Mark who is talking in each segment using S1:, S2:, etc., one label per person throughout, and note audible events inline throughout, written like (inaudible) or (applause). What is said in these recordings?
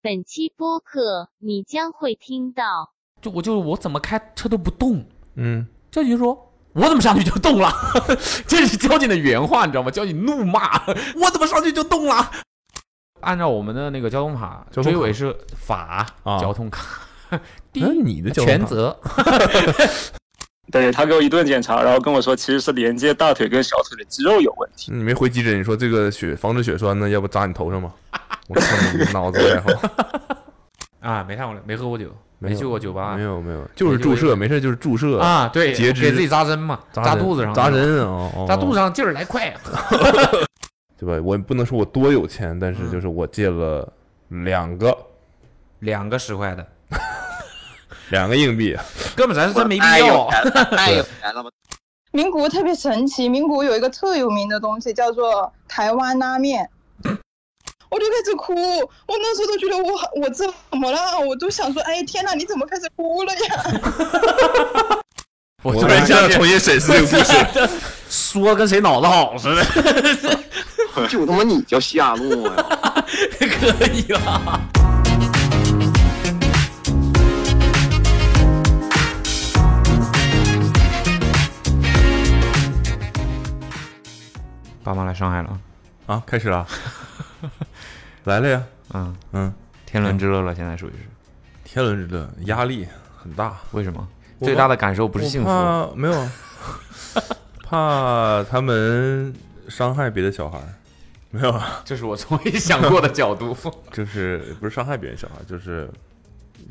S1: 本期播客你将会听到
S2: 就我就是我怎么开车都不动，
S3: 嗯，
S2: 交警就说。我怎么上去就动了？ (laughs) 这是交警的原话，你知道吗？交警怒骂：“ (laughs) 我怎么上去就动了？”按照我们的那个交通法，
S3: 交通
S2: 追
S3: 卡
S2: 尾是罚
S3: 啊
S2: 交通卡， (laughs) 第
S3: 那
S2: 一
S3: 你的交通
S2: 全
S3: 卡
S2: 责。
S4: 对他给我一顿检查，然后跟我说其实是连接大腿跟小腿的肌肉有问题。
S3: 你没回急诊，你说这个血防止血栓呢，要不扎你头上吗？我操，你脑子不太好，
S2: 啊，没看过，没喝过酒，(laughs)
S3: 没
S2: 没
S3: 有
S2: 去过酒吧
S3: 没有没有，就是注射，没事就是注射，
S2: 啊。对，
S3: 截肢
S2: 给自己扎针嘛，扎
S3: 扎
S2: 肚子上，
S3: 扎，针啊，哦哦
S2: 扎肚子上劲儿来快。
S3: 对吧？我不能说我多有钱，但
S2: 嗯
S3: 是就是我借了两个
S2: 两个十块的，
S3: 两个硬币，
S2: 哥们咱是真没必
S5: 太有
S2: 要。
S5: 钱了，太有钱了吧！
S6: 名古屋特别神奇，名古屋有一个特有名的东西叫做台湾拉面。我就开始哭，我那时候都觉得我我怎么了？我都想说，哎天呐，你怎么开始哭了呀？
S2: 我
S3: 突然想重新审视这个故
S2: (laughs)
S3: 事，
S2: 说跟谁脑子好似的，
S5: 就他妈你叫夏洛呀！
S2: (laughs) 可以了。爸妈来上海了，
S3: 啊，开始
S2: (laughs)
S3: 了，来了呀，
S2: 嗯，
S3: 嗯，
S2: 天伦之乐了，现在属于是
S3: 天伦之乐，压力很大，
S2: 为什么？
S3: 我
S2: 最大的感受不是
S3: 我
S2: 幸福，
S3: 怕没
S2: (laughs)
S3: 有啊，怕他们伤害别的小孩儿，没有啊，
S2: 这是我从未想过的角度。
S3: 就是不是伤害别人小孩儿，就是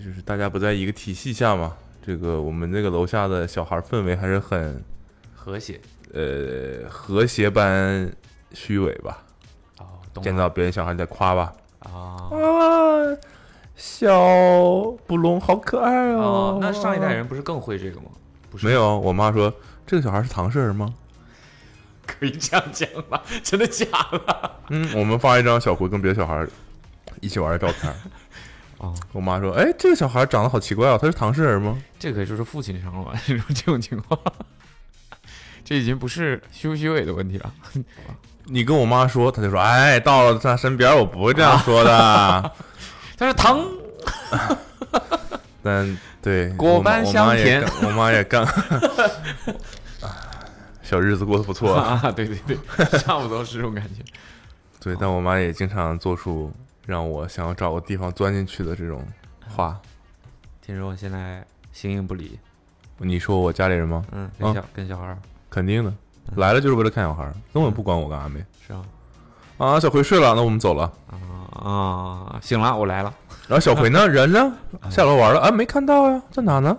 S3: 就是大家不在一个体系下嘛。这个我们这个楼下的小孩儿氛围还是很
S2: (laughs) 和谐
S3: 呃和谐般虚伪吧，
S2: 哦，懂
S3: 见到别人小孩儿在夸吧，
S2: 啊
S3: 啊，小布隆好可爱
S2: 哦，那上一代人不是更会这个吗？不是
S3: 没有，我妈说这个小孩是唐氏儿吗？
S2: 可以这样讲了，真的假的？
S3: 嗯，我们发一张小胡跟别的小孩儿一起玩的照 (laughs) 片儿。
S2: 哦，
S3: 我妈说，哎，这个小孩长得好奇怪哦，他是唐氏儿吗？
S2: 这可就是父亲上了吧？这种这种情况，这已经不是虚不虚伪的问题了。
S3: (laughs) 你跟我妈说，她就说，哎，到了他身边儿我不会这样说的。
S2: 但是唐
S3: (laughs) 但对，
S2: 果
S3: 我妈
S2: 般香甜，
S3: 我妈也干，我妈也 (laughs) 干。小日子过得不错 (laughs)
S2: (laughs)
S3: 啊，
S2: 啊，对对对，差不多是这种感觉。
S3: 对，但我妈也经常做出让我想要找个地方钻进去的这种话。
S2: 听说现在形影不离，
S3: 你说我家里人吗？
S2: 嗯，
S3: 跟
S2: 跟
S3: 小
S2: 小、跟小孩儿
S3: 肯定的，来了就是为了看小孩儿，根本不管我干安排。
S2: 是啊
S3: 啊，小葵睡了，那我们走了。
S2: 啊，醒了，我来了。
S3: 然后小葵呢，人呢，下楼玩了，啊，没看到呀，在哪呢？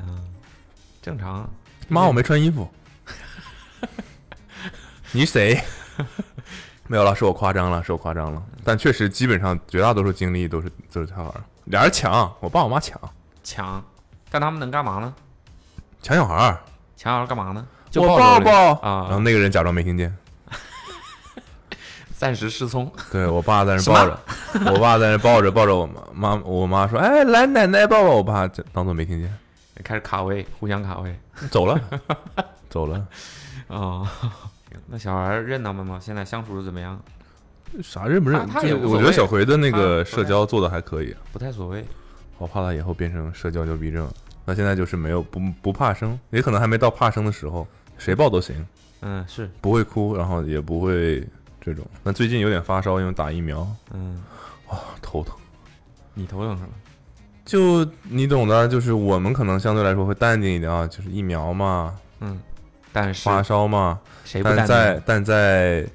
S2: 嗯，正常。
S3: 妈，我没穿衣 (laughs) 服。你谁？没有了，是我夸张了，是我夸张了。但确实，基本上绝大多数精力都是都是小孩儿，俩人抢，我爸我妈抢，
S2: 抢，但他们能干嘛呢？
S3: 抢小孩儿，
S2: 抢小孩干嘛呢？就
S3: 我
S2: 抱
S3: 抱
S2: 着
S3: 抱
S2: 啊
S3: 然后那个人假装没听见，
S2: 暂时失聪。
S3: 对我
S2: (laughs)
S3: 爸在那
S2: 什么
S3: 抱着，我爸在那抱着抱着我妈妈，我妈说，哎，来奶奶抱抱，我爸就当做没听见。
S2: 开始卡位，互相卡位。
S3: 走了， (laughs) 走了，
S2: 哦， (laughs) 那小孩儿认他们吗？现在相处的怎么样？
S3: 啥认不认？
S2: 啊他他
S3: 就
S2: 也
S3: 是
S2: 无所
S3: 我觉得
S2: 谓
S3: 小葵的那个
S2: 他
S3: 社交做的还可以，
S2: 不太所谓。
S3: 我怕他以后变成社交牛逼症。那现在就是没有不不怕生，也可能还没到怕生的时候，谁抱都行，
S2: 嗯，是，
S3: 不会哭，然后也不会这种。那最近有点发烧，因为打疫苗，
S2: 嗯，
S3: 头疼。
S2: 你头疼什么？
S3: 就你懂的，就是我们可能相对来说会淡定一点啊，就是疫苗嘛，
S2: 嗯，但是
S3: 发烧嘛，
S2: 谁不
S3: 但
S2: 担
S3: 在
S2: 心？
S3: 但在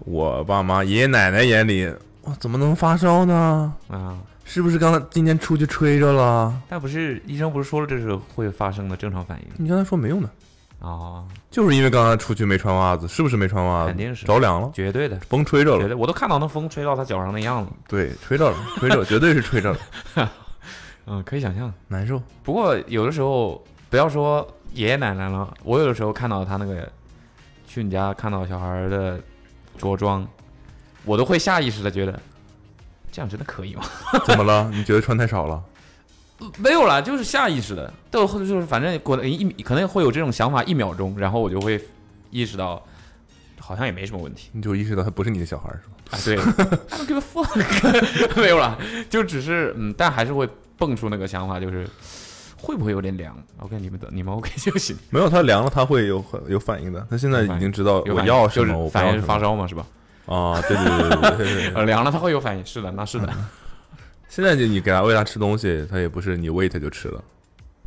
S3: 我爸妈、爷爷奶奶眼里，我怎么能发烧呢？
S2: 啊？
S3: 是不是刚才今天出去吹着了？
S2: 但不是医生不是说了这是会发生的正常反应
S3: 你刚才说没用的，
S2: 哦，
S3: 就是因为刚才出去没穿袜子，是不是没穿袜子？
S2: 肯定是
S3: 着凉了，
S2: 绝对的，
S3: 风吹着
S2: 绝
S3: 了，
S2: 对，我都看到那风吹到他脚上的样子，
S3: 对，吹着了，吹着，绝对是吹着了， (laughs)
S2: 嗯，可以想象。
S3: 难受。
S2: 不过有的时候不要说爷爷奶奶了，我有的时候看到他那个去你家看到小孩儿的着装，我都会下意识的觉得这样真的可以吗？
S3: 怎么了？你觉得穿太少了？
S2: 没有啦，就是下意识的，都就是反正过了一可能会有这种想法一秒钟，然后我就会意识到好像也没什么问题。
S3: 你就意识到他不是你的小孩儿是吧？
S2: 啊，对，I don't give a fuck，没有 (laughs) 啦，就只是嗯，但还是会蹦出那个想法，就是会不会有点凉？OK，你们等，你们 OK 就
S3: (laughs)
S2: 行。
S3: 没有，他凉了他会有有反应的。他现在已经知道
S2: 有
S3: 我
S2: 反应
S3: 要
S2: 就
S3: 什
S2: 是
S3: 么，我不
S2: 反
S3: 要
S2: 应
S3: 什
S2: 是
S3: 么
S2: 发烧嘛，是吧？
S3: 啊，对对对对对对
S2: (laughs)
S3: 对
S2: 呃，凉了它会有反应，是的，那是的。
S3: 嗯现在就你给它喂它吃东西，它也不是你喂它就吃了，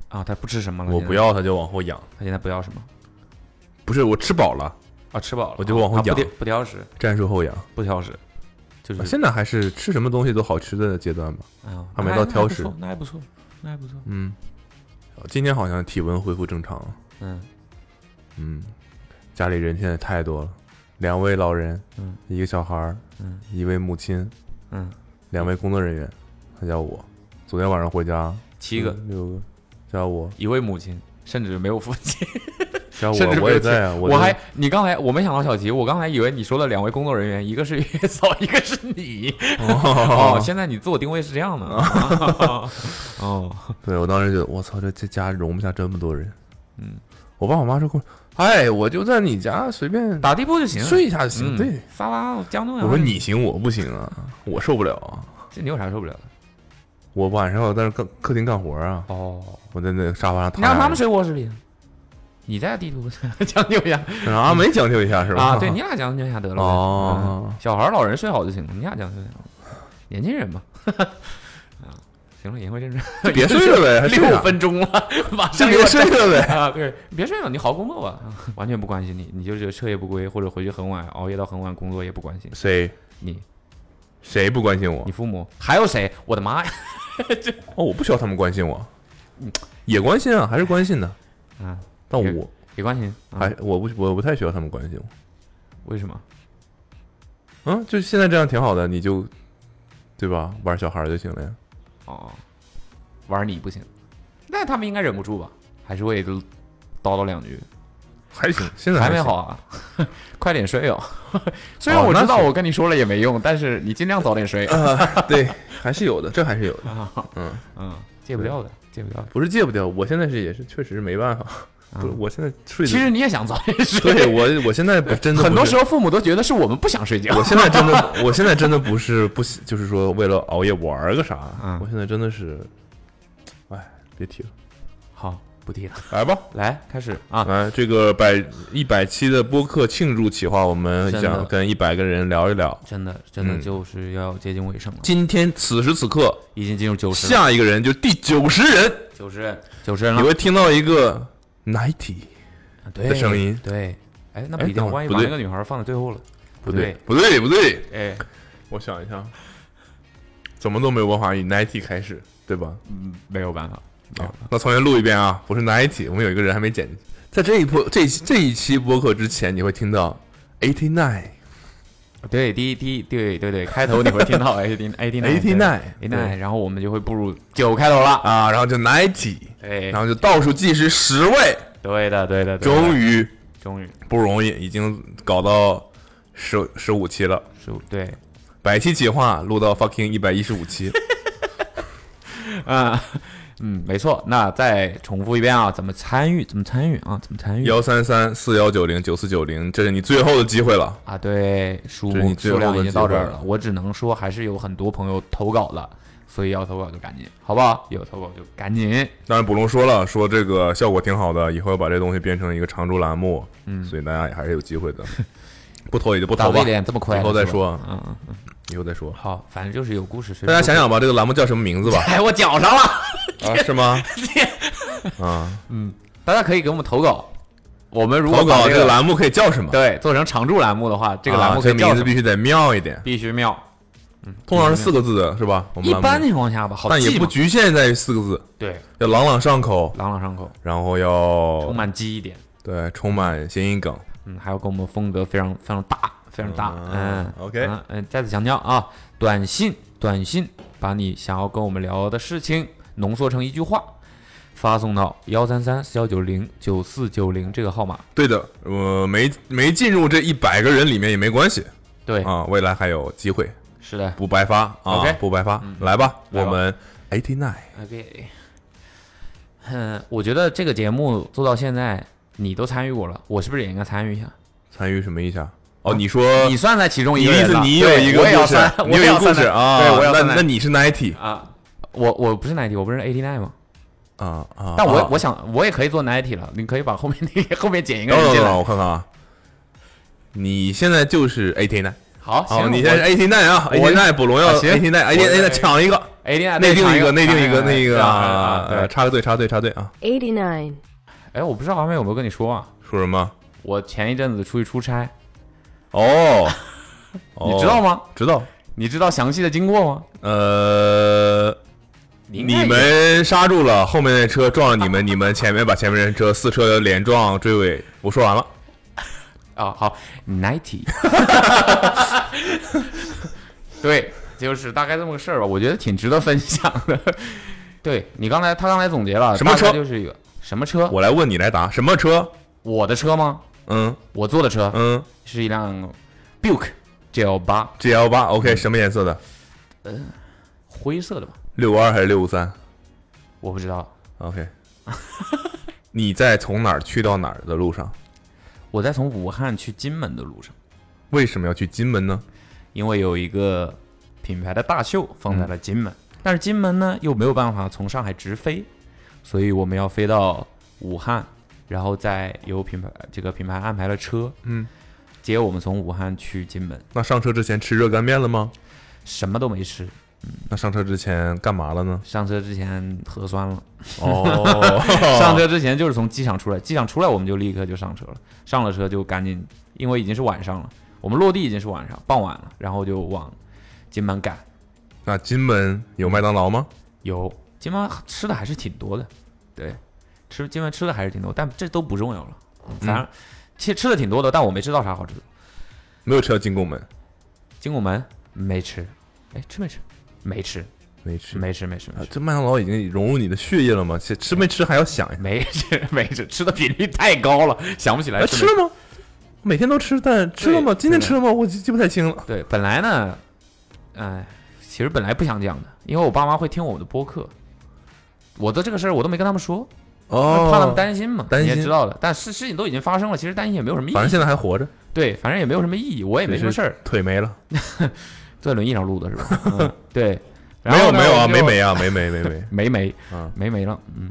S2: 啊，它不吃什么了？
S3: 我
S2: 现
S3: 不
S2: 在，啊
S3: 要它就往后仰，
S2: 它现在不要什么
S3: 不是我吃饱了，
S2: 啊？吃饱了，
S3: 我就往后
S2: 啊不
S3: 仰
S2: 挑不挑食，
S3: 战术后仰。
S2: 不挑食，就是
S3: 现在还是吃什么东西都好吃的阶段吧。
S2: 啊，
S3: 还没
S2: 那
S3: 到
S2: 那
S3: 挑
S2: 不
S3: 食
S2: 错那还不错，那还不错。
S3: 嗯，今天好像体温恢复正常了。
S2: 嗯，
S3: 嗯，家里人现在太多了，两位老人，
S2: 嗯，
S3: 一个小孩儿，
S2: 嗯，
S3: 一位母亲，
S2: 嗯，
S3: 两位工作人员，还加我。昨天晚上回家，
S2: 七个，
S3: 嗯六个，加我，
S2: 一位母亲，甚至没有父亲。
S3: 加
S2: 甚至
S3: 我，
S2: 没
S3: 我
S2: 有
S3: 也
S2: 去
S3: 在啊。
S2: 我
S3: 都 (laughs)
S2: 还你刚才我没想到小齐，我刚才以为你说的两位工作人员，一个是 (laughs) 月嫂，一个是你。哦，现在你自我定位是这样的。 (laughs) 哦，
S3: 对我当时觉得，我操，这这家容不下这么多人。
S2: 嗯，
S3: 我爸我妈说过，哎，我就在你家随便
S2: 打地铺就行，
S3: 睡一下就行。
S2: 嗯，
S3: 对，
S2: 沙发江东。啊
S3: 我说你行，我不行啊，我受不了啊。
S2: 这你有啥受不了的？
S3: 我晚上我在那客客厅干活啊，
S2: 哦，
S3: 我在那沙发上
S2: 你
S3: 躺着。
S2: 让他们睡卧室里，你在地图 (laughs) 将就一下
S3: 啊？没将就一下是
S2: 嗯
S3: 吧？
S2: 啊，对你俩将就一下得了呗。
S3: 哦
S2: 嗯小孩儿老人睡好就行了，你俩将就一下，年轻人嘛。 (laughs) 啊，行了，言归正传，
S3: 别睡了呗，还睡
S2: 六
S3: 啥
S2: 分钟了，马
S3: 就
S2: 上就
S3: 别
S2: 要
S3: 睡了呗。
S2: (laughs) 啊，对，你别睡了，你好好工作吧， (laughs) 啊完全不关心你，你就觉得彻夜不归，或者回去很晚，熬夜到很晚工作也不关心
S3: 谁
S2: 你，
S3: 谁不关心我
S2: 你？父母还有谁？我的妈呀！
S3: 哦，我不需要他们关心我，也关心啊，还是关心的。
S2: 啊，
S3: 但
S2: 也
S3: 我
S2: 也关心，啊、
S3: 还我不我不太需要他们关心我。
S2: 为什么？
S3: 嗯，就现在这样挺好的，你就对吧？玩小孩儿就行了呀。
S2: 哦，玩你不行，那他们应该忍不住吧？还是会叨叨两句，
S3: 还行，现在
S2: 还没
S3: 行
S2: 好。啊， (laughs) 快点睡哦。 (laughs) 虽然我知道我跟你说了也没用，但是你尽量早点睡。
S3: 啊，
S2: (laughs)
S3: 对，还是有的，这还是有的，嗯
S2: 嗯，戒不掉的，戒不掉的。
S3: (laughs) 不是戒不掉。我现在是也是，确实是没办法。不是，
S2: 嗯
S3: 我现在睡得。
S2: 其实你也想早点
S3: 对
S2: 睡，
S3: 我，我现在不真的
S2: 很多
S3: 不是
S2: 时候父母都觉得是我们不想睡觉。
S3: 我现在真的， (laughs) 我现在真的不是不喜，就是说为了熬夜玩儿个啥
S2: 嗯，
S3: 我现在真的是，哎，别提了，
S2: 好，不提了，
S3: 来吧。
S2: 来开始啊！
S3: 来，这个百一百期的播客庆祝企划，我们
S2: 真的
S3: 想跟一百个人聊一聊。
S2: 真的，真的
S3: 嗯
S2: 就是要接近尾声了，
S3: 今天此时此刻，
S2: 已经进入九十了，
S3: 下一个人就第九十人，
S2: 九十人，九十人
S3: 你
S2: 了
S3: 会听到一个 ninety，
S2: 啊对
S3: 的声音
S2: 对。哎，那不
S3: 哎
S2: 一定，
S3: 等会儿
S2: 万一
S3: 不
S2: 把
S3: 对
S2: 那个女孩放在最后了，
S3: 不对，不对，不对，
S2: 哎，
S3: 我想一下，怎么都没有办法以 ninety 开始，对吧？
S2: 嗯，没有办法，没有办法。
S3: 那重新录一遍啊，不是 ninety，我们有一个人还没剪进去。在这一波这一期这一期播客之前，你会听到 eighty nine，
S2: 对，第一第一对对对，开头你会听
S3: (laughs)
S2: 到 A D A D
S3: 89
S2: A
S3: 对
S2: D 然后我们就会步入九开头了。
S3: 啊，然后就 ninety，
S2: 哎
S3: 然，后就倒数计时十位，
S2: 对的对的，对的
S3: 终于
S2: 终于
S3: 不容易，已经搞到十十五期了，
S2: 是对
S3: 百期企划录到 fucking 一百一十五期，
S2: 啊。嗯，没错。那再重复一遍啊，怎么参与？怎么参与啊？怎么参与？
S3: 幺三三四幺九零九四九零，这是你最后的机会了。
S2: 啊，对，数
S3: 这是你
S2: 目
S3: 最
S2: 数量
S3: 后的
S2: 已经到
S3: 机
S2: 这
S3: 会
S2: 儿
S3: 了
S2: 了。我只能说，还是有很多朋友投稿了，所以要投稿就赶紧，好不好？有投稿就赶紧。
S3: 当然，卜龙说了，说这个效果挺好的，以后要把这东西变成一个常驻栏目，
S2: 嗯
S3: 所以大家也还是有机会的。不投也就不
S2: 打
S3: 投
S2: 字
S3: 吧，
S2: 脸这么快的
S3: 以
S2: 是吧，
S3: 后再说，啊
S2: 嗯，嗯嗯
S3: 以后再说。
S2: 好，反正就是有故事。
S3: 大家想，想吧，这个栏目叫什么名
S2: (laughs)
S3: 字吧？
S2: 哎，我脚上了。哎
S3: 啊，
S2: (laughs)
S3: 是吗？啊，
S2: 大家可以给我们投稿，我们如果
S3: 投
S2: 把
S3: 稿
S2: 这
S3: 这个栏目可以叫什么？
S2: 对做成常驻栏目的话，这个栏目
S3: 啊
S2: 可
S3: 这
S2: 以叫
S3: 名
S2: 什
S3: 字
S2: 么
S3: 必须得妙一点，
S2: 必须妙。
S3: 通常是四个字的是吧？我们
S2: 一
S3: 栏目
S2: 般情况下吧，好
S3: 但
S2: 记
S3: 也不
S2: 嘛
S3: 局限在于四个字，
S2: 对，
S3: 要朗朗上口，
S2: 朗朗上口，
S3: 然后要
S2: 充满记忆点，
S3: 对充满谐音梗。
S2: 嗯，还有跟我们风格非常非常大，非常大，嗯
S3: 嗯，OK
S2: 嗯嗯，再次强调啊，短信短信把你想要跟我们聊的事情浓缩成一句话。发送到幺三三四幺九零九四九零这个号码，
S3: 对的，我没没进入这一百个人里面也没关系
S2: 对，
S3: 啊，未来还有机会，
S2: 是的
S3: 不白发啊
S2: OK 嗯
S3: 不白发，来吧，
S2: 来
S3: 我
S2: 吧
S3: 们 eighty nine，
S2: OK，嗯，我觉得这个节目做到现在，你都参与过了，我是不是也应该参与一下？
S3: 参与什么意思啊？哦，你说
S2: 你算在其中一
S3: 你
S2: 个
S3: 的意
S2: 人
S3: 思
S2: 了，
S3: 你有一
S2: 对
S3: 个
S2: 我也要
S3: 故事
S2: 算，，
S3: 你有
S2: 也
S3: 一
S2: 要
S3: 个故
S2: 算
S3: 事
S2: 在
S3: 啊？
S2: 对，我要算
S3: 那
S2: 在
S3: 那你是 ninety
S2: 啊，我我不是 ninety，我不是 eighty nine 吗？
S3: 啊啊！
S2: 但
S3: 啊
S2: 我我想我也可以做 ninety 了，你可以把后面那 (laughs) 个后面剪一个
S3: 等
S2: 人
S3: 等
S2: 进
S3: 等
S2: 来
S3: 等，。我看看啊，你现在就是 eighty nine，
S2: 好，
S3: 好，
S2: 行，
S3: 你现在是 eighty nine 啊
S2: 我
S3: ，eighty nine 捕龙要
S2: 啊行
S3: eighty nine eighty
S2: 我
S3: nine 抢一个，
S2: eighty nine
S3: 内定一个，内定一个，
S2: 那
S3: 那个啊，
S2: 对
S3: 呃，插个队，插队，插队啊！
S7: eighty nine,
S2: 哎，我不知道阿妹有没有跟你说啊，
S3: 说什么？
S2: 我前一阵子出去出差，
S3: 哦，
S2: (laughs) 你知道
S3: 吗？
S2: 吗？
S3: 知道。
S2: 你知道详细的经过吗？
S3: 呃，
S2: 你
S3: 你们刹住了，后面那车撞了你们，你们前面把前面人车四车连撞追尾。我说完了，
S2: 啊，好，ninety，对，就是大概这么个事儿吧，我觉得挺值得分享的。对你刚才，他刚才总结了
S3: 什么
S2: 大概
S3: 车
S2: 就是一个什么车？我
S3: 我来问你来答，什么车？
S2: 我的车吗？
S3: 嗯
S2: 我坐的车、
S3: 嗯
S2: 是一辆 Buick GL 八，
S3: ，G L 八，OK，什么
S2: 嗯
S3: 颜色的？
S2: 灰色的吧？
S3: 六五二还是六五三
S2: 我不知道。 (laughs)
S3: ？OK，你在从哪儿去到哪儿的路上？
S2: 我在从武汉去金门的路上，
S3: 为什么要去金门呢？
S2: 因为有一个品牌的大秀放在了金门，但是金门呢又没有办法从上海直飞，所以我们要飞到武汉，然后再由品牌这个品牌安排了车，
S3: 嗯，
S2: 接我们从武汉去金门，
S3: 那上车之前吃热干面了吗？
S2: 什么都没吃，
S3: 那上车之前干嘛了呢？
S2: 上车之前核酸了，
S3: (laughs) 哦
S2: 上车之前就是从机场出来，机场出来我们就立刻就上车了，上了车就赶紧，因为已经是晚上了，我们落地已经是晚上傍晚了，然后就往金门赶。
S3: 那金门有麦当劳吗？
S2: 有金门吃的还是挺多的，对，吃金门吃的还是挺多，但这都不重要了，反正其实吃的挺多的，但我没吃到啥好吃的。
S3: 没有吃到进贡门，
S2: 金拱门没吃，哎，吃没吃？没吃，
S3: 没吃。
S2: 没吃，没吃，没
S3: 啊
S2: 吃，
S3: 这麦当劳已经融入你的血液了吗？吃吃没吃还要想一下。
S2: 没吃，没吃，吃的比率太高了，想不起来
S3: 哎，
S2: 吃
S3: 吃
S2: 没。
S3: 了吗？每天都吃，但吃了吗？
S2: 对
S3: 今天
S2: 对
S3: 吃了吗？我记记不太清了。
S2: 对，本来呢，哎，其实本来不想讲的，因为我爸妈会听我的播客，我的这个事儿我都没跟他们说，怕他们担心嘛，
S3: 哦担
S2: 你也
S3: 心
S2: 知道的。但是事情都已经发生了，其实担心也没有什么意义。
S3: 反正现在还活着，
S2: 对，反正也没有什么意义，我也没什么事儿。，
S3: 腿没了。
S2: 在轮椅上录的是吧？
S3: (laughs)
S2: 嗯、对，然
S3: 没
S2: 后
S3: 有
S2: 呢
S3: 没有啊，
S2: 我就。
S3: 没没啊，没没没没
S2: 没没
S3: 嗯
S2: 没没了，嗯。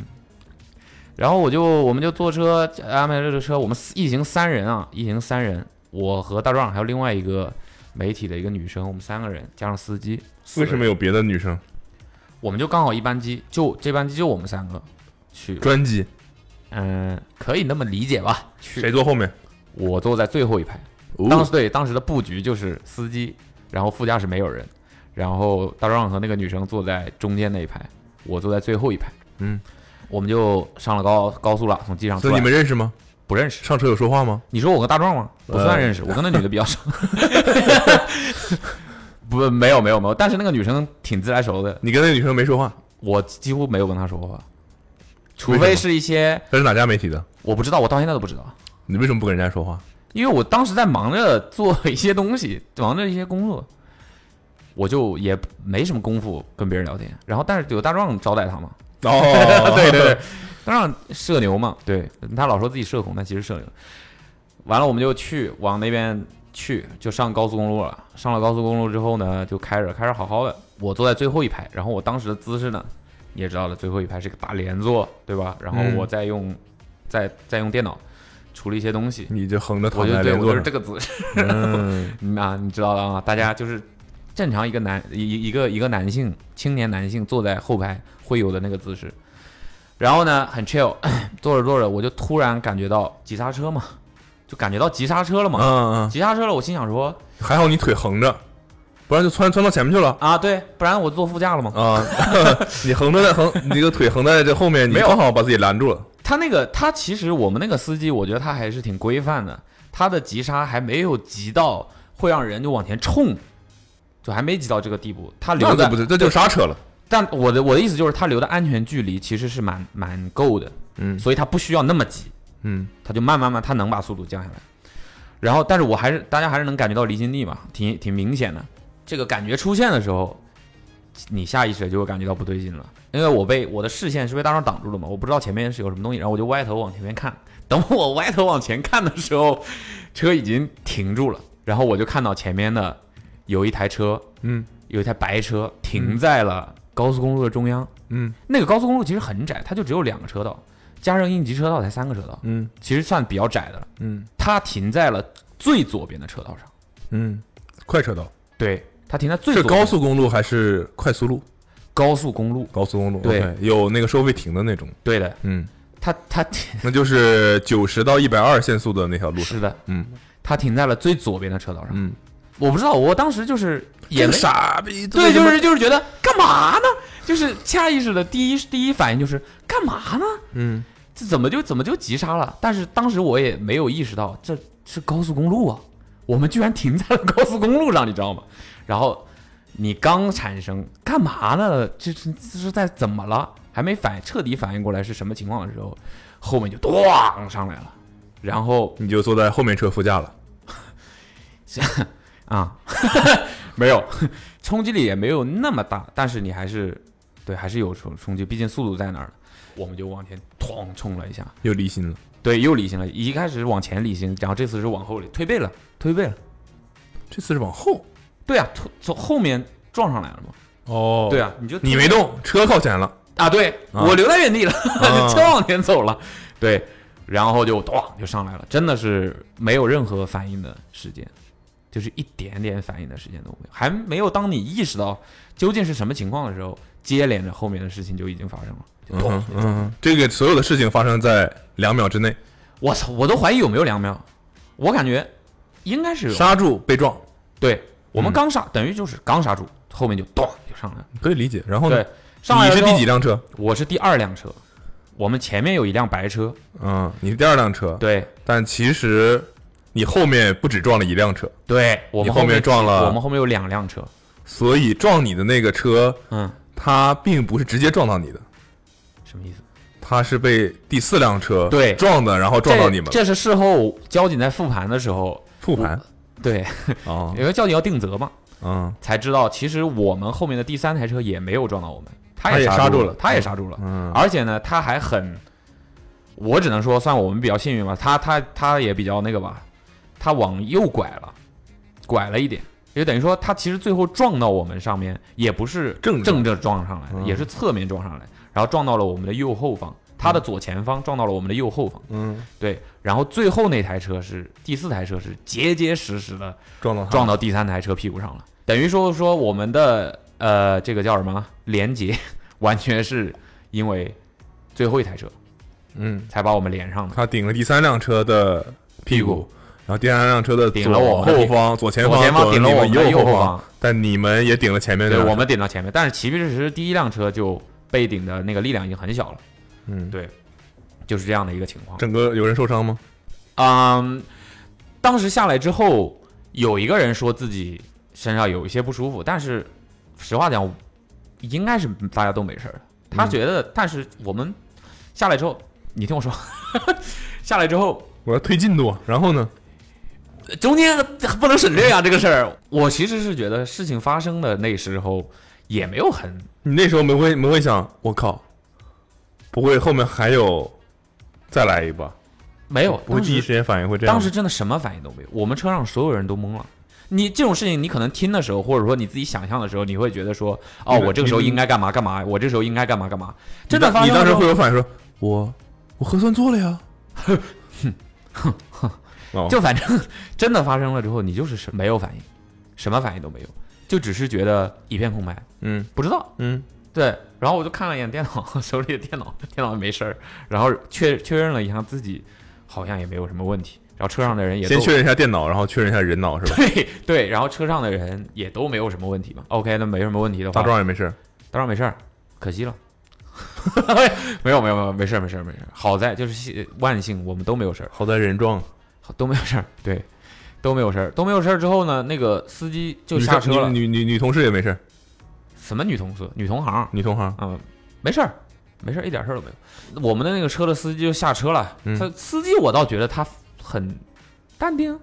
S2: 然后我就我们就坐车安排了这车，我们四一行三人啊，一行三人，我和大壮还有另外一个媒体的一个女生，我们三个人加上司机， (laughs) 四
S3: 为
S2: 个
S3: 什么
S2: 人
S3: 有别的女生
S2: 我们就刚好一班机，就这班机就我们三个去，
S3: 专辑？
S2: 嗯、可以那么理解吧？去
S3: 谁坐哦后面？
S2: 我坐在最后一排，当时对当时的布局就是司机，然后副驾驶没有人，然后大壮和那个女生坐在中间那一排，我坐在最后一排。
S3: 嗯，
S2: 我们就上了高高速了，从机场出
S3: 所以
S2: 来。
S3: 你们认识吗？
S2: 不认识？
S3: 上车有说话吗？
S2: 你说我和大壮吗？
S3: 呃
S2: 不算认识，我跟那女的比较熟。
S3: (laughs)
S2: (laughs) 不，没有没有没有，但是那个女生挺自来熟的，
S3: 你跟那女生没说话，
S2: 我几乎没有跟她说话，除
S3: 为什
S2: 非
S3: 么
S2: 是一些
S3: 她是哪家媒体的？
S2: 我不知道，我到现在都不知道。
S3: 你为什么不跟人家说话？
S2: 因为我当时在忙着做一些东西，忙着一些工作，我就也没什么功夫跟别人聊天。然后，但是有大壮招待他嘛，
S3: (laughs) 哦
S2: 对对对，大壮社牛嘛，对他老说自己社恐，但其实社牛。完了，我们就去往那边去，就上高速公路了。上了高速公路之后呢，就开着开着好好的，我坐在最后一排，然后我当时的姿势呢，你也知道了，最后一排是个大连坐，对吧？然后
S3: 嗯
S2: 我再用、再再用电脑处理一些东西。
S3: 你就横着
S2: 我
S3: 躺
S2: 就
S3: 在
S2: 对
S3: 连
S2: 我就是
S3: 坐上
S2: 这。个姿势，
S3: 嗯，
S2: 那你知道的 (laughs) 啊，大家就是正常一个男一一一个一个男性青年男性坐在后排会有的那个姿势。然后呢，很 chill，坐 (coughs) 着坐着我就突然感觉到急刹车嘛，就感觉到急刹车了嘛，
S3: 嗯嗯，
S2: 急刹车了，我心想说
S3: 还好你腿横着，不然就窜窜到前面去了。
S2: 啊，对，不然我坐副驾了嘛。
S3: 啊， (laughs) 你横着在横，你这个腿横在这后面，你
S2: 没有
S3: 刚好把自己拦住了。
S2: 他那个他其实我们那个司机，我觉得他还是挺规范的，他的急刹还没有急到会让人就往前冲，就还没急到这个地步，他留
S3: 那
S2: 在
S3: 这不是，这就是刹车了。
S2: 但我的我的意思就是，他留的安全距离其实是蛮蛮够的，
S3: 嗯
S2: 所以他不需要那么急，
S3: 嗯，
S2: 他就慢慢慢，他能把速度降下来。然后，但是我还是大家还是能感觉到离心力嘛，挺挺明显的。这个感觉出现的时候，你下意识就会感觉到不对劲了，因为我被我的视线是被大众挡住了嘛，我不知道前面是有什么东西，然后我就歪头往前面看。等我歪头往前看的时候，车已经停住了，然后我就看到前面的有一台车，
S3: 嗯
S2: 有一台白车停在了高速公路的中央。
S3: 嗯
S2: 那个高速公路其实很窄，它就只有两个车道，加上应急车道才三个车道，
S3: 嗯
S2: 其实算比较窄的了。
S3: 嗯
S2: 它停在了最左边的车道上，
S3: 嗯，快车道，
S2: 对，它停在最
S3: 是
S2: 左边
S3: 高速公路还是快速路？
S2: 高速公路，
S3: 高速公路
S2: 对
S3: OK，有那个收费亭的那种，
S2: 对的，
S3: 嗯，
S2: 它它 (laughs)
S3: 那就是九十到一百二限速的那条路上，
S2: 是的，
S3: 嗯
S2: 它停在了最左边的车道上。
S3: 嗯，
S2: 我不知道，我当时就是也
S3: 这
S2: 没
S3: 个傻逼，
S2: 对，
S3: 这
S2: 就
S3: 个
S2: 是就是觉得干嘛呢？就是下意识的第一第一反应就是干嘛呢？
S3: 嗯
S2: 这怎么就怎么就急刹了？但是当时我也没有意识到这是高速公路啊，我们居然停在了高速公路上，你知道吗？然后你刚产生干嘛呢？这是这是在怎么了？还没反彻底反应过来是什么情况的时候，后面就咣上来了，然后
S3: 你就坐在后面车副驾了，
S2: 啊， (laughs) 没有，冲击力也没有那么大，但是你还是对，还是有冲冲击，毕竟速度在那儿了。我们就往前哐冲了一下，
S3: 又离心了，
S2: 对，又离心了。一开始是往前离心，然后这次是往后离，推背了，推背了。
S3: 这次是往后
S2: 对啊，从从后面撞上来了嘛。
S3: 哦
S2: 对，啊，你就
S3: 你没动，车靠前了，
S2: 啊？对，
S3: 啊
S2: 我留在原地了， (laughs)
S3: 啊
S2: 车往前走了。对，然后就咣就上来了，真的是没有任何反应的时间，就是一点点反应的时间都没有，还没有当你意识到究竟是什么情况的时候，接连着后面的事情就已经发生了。就
S3: 嗯
S2: 咚
S3: 哼嗯哼，这个所有的事情发生在两秒之内，
S2: 我操，我都怀疑有没有两秒，我感觉应该是有。
S3: 刹住被撞，
S2: 对我们
S3: 嗯
S2: 刚刹，等于就是刚刹住，后面就咚就上来了。
S3: 可以理解。然后呢
S2: 对，，上来
S3: 哦你
S2: 了
S3: 是
S2: 之后
S3: 第几？辆车？
S2: 我是第二辆车，我们前面有一辆白车，
S3: 嗯，你是第二辆车，
S2: 对
S3: 但其实你后面不止撞了一辆车，
S2: 对，我
S3: 你
S2: 们
S3: 后面撞了
S2: 我们后面有两辆车，
S3: 所以撞你的那个车，
S2: 嗯，
S3: 它并不是直接撞到你的，
S2: 什么意思？
S3: 它是被第四辆车
S2: 对
S3: 撞的，然后撞到你们了。
S2: 这这嗯是事后交警在复盘的时候，
S3: 复盘
S2: 对，
S3: 啊，
S2: 因为交警要定责嘛，
S3: 嗯
S2: 才知道其实我们后面的第三台车也没有撞到我们，
S3: 他也
S2: 也
S3: 刹住
S2: 住
S3: 了
S2: 他也刹住了，
S3: 嗯
S2: 而且呢，他还很，我只能说算我们比较幸运吧，他他他也比较那个吧，他往右拐了，拐了一点，也等于说他其实最后撞到我们上面，也不是
S3: 正着
S2: 正着撞上来的，
S3: 嗯
S2: 也是侧面撞上来，然后撞到了我们的右后方，他的左前方撞到了我们的右后方，
S3: 嗯，
S2: 对，然后最后那台车是第四台车是结结实实的
S3: 撞到
S2: 撞
S3: 到
S2: 到第三台车屁股上了，等于说说我们的呃这个叫什么连接，完全是因为最后一台车
S3: 嗯，
S2: 才把我们连上的。
S3: 它顶了第三辆车的屁
S2: 屁
S3: 股
S2: 股。
S3: 然后第三辆车的
S2: 顶了我
S3: 左
S2: 们的屁
S3: 后
S2: 股
S3: 方、左前
S2: 左前方
S3: 左
S2: 顶了我们的
S3: 右
S2: 右后
S3: 方
S2: 方，
S3: 但你们也顶了前面
S2: 对
S3: 的。
S2: 我们顶到前面，但是其实第一辆车就被顶的那个力量已经很小了，
S3: 嗯，
S2: 对，就是这样的一个情况。
S3: 整个有人受伤吗？
S2: 嗯，当时下来之后，有一个人说自己身上有一些不舒服，但是实话讲，应该是大家都没事儿的。他
S3: 嗯
S2: 觉得，但是我们下来之后，你听我说， (laughs) 下来之后
S3: 我要推进度，啊然后呢？
S2: 中间不能省略啊，这个事儿。我其实是觉得事情发生的那时候也没有很
S3: 你那时候没会没会想，我靠，不会后面还有再来一把？
S2: 没有，
S3: 不
S2: 哦
S3: 会
S2: 当时
S3: 第一时间反应会这样吗？
S2: 当时真的什么反应都没有，我们车上所有人都懵了。你这种事情，你可能听的时候，或者说你自己想象的时候，你会觉得说，哦，
S3: 你
S2: 我这个时候
S3: 你
S2: 应该干嘛干嘛，我这时候应该干嘛干嘛。
S3: 你
S2: 真的
S3: 当
S2: 发
S3: 你
S2: 生了
S3: 当
S2: 之
S3: 时
S2: 后，
S3: 会有反应说，我我核酸做了呀。哦
S2: 就反正真的发生了之后，你就是是没有反应，什么反应都没有，就只是觉得一片空白，
S3: 嗯
S2: 不知道。
S3: 嗯
S2: 对，然后我就看了一眼电脑，手里的电脑，电脑没事儿，然后
S3: (laughs)
S2: 确确认了一下自己好像也没有什么问题，然后
S3: (laughs)
S2: 车上的人也
S3: 先
S2: 都
S3: 确认一下电脑，然后确认一下人脑是吧？
S2: 对对，然后车上的人也都没有什么问题嘛。OK，那没什么问题的话
S3: (laughs) 大，壮也没事，
S2: 当然没事儿，可惜了。 (laughs) 没有没有没有，没事儿没事儿没事儿。好在就是幸万幸，我们都没有事儿，
S3: 好在人撞了。
S2: 好都没有事儿，对，都没有事儿，都没有事儿之后呢，那个司机就
S3: 女
S2: 下车了。
S3: 女女女女同事也没事，
S2: 什么女同事？女同行？
S3: 女同行
S2: 嗯，没事儿，没事儿，一点事儿都没有。我们的那个车的司机就下车了，
S3: 嗯
S2: 他司机我倒觉得他很淡定，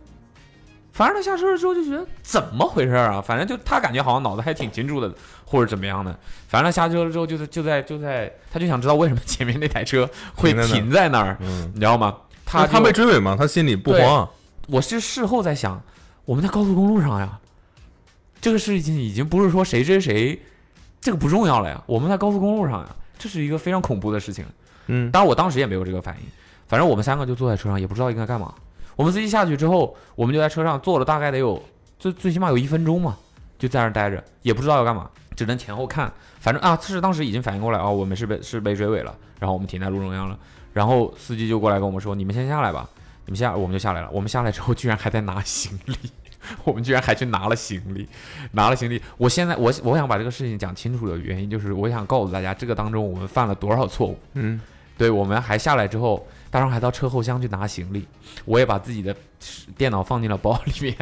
S2: 反正他下车了之后就觉得怎么回事儿啊？反正就他感觉好像脑子还挺清楚的，或者怎么样的。反正他下车了之后就在就在就在，他就想知道为什么前面那台车会
S3: 停在那儿
S2: 停在那儿，
S3: 嗯，
S2: 你知道吗？
S3: 他
S2: 他
S3: 他
S2: 就
S3: 被追尾嘛，他心里不
S2: 对
S3: 慌啊。
S2: 我是事后在想，我们在高速公路上呀，这个事情已经不是说谁追谁，这个不重要了呀，我们在高速公路上呀，这是一个非常恐怖的事情。
S3: 嗯，
S2: 当然我当时也没有这个反应，反正我们三个就坐在车上，也不知道应该干嘛。我们司机下去之后，我们就在车上坐了大概得有最最起码有一分钟嘛，就在那儿待着，也不知道要干嘛，只能前后看。反正啊，是当时已经反应过来啊、我们是被是被追尾了，然后我们停在路中央了，然后司机就过来跟我们说：“你们先下来吧。”你们下，我们就下来了。我们下来之后，居然还在拿行李，我们居然还去拿了行李， (laughs) 拿了行李。我现在我我想把这个事情讲清楚的原因，就是我想告诉大家，这个当中我们犯了多少错误。
S3: 嗯，
S2: 对，我们还下来之后，大壮还到车后厢去拿行李，我也把自己的电脑放进了包里面，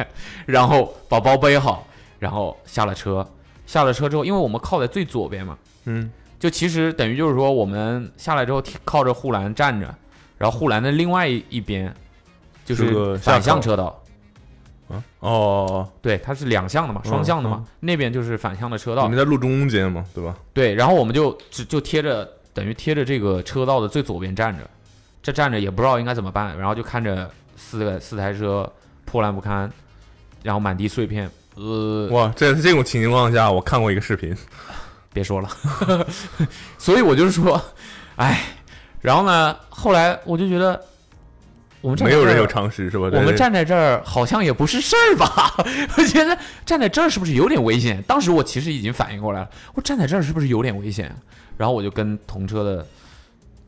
S2: 然后把包背好，然后下了车。下了车之后，因为我们靠在最左边嘛，
S3: 嗯，
S2: 就其实等于就是说，我们下来之后贴靠着护栏站着，然后护栏的另外一一边就是是
S3: 个下
S2: 反向
S3: 口
S2: 车道，
S3: 啊，哦，
S2: 对，它是两向的嘛，双
S3: 嗯
S2: 向的嘛，那边就是反向的车
S3: 你
S2: 道
S3: 们，在路中间嘛，对吧？
S2: 对，然后我们就只就贴着，等于贴着这个车道的最左边站着，这站着也不知道应该怎么办，然后就看着四个四台车破烂不堪，然后满地碎片，呃，
S3: 哇，在这种情况下，我看过一个视频，
S2: 别说了， (laughs) 所以我就是说，哎，然后呢，后来我就觉得我们站
S3: 没
S2: 在
S3: 有
S2: 这
S3: 人
S2: 儿
S3: 有常识是吧？
S2: 我
S3: 对
S2: 们站在这儿好像也不是事儿吧？ (laughs) 我觉得站在这儿是不是有点危险？当时我其实已经反应过来了，我站在这儿是不是有点危险？然后我就跟同车的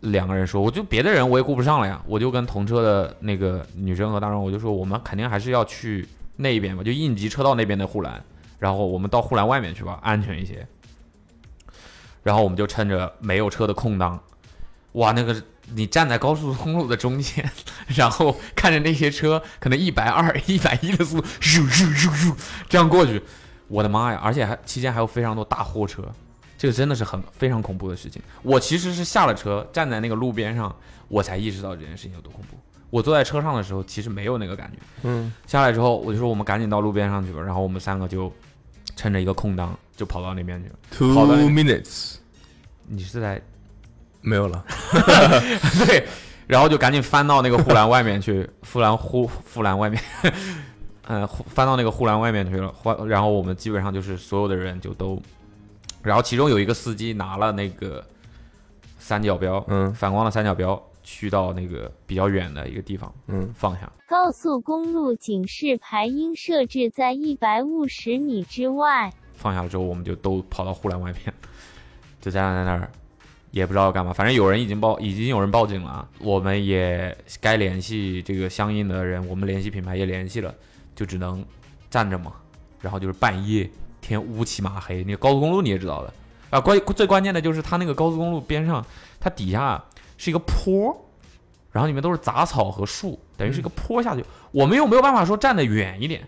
S2: 两个人说，我就别的人我也顾不上了呀，我就跟同车的那个女生和大壮，我就说我们肯定还是要去那一边吧，就应急车道那边的护栏，然后我们到护栏外面去吧，安全一些。然后我们就趁着没有车的空档，哇，那个你站在高速公路的中间，然后看着那些车可能一百二、一百一的速度，咻咻咻咻这样过去，我的妈呀！而且还期间还有非常多大货车，这个真的是很非常恐怖的事情。我其实是下了车，站在那个路边上，我才意识到这件事情有多恐怖。我坐在车上的时候，其实没有那个感觉。
S3: 嗯，
S2: 下来之后，我就说我们赶紧到路边上去吧。然后我们三个就趁着一个空档，就跑到那边去了。
S3: two
S2: 好的
S3: minutes
S2: 你是在
S3: 没有了， (laughs)
S2: (laughs) 对，然后就赶紧翻到那个护栏外面去，护栏护护栏外面，呃，护翻到那个护栏外面去了。护然后我们基本上就是所有的人就都，然后其中有一个司机拿了那个三角标，
S3: 嗯
S2: 反光的三角标，去到那个比较远的一个地方
S3: 嗯，
S2: 放下。
S1: 高速公路警示牌应设置在一百五十米之外。
S2: 放下了之后，我们就都跑到护栏外面，就站在那儿，也不知道干嘛。反正有人已经报，已经有人报警了啊。我们也该联系这个相应的人，我们联系品牌也联系了，就只能站着嘛。然后就是半夜，天乌漆麻黑，那个高速公路你也知道的啊。关最关键的就是它那个高速公路边上，它底下是一个坡。然后里面都是杂草和树，等于是一个坡下去。我们又没有办法说站得远一点，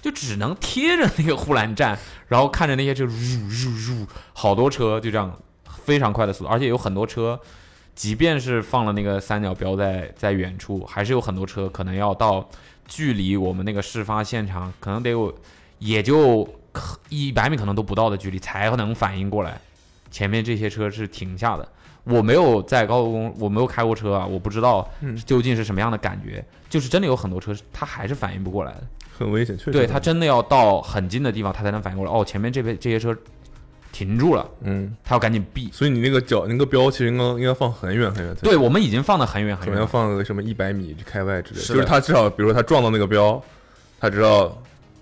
S2: 就只能贴着那个护栏站，然后看着那些车，入入入，好多车就这样非常快的速度，而且有很多车，即便是放了那个三角标在在远处，还是有很多车可能要到距离我们那个事发现场可能得有也就一百米可能都不到的距离才能反应过来，前面这些车是停下的。我没有在高速公路，我没有开过车啊，我不知道
S3: 嗯
S2: 究竟是什么样的感觉。就是真的有很多车，它还是反应不过来的。
S3: 很危险，确实。嗯
S2: 对他，真的要到很近的地方，他才能反应过来。哦，前面这边这些车停住了，
S3: 嗯，
S2: 他要赶紧避。
S3: 所以你那个脚那个标其实应该应该放很远很远才
S2: 对，我们已经放得很远很
S3: 可能
S2: 远
S3: 要
S2: 了，
S3: 放个什么一百米开外之类的，
S2: 是
S3: 就是
S2: 的
S3: 他至少，比如说他撞到那个标，他知道，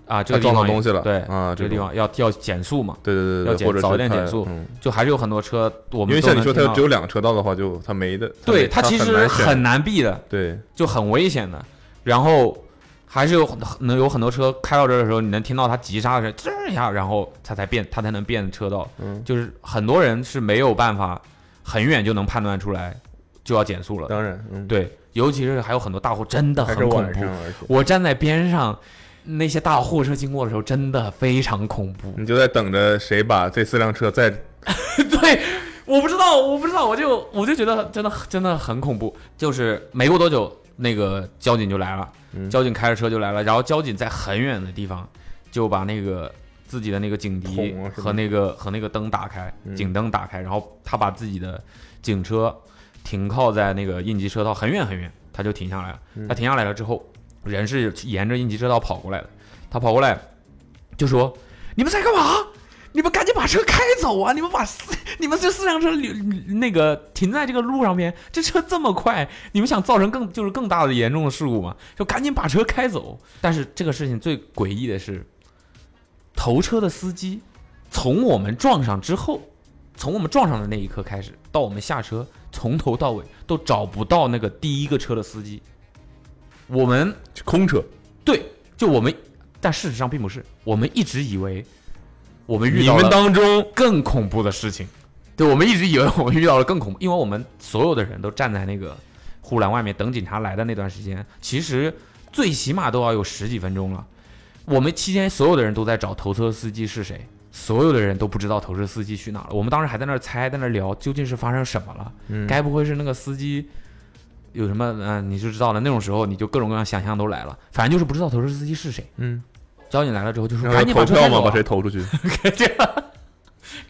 S2: 啊，这个地
S3: 撞到
S2: 方也
S3: 东西了
S2: 对
S3: 啊
S2: 这个地
S3: 这种
S2: 方要要减速嘛，
S3: 对对
S2: 要
S3: 对对，
S2: 减
S3: 或者是
S2: 早一点
S3: 他
S2: 减速
S3: 嗯
S2: 就还是有很多车我
S3: 因
S2: 们
S3: 为
S2: 都
S3: 像你
S2: 能
S3: 说，
S2: 听
S3: 它
S2: 到
S3: 只有两个车道的话，就它没的。
S2: 对
S3: 它
S2: 它其
S3: 没它
S2: 实
S3: 难选
S2: 很难避的，
S3: 对，
S2: 就很危险的。然后还是有很能有很多车开到这儿的时候，你能听到它急刹的声，吱一下，然后它才变，它才能变车道。
S3: 嗯，
S2: 就是很多人是没有办法很远就能判断出来就要减速了。
S3: 当然，嗯，，
S2: 对，尤其是还有很多大货，真的
S3: 还
S2: 很
S3: 是
S2: 恐
S3: 晚
S2: 怖
S3: 上，。而且
S2: 我站在边上，那些大货车经过的时候，真的非常恐怖。
S3: 你就在等着谁把这四辆车再
S2: (laughs) 对，我不知道，我不知道，我就我就觉得真的真的很恐怖。就是没过多久，那个交警就来了，
S3: 嗯
S2: 交警开着车就来了，然后交警在很远的地方就把那个自己的那个警笛
S3: 筒啊什么
S2: 和那个和那个灯打开，
S3: 嗯
S2: 警灯打开，然后他把自己的警车停靠在那个应急
S3: 嗯
S2: 车道很远很远，他就停下来了。他停下来了之后，人是沿着应急车道跑过来的。他跑过来就说：“你们在干嘛？你们赶紧把车开走啊！你们把四，你们这四辆车留那个停在这个路上面，这车这么快，你们想造成更就是更大的严重的事故吗？就赶紧把车开走。”但是这个事情最诡异的是，头车的司机从我们撞上之后，从我们撞上的那一刻开始，到我们下车，从头到尾都找不到那个第一个车的司机。我们
S3: 空车，
S2: 对，就我们，但事实上并不是，我们一直以为我们遇
S3: 你
S2: 到
S3: 们
S2: 了
S3: 当中
S2: 更恐怖的事情。对，我们一直以为我们遇到了更恐怖，因为我们所有的人都站在那个护栏外面等警察来的那段时间，其实最起码都要有十几分钟了。我们期间所有的人都在找头车司机是谁，所有的人都不知道头车司机去哪了。我们当时还在那儿猜，在那儿聊究竟是发生什么了，
S3: 嗯
S2: 该不会是那个司机有什么？嗯、你就知道了。那种时候你就各种各样想象都来了，反正就是不知道头车司机是谁。
S3: 嗯，
S2: 交警来了之后就说
S3: 然后
S2: 赶紧
S3: 投
S2: 把车
S3: 票
S2: 开
S3: 嘛，
S2: 走
S3: 把
S2: 啊
S3: 谁投出去？
S2: (laughs) 这样，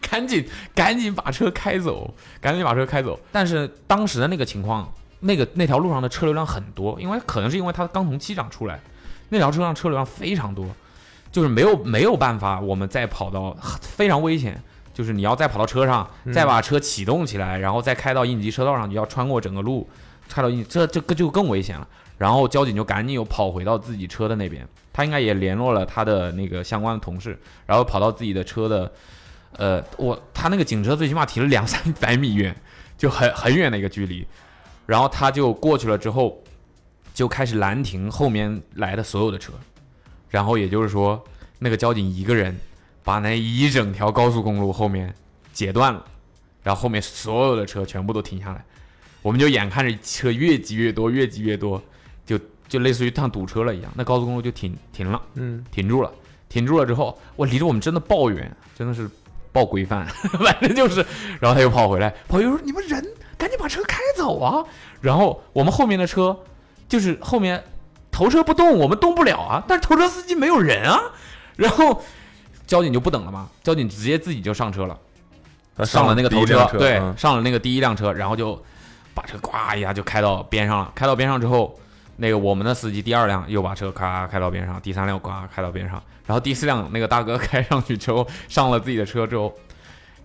S2: 赶紧赶紧把车开走，赶紧把车开走。但是当时的那个情况，那个那条路上的车流量很多，因为可能是因为他刚从机场出来，那条车上车流量非常多，就是没有没有办法，我们再跑到非常危险。就是你要再跑到车上，再把车启动起来，然后再开到应急车道上，你要穿过整个路，开到应急这这个就更危险了。然后交警就赶紧又跑回到自己车的那边，他应该也联络了他的那个相关的同事，然后跑到自己的车的，呃，我他那个警车最起码停了两三百米远，就很很远的一个距离，然后他就过去了之后，就开始拦停后面来的所有的车，然后也就是说，那个交警一个人把那一整条高速公路后面截断了，然后后面所有的车全部都停下来，我们就眼看着车越积越多，越积越多，就就类似于像堵车了一样，那高速公路就停停了。
S3: 嗯，
S2: 停住了，停住了之后，我离着我们真的抱怨，真的是抱规范， (laughs) 反正就是，然后他又跑回来，跑回来说你们人赶紧把车开走啊！然后我们后面的车就是后面头车不动，我们动不了啊，但是头车司机没有人啊，然后交警就不等了嘛，交警直接自己就上车了。
S3: 他
S2: 上了那个
S3: 呃第一
S2: 头
S3: 辆车，
S2: 对，
S3: 嗯
S2: 上了那个第一辆车，然后就把车呱一下就开到边上了。开到边上之后，那个我们的司机第二辆又把车咔开到边上，第三辆呱开到边上，然后第四辆那个大哥 (laughs) 开上去之后，上了自己的车之后，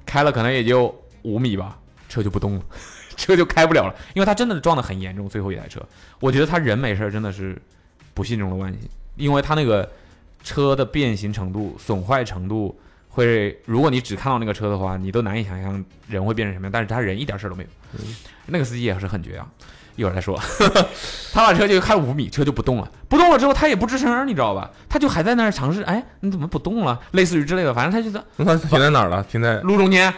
S2: 开了可能也就五米吧，车就不动了， (laughs) 车就开不了了，因为他真的撞得很严重。最后一台车，我觉得他人没事儿真的是不幸中的万幸，因为他那个车的变形程度、损坏程度。会，如果你只看到那个车的话，你都难以想象人会变成什么样。但是他人一点事儿都没有，那个司机也是很绝啊。一会儿再说， (laughs) 他把车就开五米，车就不动了，不动了之后他也不吱声儿，你知道吧？他就还在那儿尝试，哎，你怎么不动了？类似于之类的，反正他就在
S3: 那他停在哪儿了？停在
S2: 路中 (laughs) 间，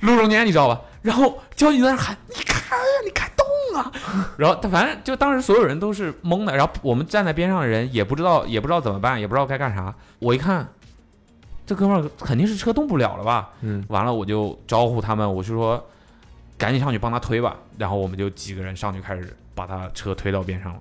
S2: 路中间，你知道吧？然后交警在那喊：“你开呀，你开动啊！” (laughs) 然后他反正就当时所有人都是懵的，然后我们站在边上的人也不知道，也不知道怎么办，也不知道该干啥。我一看，这哥们儿肯定是车动不了了吧？
S3: 嗯，
S2: 完了我就招呼他们，我就说赶紧上去帮他推吧。然后我们就几个人上去开始把他车推到边上了。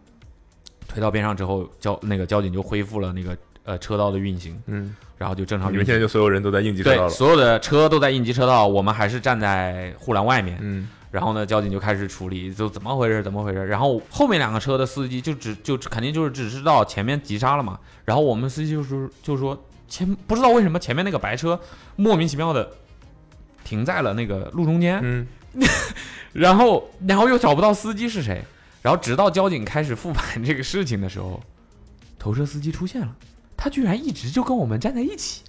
S2: 推到边上之后，交那个交警就恢复了那个呃车道的运行，
S3: 嗯，
S2: 然后就正常
S3: 你
S2: 运
S3: 们
S2: 行
S3: 现在。就所有人都在应急车道
S2: 对，
S3: 了，
S2: 所有的车都在应急车道，我们还是站在护栏外面。
S3: 嗯，
S2: 然后呢，交警就开始处理，就怎么回事，怎么回事。然后后面两个车的司机就只就肯定就是只知道前面急刹了嘛。然后我们司机就说就说前不知道为什么前面那个白车莫名其妙的停在了那个路中间，
S3: 嗯，
S2: 然后然后又找不到司机是谁。然后直到交警开始复盘这个事情的时候，头车司机出现了，他居然一直就跟我们站在一起，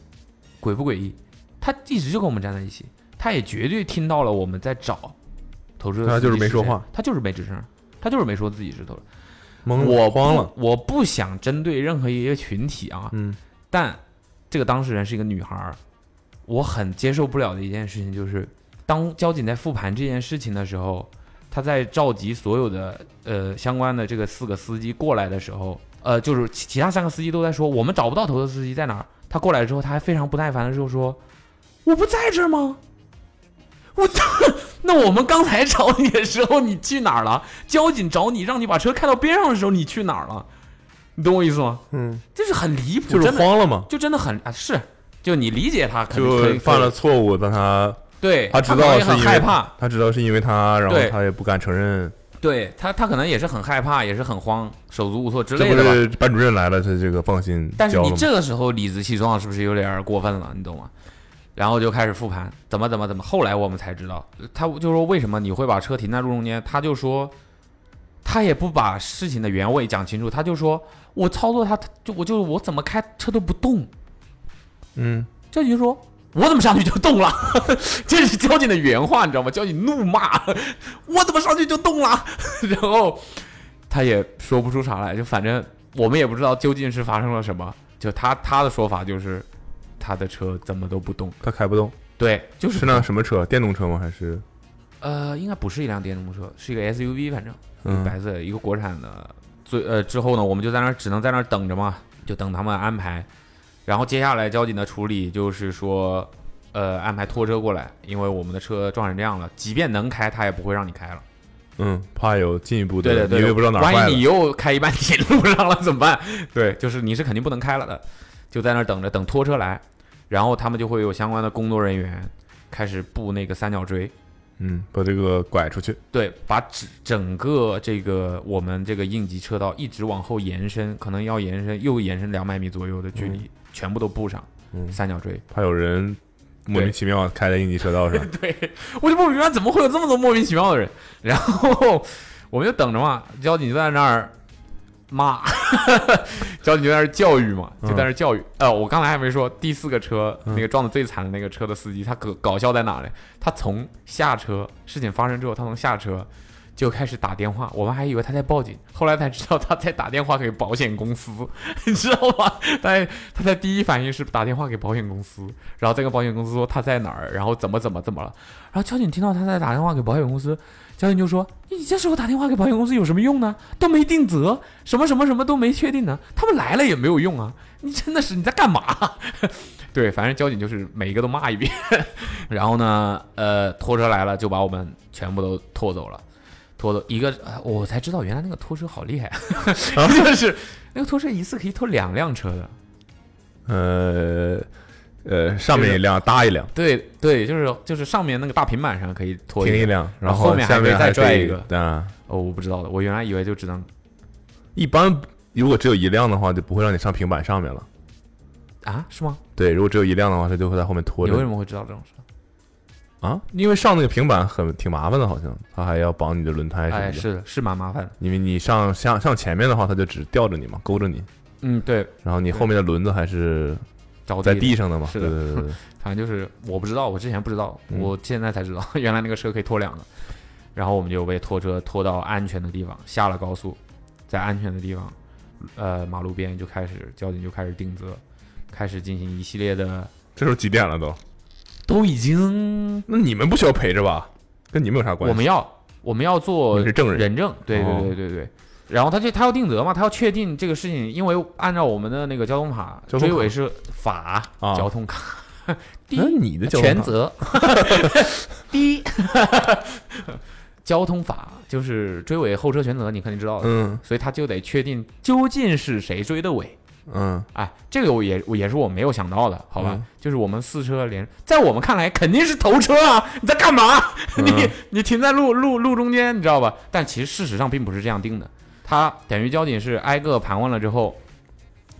S2: 诡不诡异？他一直就跟我们站在一起，他也绝对听到了我们在找头车司机
S3: 他就是没
S2: 谁
S3: 说话，
S2: 他就是没吱声，他就是没说自己是头车。
S3: 懵了
S2: 我不
S3: 嗯慌了，，
S2: 我不想针对任何一个群体啊，
S3: 嗯，
S2: 但这个当事人是一个女孩儿，我很接受不了的一件事情就是，当交警在复盘这件事情的时候，他在召集所有的呃相关的这个四个司机过来的时候，呃，就是其其他三个司机都在说我们找不到头的司机在哪儿。他过来之后，他还非常不耐烦的就说：“我不在这儿吗？我 (laughs) 那我们刚才找你的时候，你去哪儿了？交警找你，让你把车开到边上的时候，你去哪儿了？你懂我意思吗？
S3: 嗯，
S2: 这是很离谱，
S3: 就是
S2: 真的
S3: 慌了嘛，
S2: 就真的很啊，是，就你理解他，可能可
S3: 就
S2: 以
S3: 犯了，错误，但他
S2: 对，
S3: 他
S2: 他
S3: 知
S2: 可能
S3: 道
S2: 也
S3: 是因
S2: 很
S3: 为
S2: 害怕，，
S3: 他知道是因为他，然后
S2: 对
S3: 他也不敢承认，
S2: 对他，他可能也是很害怕，也是很慌，手足无措之
S3: 这
S2: 类
S3: 不
S2: 的吧。
S3: 是班主任来了，他这个放心
S2: 但是
S3: 交了
S2: 你
S3: 吗？
S2: 这个时候理直气壮，是不是有点儿过分了？你懂吗？然后就开始复盘，怎么怎么怎么。后来我们才知道，他就说为什么你会把车停在路中间？他就说，他也不把事情的原委讲清楚，他就说我操作他，他就我就我怎么开车都不动。
S3: 嗯，
S2: 交警就说。我怎么上去就动了？这是交警的原话，你知道吗？交警怒骂：“我怎么上去就动了？”然后他也说不出啥来，就反正我们也不知道究竟是发生了什么。就他他的说法就是，他的车怎么都不动。
S3: 他开不动，
S2: 对，就是
S3: 是那什么车？电动车吗？还是
S2: 呃，应该不是一辆电动车，是一个 SUV，反正、
S3: 嗯
S2: 白色的一个国产的。最呃之后呢，我们就在那儿只能在那儿等着嘛，就等他们安排。然后接下来交警的处理就是说，呃，安排拖车过来，因为我们的车撞成这样了，即便能开，他也不会让你开了。
S3: 嗯，怕有进一步
S2: 对
S3: 的，
S2: 对，
S3: 因为不知道哪儿坏
S2: 万一你
S3: 了。
S2: 又开一半停路上了怎么
S3: (laughs)
S2: 办？对，就是你是肯定不能开了的，就在那儿等着，等拖车来，然后他们就会有相关的工作人员开始布那个三角锥，
S3: 嗯，把这个拐出去。
S2: 对，把整整个这个我们这个应急车道一直往后延伸，可能要延伸又延伸两百米左右的距离，全部都布上
S3: 嗯，
S2: 三角锥。
S3: 怕有人莫名其妙开在应急车道
S2: (laughs)
S3: 上。
S2: 对，我就不明白怎么会有这么多莫名其妙的人。然后我们就等着嘛，交警就在那儿骂， (laughs) 交警就在那儿教育嘛，就在那儿教育。呃，我刚才还没说，第四个车、那个撞的最惨的那个车的司机，他搞搞笑在哪呢？他从下车，事情发生之后，他从下车。就开始打电话，我们还以为他在报警，后来才知道他在打电话给保险公司， (laughs) 你知道吗？他他在第一反应是打电话给保险公司，然后再跟保险公司说他在哪儿，然后怎么怎么怎么了。然后交警听到他在打电话给保险公司，交警就说：“你这时候打电话给保险公司有什么用呢？都没定责，什么什么什么都没确定呢，他们来了也没有用啊！ (laughs) 你真的是你在干嘛？” (laughs) 对，反正交警就是每一个都骂一遍，然后呢，呃，拖车来了就把我们全部都拖走了。拖走一个，呃我才知道原来那个拖车好厉害， (laughs) 就是那个拖车一次可以拖两辆车的，
S3: 呃呃，上面一辆搭一辆，
S2: 对对，就是就是上面那个大平板上可以拖
S3: 停
S2: 一
S3: 一
S2: 辆。
S3: 辆，
S2: 然后
S3: 后
S2: 后面还
S3: 下
S2: 可以
S3: 面
S2: 再拽
S3: 是
S2: 一个
S3: 对啊，
S2: 哦，我不知道的，我原来以为就只能
S3: 一般如果只有一辆的话，就不会让你上平板上面了。
S2: 啊，是吗？
S3: 对，如果只有一辆的话，他就会在后面拖
S2: 你为什
S3: 着
S2: 么会知道这种事？
S3: 啊，因为上那个平板很挺麻烦的，好像他还要绑你的轮胎什
S2: 哎，
S3: 么的。
S2: 是的是蛮麻烦的。
S3: 因为你上上上前面的话，他就只吊着你嘛，勾着你，
S2: 嗯，对，
S3: 然后你后面的轮子还是
S2: 着
S3: 在
S2: 地
S3: 地
S2: 的，
S3: 上的嘛。
S2: 是
S3: 对
S2: 的
S3: 对对对，
S2: 反正就是我不知道，我之前不知道，
S3: 嗯
S2: 我现在才知道， (laughs) 原来那个车可以拖两个。然后我们就被拖车拖到安全的地方，下了高速，在安全的地方，呃，马路边就开始交警就开始定责，开始进行一系列的，
S3: 这时候几点了都？
S2: 都已经
S3: 那你们不需要陪着吧？跟你们有啥关系？
S2: 我们要我们要做
S3: 你是证人
S2: 人证，对
S3: 哦
S2: 对对对对。然后他就他要定责嘛，他要确定这个事情，因为按照我们的那个交通法，
S3: 交
S2: 追
S3: 通卡
S2: 尾是法，
S3: 啊
S2: 交通
S3: (laughs)
S2: 卡，第
S3: 那
S2: 一
S3: 哎你的交通
S2: 全
S3: 卡
S2: 责， (laughs) 第一交通法就是追尾后车全责，你肯定知道的，
S3: 嗯
S2: 所以他就得确定究竟是谁追的尾。
S3: 嗯
S2: 哎，这个我也我也是我没有想到的，好吧？
S3: 嗯
S2: 就是我们四车连，在我们看来肯定是头车啊！你在干嘛？ (laughs)
S3: 嗯
S2: 你你停在路路路中间，你知道吧？但其实事实上并不是这样定的，他等于交警是挨个盘问了之后，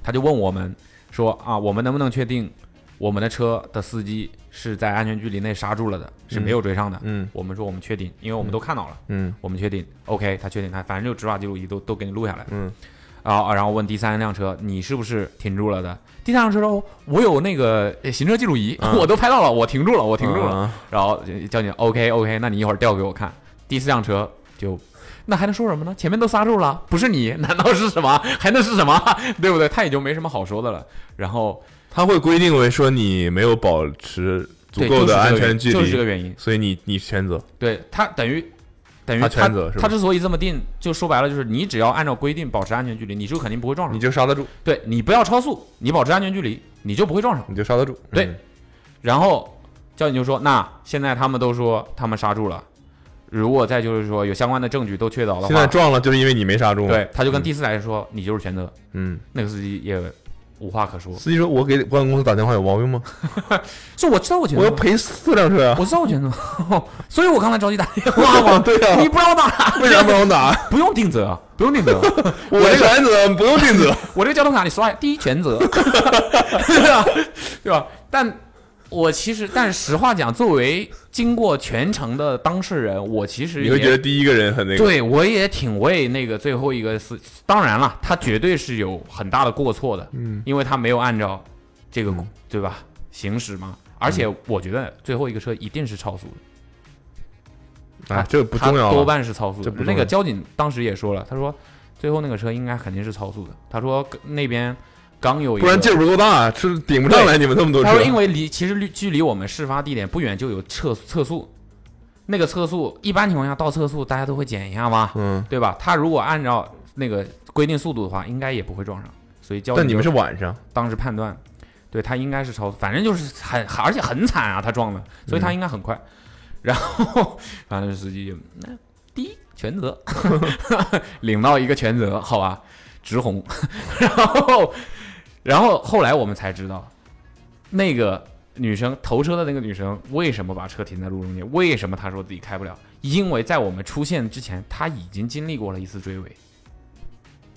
S2: 他就问我们说啊，我们能不能确定我们的车的司机是在安全距离内刹住了的，是没有追上的？
S3: 嗯
S2: 我们说我们确定，因为我们都看到了，
S3: 嗯
S2: 我们确定。OK，他确定，他反正就执法记录仪都都给你录下来了。啊
S3: 嗯
S2: 然后然后问第三辆车你是不是停住了的？第三辆车说哦我有那个呃行车记录仪，
S3: 嗯
S2: 我都拍到了，我停住了，我停住了。
S3: 了。
S2: 然后交警 OK OK，那你一会儿调给我看。第四辆车就。那还能说什么呢？前面都刹住了，不是你，难道是什么？ (laughs) 还能是什么？对不对？他也就没什么好说的了。然后，
S3: 他会规定为说你没有保持足
S2: 对，
S3: 够
S2: 就是这
S3: 的
S2: 个
S3: 安
S2: 原
S3: 全
S2: 因
S3: 距
S2: 就是这个
S3: 离，
S2: 原因。
S3: 所以你你全责。
S2: 对他等于等于
S3: 他
S2: 他
S3: 全责是吧
S2: 他之所以这么定，就说白了就是你只要按照规定保持安全距离，你就肯定不会撞上。
S3: 你就刹得住，
S2: 对你不要超速，你保持安全距离，你就不会撞上。
S3: 你就刹得住。
S2: 对
S3: 嗯，
S2: 然后交警就说：“那现在他们都说他们刹住了，如果再就是说有相关的证据都确凿的话，
S3: 现在撞了就是因为你没刹住。
S2: 对，，他就跟第四台说、你就是全责。
S3: 嗯，”
S2: 那个司机也，
S8: 无话可说。
S3: 司机说：“我给保险公司打电话有毛病吗？
S2: 是我知道我钱
S3: 我要
S2: 多，
S3: 赔四辆车啊！
S2: 我知道我钱多， (laughs) 所以我刚才着急打电话嘛。
S3: 哦对呀
S2: 你不让我打，
S3: (laughs) 为啥不让
S2: (laughs)
S3: 我打？
S2: 不用定责啊，不用定责。 (laughs)
S3: 我的全责不用尽责。
S2: 我这个交通卡你刷一下，第一全责， (laughs) 对吧？对吧？但我其实，但实话讲，作为经过全程的当事人，我其实
S3: (laughs) 你会
S2: 也
S3: 觉得第一个人很那个，
S2: 对我也挺为那个最后一个司，当然了，他绝对是有很大的过错的，
S3: 嗯，
S2: 因为他没有按照这个、
S3: 嗯
S2: 对吧行驶嘛。而且我觉得最后一个车一定是超速的，
S3: 啊，这个不
S2: 他
S3: 重要
S2: 多
S3: 了。
S2: 半是超速的
S3: 这不。重
S2: 那
S3: 要
S2: 个交警当时也说了，他说最后那个车应该肯定是超速的。他说那边刚有一
S3: 不
S2: 个，
S3: 然劲儿不够大，是顶不上来你们那么多车
S2: 他。说因为离其实离距离我们事发地点不远就有测测速，那个测速一般情况下到测速大家都会检一下嘛，
S3: 嗯，
S2: 对吧？他如果按照那个规定速度的话，应该也不会撞上。所以交警
S3: 但你们
S2: 就是
S3: 晚上，
S2: 当时判断，对他应该是超，反正就是很，而且很惨啊，他撞的，所以他应该很快。然后反正司机就那第一全责， (laughs) 领到一个全责，好吧，直红。 (laughs) 然后然后后来我们才知道，那个女生头车的那个女生为什么把车停在路中间？为什么她说自己开不了？因为在我们出现之前，她已经经历过了一次追尾。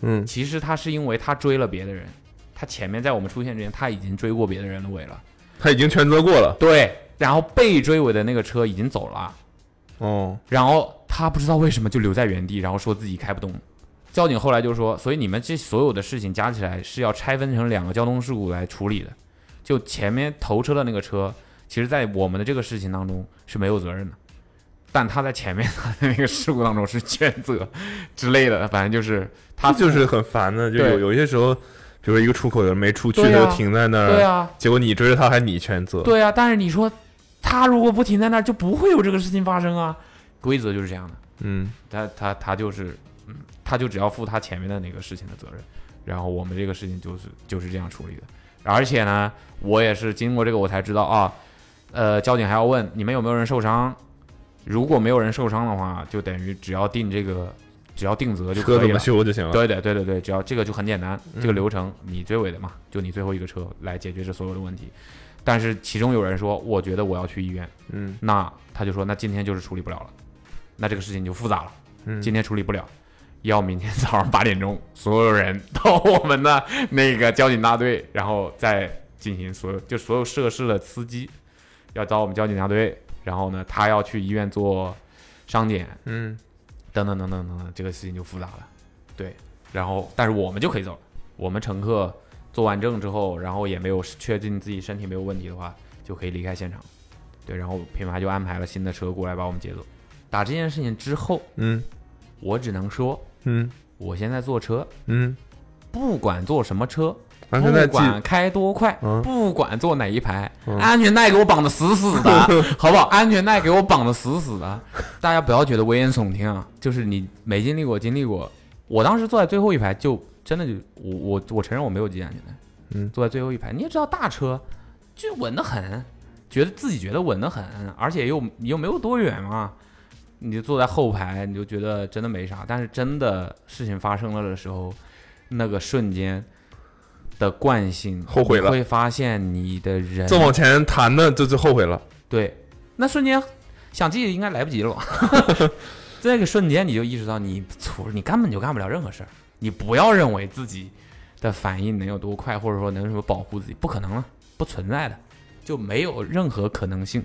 S3: 嗯，
S2: 其实她是因为她追了别的人，她前面在我们出现之前，她已经追过别的人的尾了。
S3: 他已经全责过了。
S2: 对，然后被追尾的那个车已经走了，
S3: 哦，
S2: 然后她不知道为什么就留在原地，然后说自己开不动。交警后来就说，所以你们这所有的事情加起来是要拆分成两个交通事故来处理的。就前面头车的那个车，其实在我们的这个事情当中是没有责任的，但他在前面他的那个事故当中是全责之类的，反正就是他
S3: 他就是很烦的，就有
S2: 对
S3: 有一些时候，比如说一个出口有人没出去，
S2: 对
S3: 他
S2: 啊
S3: 就停在那儿，
S2: 对啊，
S3: 结果你追着他还你全责，
S2: 对啊，但是你说他如果不停在那儿，就不会有这个事情发生啊。规则就是这样的，
S3: 嗯，
S2: 他他他就是，嗯，他就只要负他前面的那个事情的责任，然后我们这个事情就是就是这样处理的。而且呢，我也是经过这个我才知道啊，呃，交警还要问你们有没有人受伤，如果没有人受伤的话，就等于只要定这个，只要定责就
S3: 车
S2: 可
S3: 怎
S2: 以
S3: 么
S2: 了。
S3: 修就行了。
S2: 对的，对对对，只要这个就很简单，这
S3: 嗯
S2: 个流程你追尾的嘛，就你最后一个车来解决这所有的问题。但是其中有人说，我觉得我要去医院，
S3: 嗯
S2: 那他就说，那今天就是处理不了了，那这个事情就复杂了，
S3: 嗯，
S2: 今天处理不了，要明天早上八点钟，所有人到我们的那个交警大队，然后再进行所有就所有涉事的司机要到我们交警大队，然后呢，他要去医院做伤检，
S3: 嗯，
S2: 等等等等等等，这个事情就复杂了。对，然后但是我们就可以走了。我们乘客做完证之后，然后也没有确定自己身体没有问题的话，就可以离开现场。对，然后品牌就安排了新的车过来把我们接走。打这件事情之后，
S3: 嗯
S2: 我只能说，
S3: 嗯
S2: 我现在坐车，
S3: 嗯，
S2: 不管坐什么车，
S3: 安全带
S2: 不
S3: 系，
S2: 管啊开多快，
S3: 嗯
S2: 不管坐哪一排，安全带给我绑的死死
S3: (laughs)
S2: 的，好不好？安全带给我绑的死死的，大家不要觉得危言耸听啊！就是你没经历过，经历过。我当时坐在最后一排，就真的就我我我承认我没有系安全带，
S3: 嗯
S2: 坐在最后一排，你也知道大车就稳得很，觉得自己觉得稳得很，而且又你又没有多远嘛。你就坐在后排，你就觉得真的没啥，但是真的事情发生了的时候，那个瞬间的惯性，
S3: 后悔了
S2: 你会发现你的人
S3: 再往前弹的就就后悔了。
S2: 对，那瞬间想记应该来不及了
S3: (laughs)
S2: 吧？这个瞬间你就意识到你粗，你根本就干不了任何事儿。你不要认为自己的反应能有多快，或者说能什么保护自己，不可能了，不存在的，就没有任何可能性。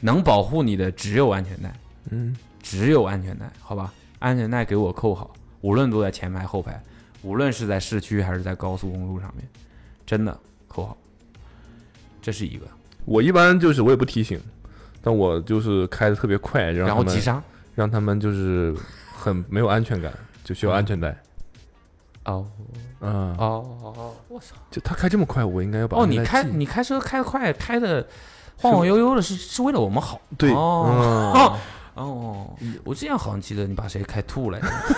S2: 能保护你的只有安全带，
S3: 嗯，
S2: 只有安全带，好吧？安全带给我扣好，无论坐在前排后排，无论是在市区还是在高速公路上面，真的扣好。这是一个，
S3: 我一般就是我也不提醒，但我就是开的特别快，让
S2: 然
S3: 他
S2: 后
S3: 们
S2: 急刹。
S3: 让他们就是很没有安全感，就需要安全带。
S2: 哦
S3: 嗯，
S2: 哦哦哦！我操！
S3: 就他开这么快，我应该要把
S2: 哦，
S3: 安
S2: 你
S3: 全带
S2: 开
S3: 系
S2: 你开车开得快，开的晃晃悠悠的是，是为了我们好。
S3: 对，
S2: 哦
S3: 嗯
S2: 哦，我之前好像记得你把谁开吐了，是吧？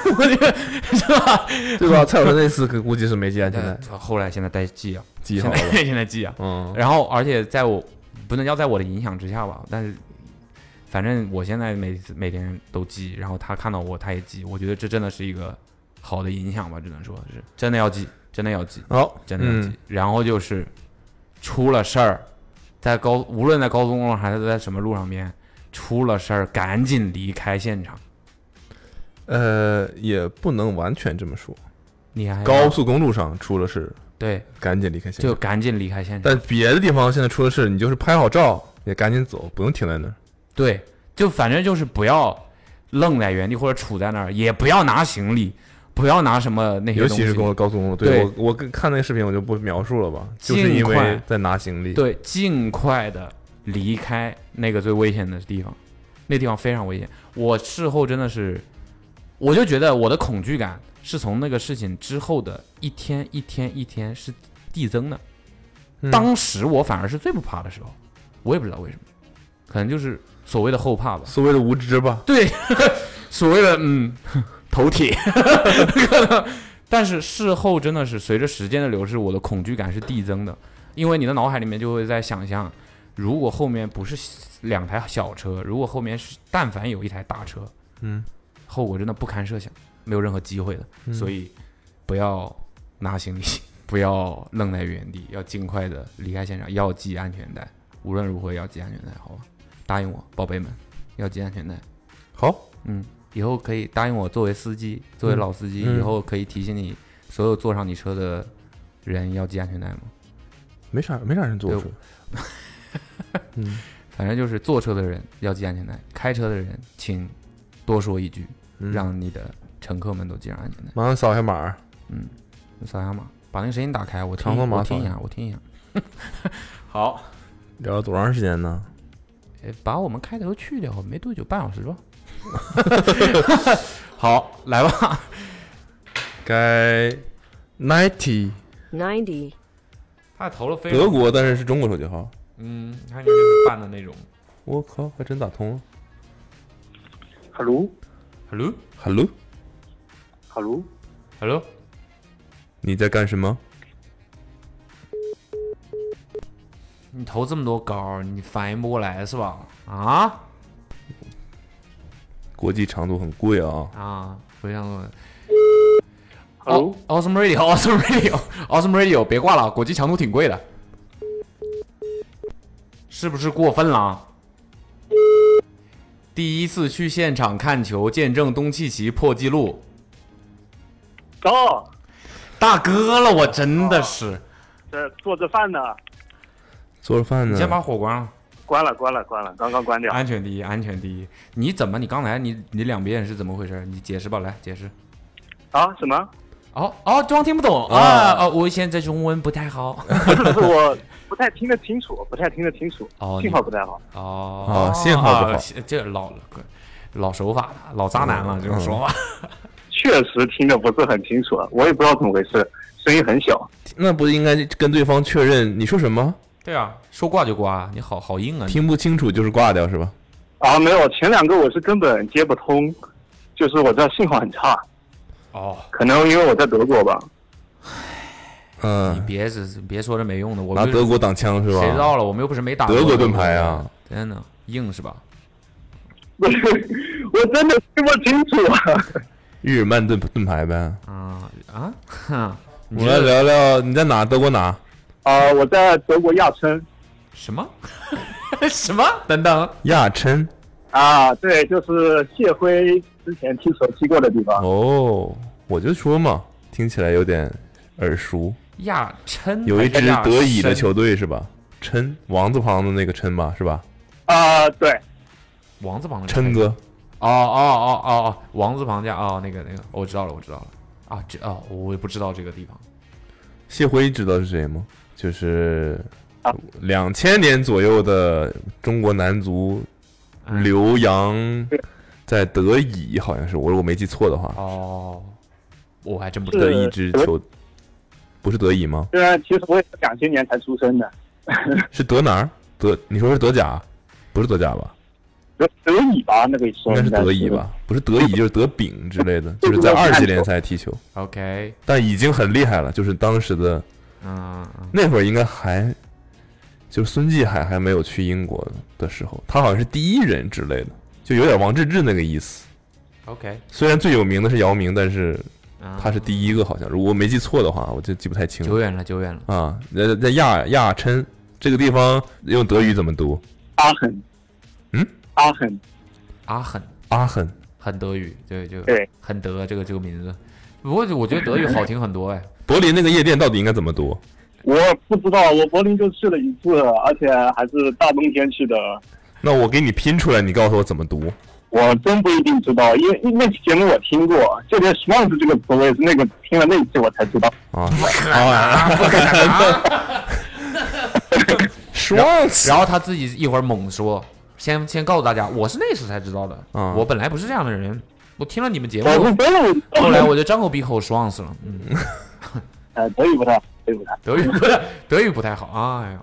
S3: 嗯对吧？蔡老师那次可估计是没系安全带
S2: (laughs) 对，，后来现在带记啊，
S3: 系好
S2: 现
S3: 了。
S2: 在现在记啊。
S3: 嗯，
S2: 然后，而且在我不能叫在我的影响之下吧，但是反正我现在每次每天都记，然后他看到我他也记，我觉得这真的是一个好的影响吧，只能说是真的要记，真的要记，
S3: 哦，
S2: 真的要记。
S3: 嗯
S2: 然后就是出了事儿，在高无论在高速公路还是在什么路上面出了事儿，赶紧离开现场。
S3: 呃，也不能完全这么说。
S2: 你还要
S3: 高速公路上出了事，
S2: 对，
S3: 赶紧离开现
S2: 哎就
S3: 场。
S2: 赶紧离开现场。
S3: 但别的地方现在出了事，你就是拍好照也赶紧走，不用停在那儿。
S2: 对，就反正就是不要愣在原地或者杵在那儿，也不要拿行李，不要拿什么那些
S3: 尤
S2: 东西。
S3: 其是公高速公路，
S2: 对
S3: 我我看那个视频我就不描述了吧，就是
S2: 尽
S3: 因为
S2: 快
S3: 在拿行李。，
S2: 对，尽快的离开那个最危险的地方，那地方非常危险。我事后真的是，我就觉得我的恐惧感是从那个事情之后的一天一天一天是递增的。
S3: 嗯
S2: 当时我反而是最不怕的时候，我也不知道为什么，可能就是所谓的后怕吧。
S3: 所谓的无知吧，
S2: 对，所谓的嗯 (laughs) 头铁， (laughs) 但是事后真的是随着时间的流逝，我的恐惧感是递增的，因为你的脑海里面就会在想象，如果后面不是两台小车，如果后面是但凡有一台大车，
S3: 嗯，
S2: 后果真的不堪设想，没有任何机会的，
S3: 嗯
S2: 所以不要拿行李， (laughs) 不要愣在原地，要尽快的离开现场，要系安全带，无论如何要系安全带，好吧？答应我，宝贝们，要系安全带。
S3: 好，
S2: 嗯，以后可以答应我，作为司机，作为老司机，
S3: 嗯
S2: 以后可以提醒你，所有坐上你车的人要系安全带吗？
S3: 没啥没啥人做
S2: 对
S3: 出来。嗯
S2: 反正就是坐车的人要系安全带，开车的人请多说一句，
S3: 嗯，
S2: 让你的乘客们都系上安全带。
S3: 马上扫一下码儿，
S2: 嗯，你扫下码，把那个声音打开，我听
S3: 长风马
S2: 我听
S3: 扫
S2: 一下，我听一下。好，
S3: 聊了多长时间呢？
S2: 呃把我们开头去掉，没多久，半小
S9: (laughs)
S2: 时吧。好，来吧。
S3: 该 ninety
S2: (laughs)
S6: 90,
S9: 他投了非
S3: 德国，但是是中国手机号。
S9: 嗯，你看就是办的那种。
S3: 我靠，还真打通了。
S10: Hello
S9: Hello
S3: Hello，
S10: Hello，
S9: Hello，
S3: 你在干什么？
S9: 你投这么多稿，你反应不过来是吧？啊
S3: 国际长度很贵啊。
S9: 啊，不像我
S10: Hello
S2: Awesome Radio，Awesome Radio，Awesome Radio，别挂了，国际强度挺贵的，是不是过分了啊？第一次去现场看球，见证东契奇破纪录，
S4: 哦，
S2: 大哥了，我真的是，
S4: 这做着饭呢，
S3: 做了饭呢
S2: 你先把火关了，
S4: 关了，关了，关了，刚刚关掉。
S2: 安全第一，安全第一。你怎么？你刚才你你两边是怎么回事？你解释吧，来解释。
S4: 啊？什么？
S2: 哦哦，装听不懂啊哦，我现在中文不太好。
S4: 不是我不太听得清楚，不太听得清楚，
S2: 哦
S4: 信号不太好。
S2: 哦
S3: 哦信号不好
S2: 啊这老老手法了，老渣男了，这种说
S3: 嗯
S2: 法。
S4: 确实听得不是很清楚，啊我也不知道怎么回事，声音很小。
S3: 那不应该跟对方确认你说什么？
S2: (laughs) 对啊，说挂就挂，你好好硬啊！你
S3: 听不清楚就是挂掉是吧？
S4: 啊，没有，前两个我是根本接不通，就是我这信号很差，
S2: 哦，
S4: 可能因为我在德国吧。 (laughs)
S3: 嗯，
S2: 别只别说这没用的，我
S3: 拿
S2: 们
S3: 德国挡枪是吧？
S2: 谁知道了？我们又不是没打过
S3: 德国盾牌啊！
S2: 真的硬是吧？
S4: 不是，我真的听不清楚啊。 (laughs)
S3: 日耳曼盾盾牌呗。
S2: 啊啊！ (laughs) 哼，
S3: 我
S2: 你
S3: 们来
S2: 这
S3: 聊聊你在哪？德国哪？
S4: 啊，我在德国亚琛
S2: 什么 (laughs) 什么？等等，
S3: 亚琛
S4: 啊，对，就是谢辉之前踢球踢过的地方。
S3: 哦，我就说嘛，听起来有点耳熟。
S2: 亚琛
S3: 有一支
S2: 还是亚
S3: 德乙的
S2: 琛
S3: 球队是吧？琛，王字旁的那个琛吧，是吧？
S4: 啊，对，
S2: 王字旁的
S3: 琛哥，
S2: 哦哦哦哦哦，王字旁加哦那个那个，我知道了，我知道了啊这哦我也不知道这个地方
S3: 谢辉知道是谁吗？就是两千年左右的中国男足
S2: 嗯
S3: 留洋，在德乙好像是，我如果没记错的话，
S2: 哦，我还真不知道
S3: 的一支球，不是德乙吗？
S4: 虽然其实我也是两千年才出生的，
S3: 是德哪儿？德？你说是德甲？不是德甲吧？
S4: 德德乙吧，那个说
S3: 应该是德乙？吧？不是德乙就是德丙之类 (laughs) 的，就是在二级联赛踢球，
S2: OK
S3: 但已经很厉害了。就是当时的
S2: 嗯嗯
S3: 那会儿应该还，就是孙继海还没有去英国的时候，他好像是第一人之类的，就有点王治郅那个意思。
S2: OK 嗯
S3: 虽然最有名的是姚明，但是他是第一个好像，如果我没记错的话，我就记不太清
S2: 久远了，久远了。
S3: 啊。在在亚亚琛这个地方用德语怎么读？
S11: 阿恒，
S3: 嗯，
S11: 阿恒，
S2: 阿狠，
S3: 阿亨。
S2: 很德语，对，就
S11: 对，
S2: 很德这个这个名字。不过我觉得德语好听很多
S3: (laughs)
S2: 哎，
S3: 柏林那个夜店到底应该怎么读？
S11: 我不知道，我柏林就去了一次，而且还是大冬天去的，
S3: 那我给你拼出来，你告诉我怎么读。
S11: 我真不一定知道，因为因为那期节目我听过，这个 schwanz 这个词我也是那个听了那一期我才知道。
S3: 啊，不可能，双
S2: 然后他自己一会儿猛说，先先告诉大家，我是那时才知道的，
S3: 嗯
S2: 我本来不是这样的人，我听了你们节目，
S11: 我是真的，
S2: 后来我就张口闭口 s c h w a n s 了，嗯，
S11: 呃德语不太好，德语不太好。
S2: 德语不 (laughs) 太德语不太好，哎呀，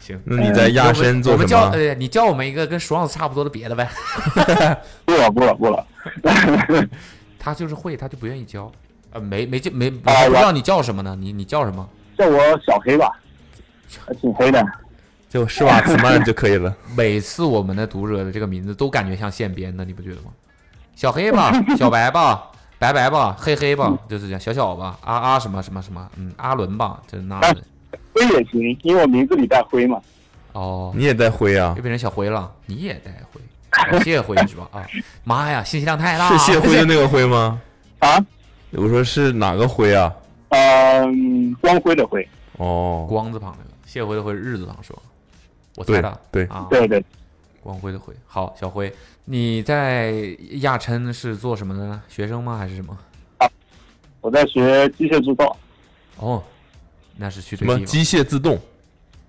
S2: 行，
S3: 那你在亚
S2: 我
S3: 琛
S2: 们
S3: 做
S2: 我们
S3: 什
S2: 叫
S3: 么？
S2: 呃，你叫我们一个跟 s c h w a n s 差不多的别的呗，
S11: 不了不了不了， (laughs)
S2: 他就是会，他就不愿意教，呃，没没没，我
S11: 啊
S3: 哎
S2: 还不知
S11: 我
S2: 道你叫什么呢，你你叫什么？
S11: 叫我小黑吧，还挺黑的。
S3: 就施瓦茨曼就可以了。
S2: 每次我们的读者的这个名字都感觉像现编的，你不觉得吗？小黑
S3: (laughs)
S2: 吧，小白吧，白白吧，黑黑吧，就是这样，小小吧，啊啊什么什么什么，嗯，阿伦吧，这那的，
S3: 哎
S11: 灰也行，因为我名字里带灰嘛。
S2: 哦，
S3: 你也在灰啊
S2: 又？变成小灰了，你也带灰，哦谢灰是吧？啊，妈呀，信息量太大
S3: 是
S2: 了，
S3: 谢辉的那个辉吗？
S11: 啊，
S3: 我说是哪个辉啊？
S11: 嗯、光辉的辉，
S3: 哦，
S2: 光字旁那个，谢辉的辉，日字旁说，我猜
S3: 对
S2: 的，
S3: 对，
S2: 啊，
S11: 对对，
S2: 光辉的辉，好，小辉，你在亚琛是做什么的呢？学生吗？还是什么？
S11: 我在学机械制造，
S2: 哦，那是去
S3: 什
S2: 对
S3: 么
S2: 地方
S3: 机械自动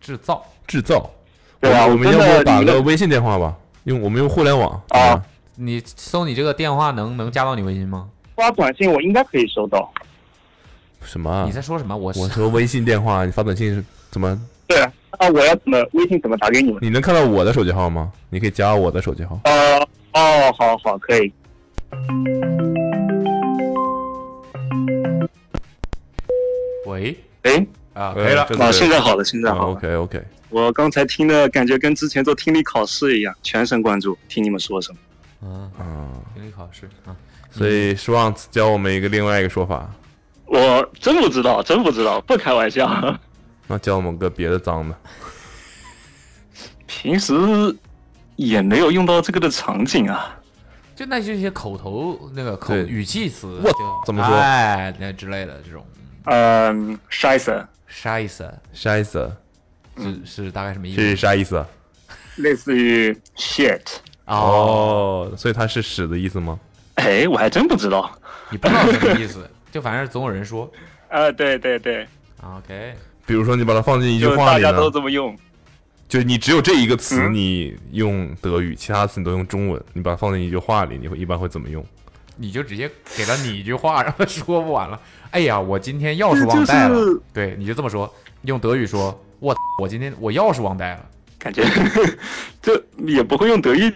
S2: 制造。
S3: 制造？
S11: 对啊，
S3: 我们要
S11: 真的
S3: 不打
S11: 你们
S3: 个微信电话吧？用我们用互联网
S11: 啊，
S2: 你搜你这个电话能能加到你微信吗？
S11: 发短信我应该可以收到。
S3: 什么啊
S2: 你？在说什么？我
S3: 我说微信电话，你发短信是怎么？
S11: 对啊，那我要怎么微信怎么打给你们？
S3: 你能看到我的手机号吗？你可以加我的手机号。
S11: 呃，哦，好好可以。
S2: 喂
S4: 哎，
S2: 啊，
S3: 可以了
S4: 啊，现在好了，现在好了。
S3: OK OK，
S4: 我刚才听的感觉跟之前做听力考试一样，全神贯注听你们说什么。
S2: 嗯，
S3: 嗯，
S2: 听力考试啊，
S3: 所以 Schwanz 教我们一个另外一个说法，
S4: 我真不知道，真不知道，不开玩笑。 (laughs)
S3: 那教我们个别的脏的。
S4: 平时也没有用到这个的场景啊。
S2: 就那些些口头那个口
S3: 对
S2: 语气词，
S3: 我
S2: 就
S3: 怎么说
S2: 哎，那之类的这种
S4: 嗯 s h i s
S2: 啥意思？
S3: Scheiße
S2: 是是大概什么意
S3: 嗯
S2: 思？
S3: 是啥意思？
S4: 类似于 shit。
S2: 哦，
S3: 哦，所以它是屎的意思吗？
S4: 哎，我还真不知道。
S2: 你不知道什么意思，就反正总有人说。
S4: 啊，对对对，
S2: 啊 OK，
S3: 比如说你把它放进一句
S4: 就
S3: 话
S4: 大
S3: 里
S4: 家
S3: 呢，
S4: 都这么用。
S3: 就你只有这一个词
S4: 嗯
S3: 你用德语，其他词你都用中文，你把它放进一句话里，你会一般会怎么用？
S2: 你就直接给了你一句话，然后说不完了。哎呀，我今天钥匙
S4: 这
S2: 忘
S4: 就
S2: 带了
S4: 是。
S2: 对，你就这么说，用德语说，我我今天我钥匙忘带了。
S4: 感觉 (laughs) 这也不会用德语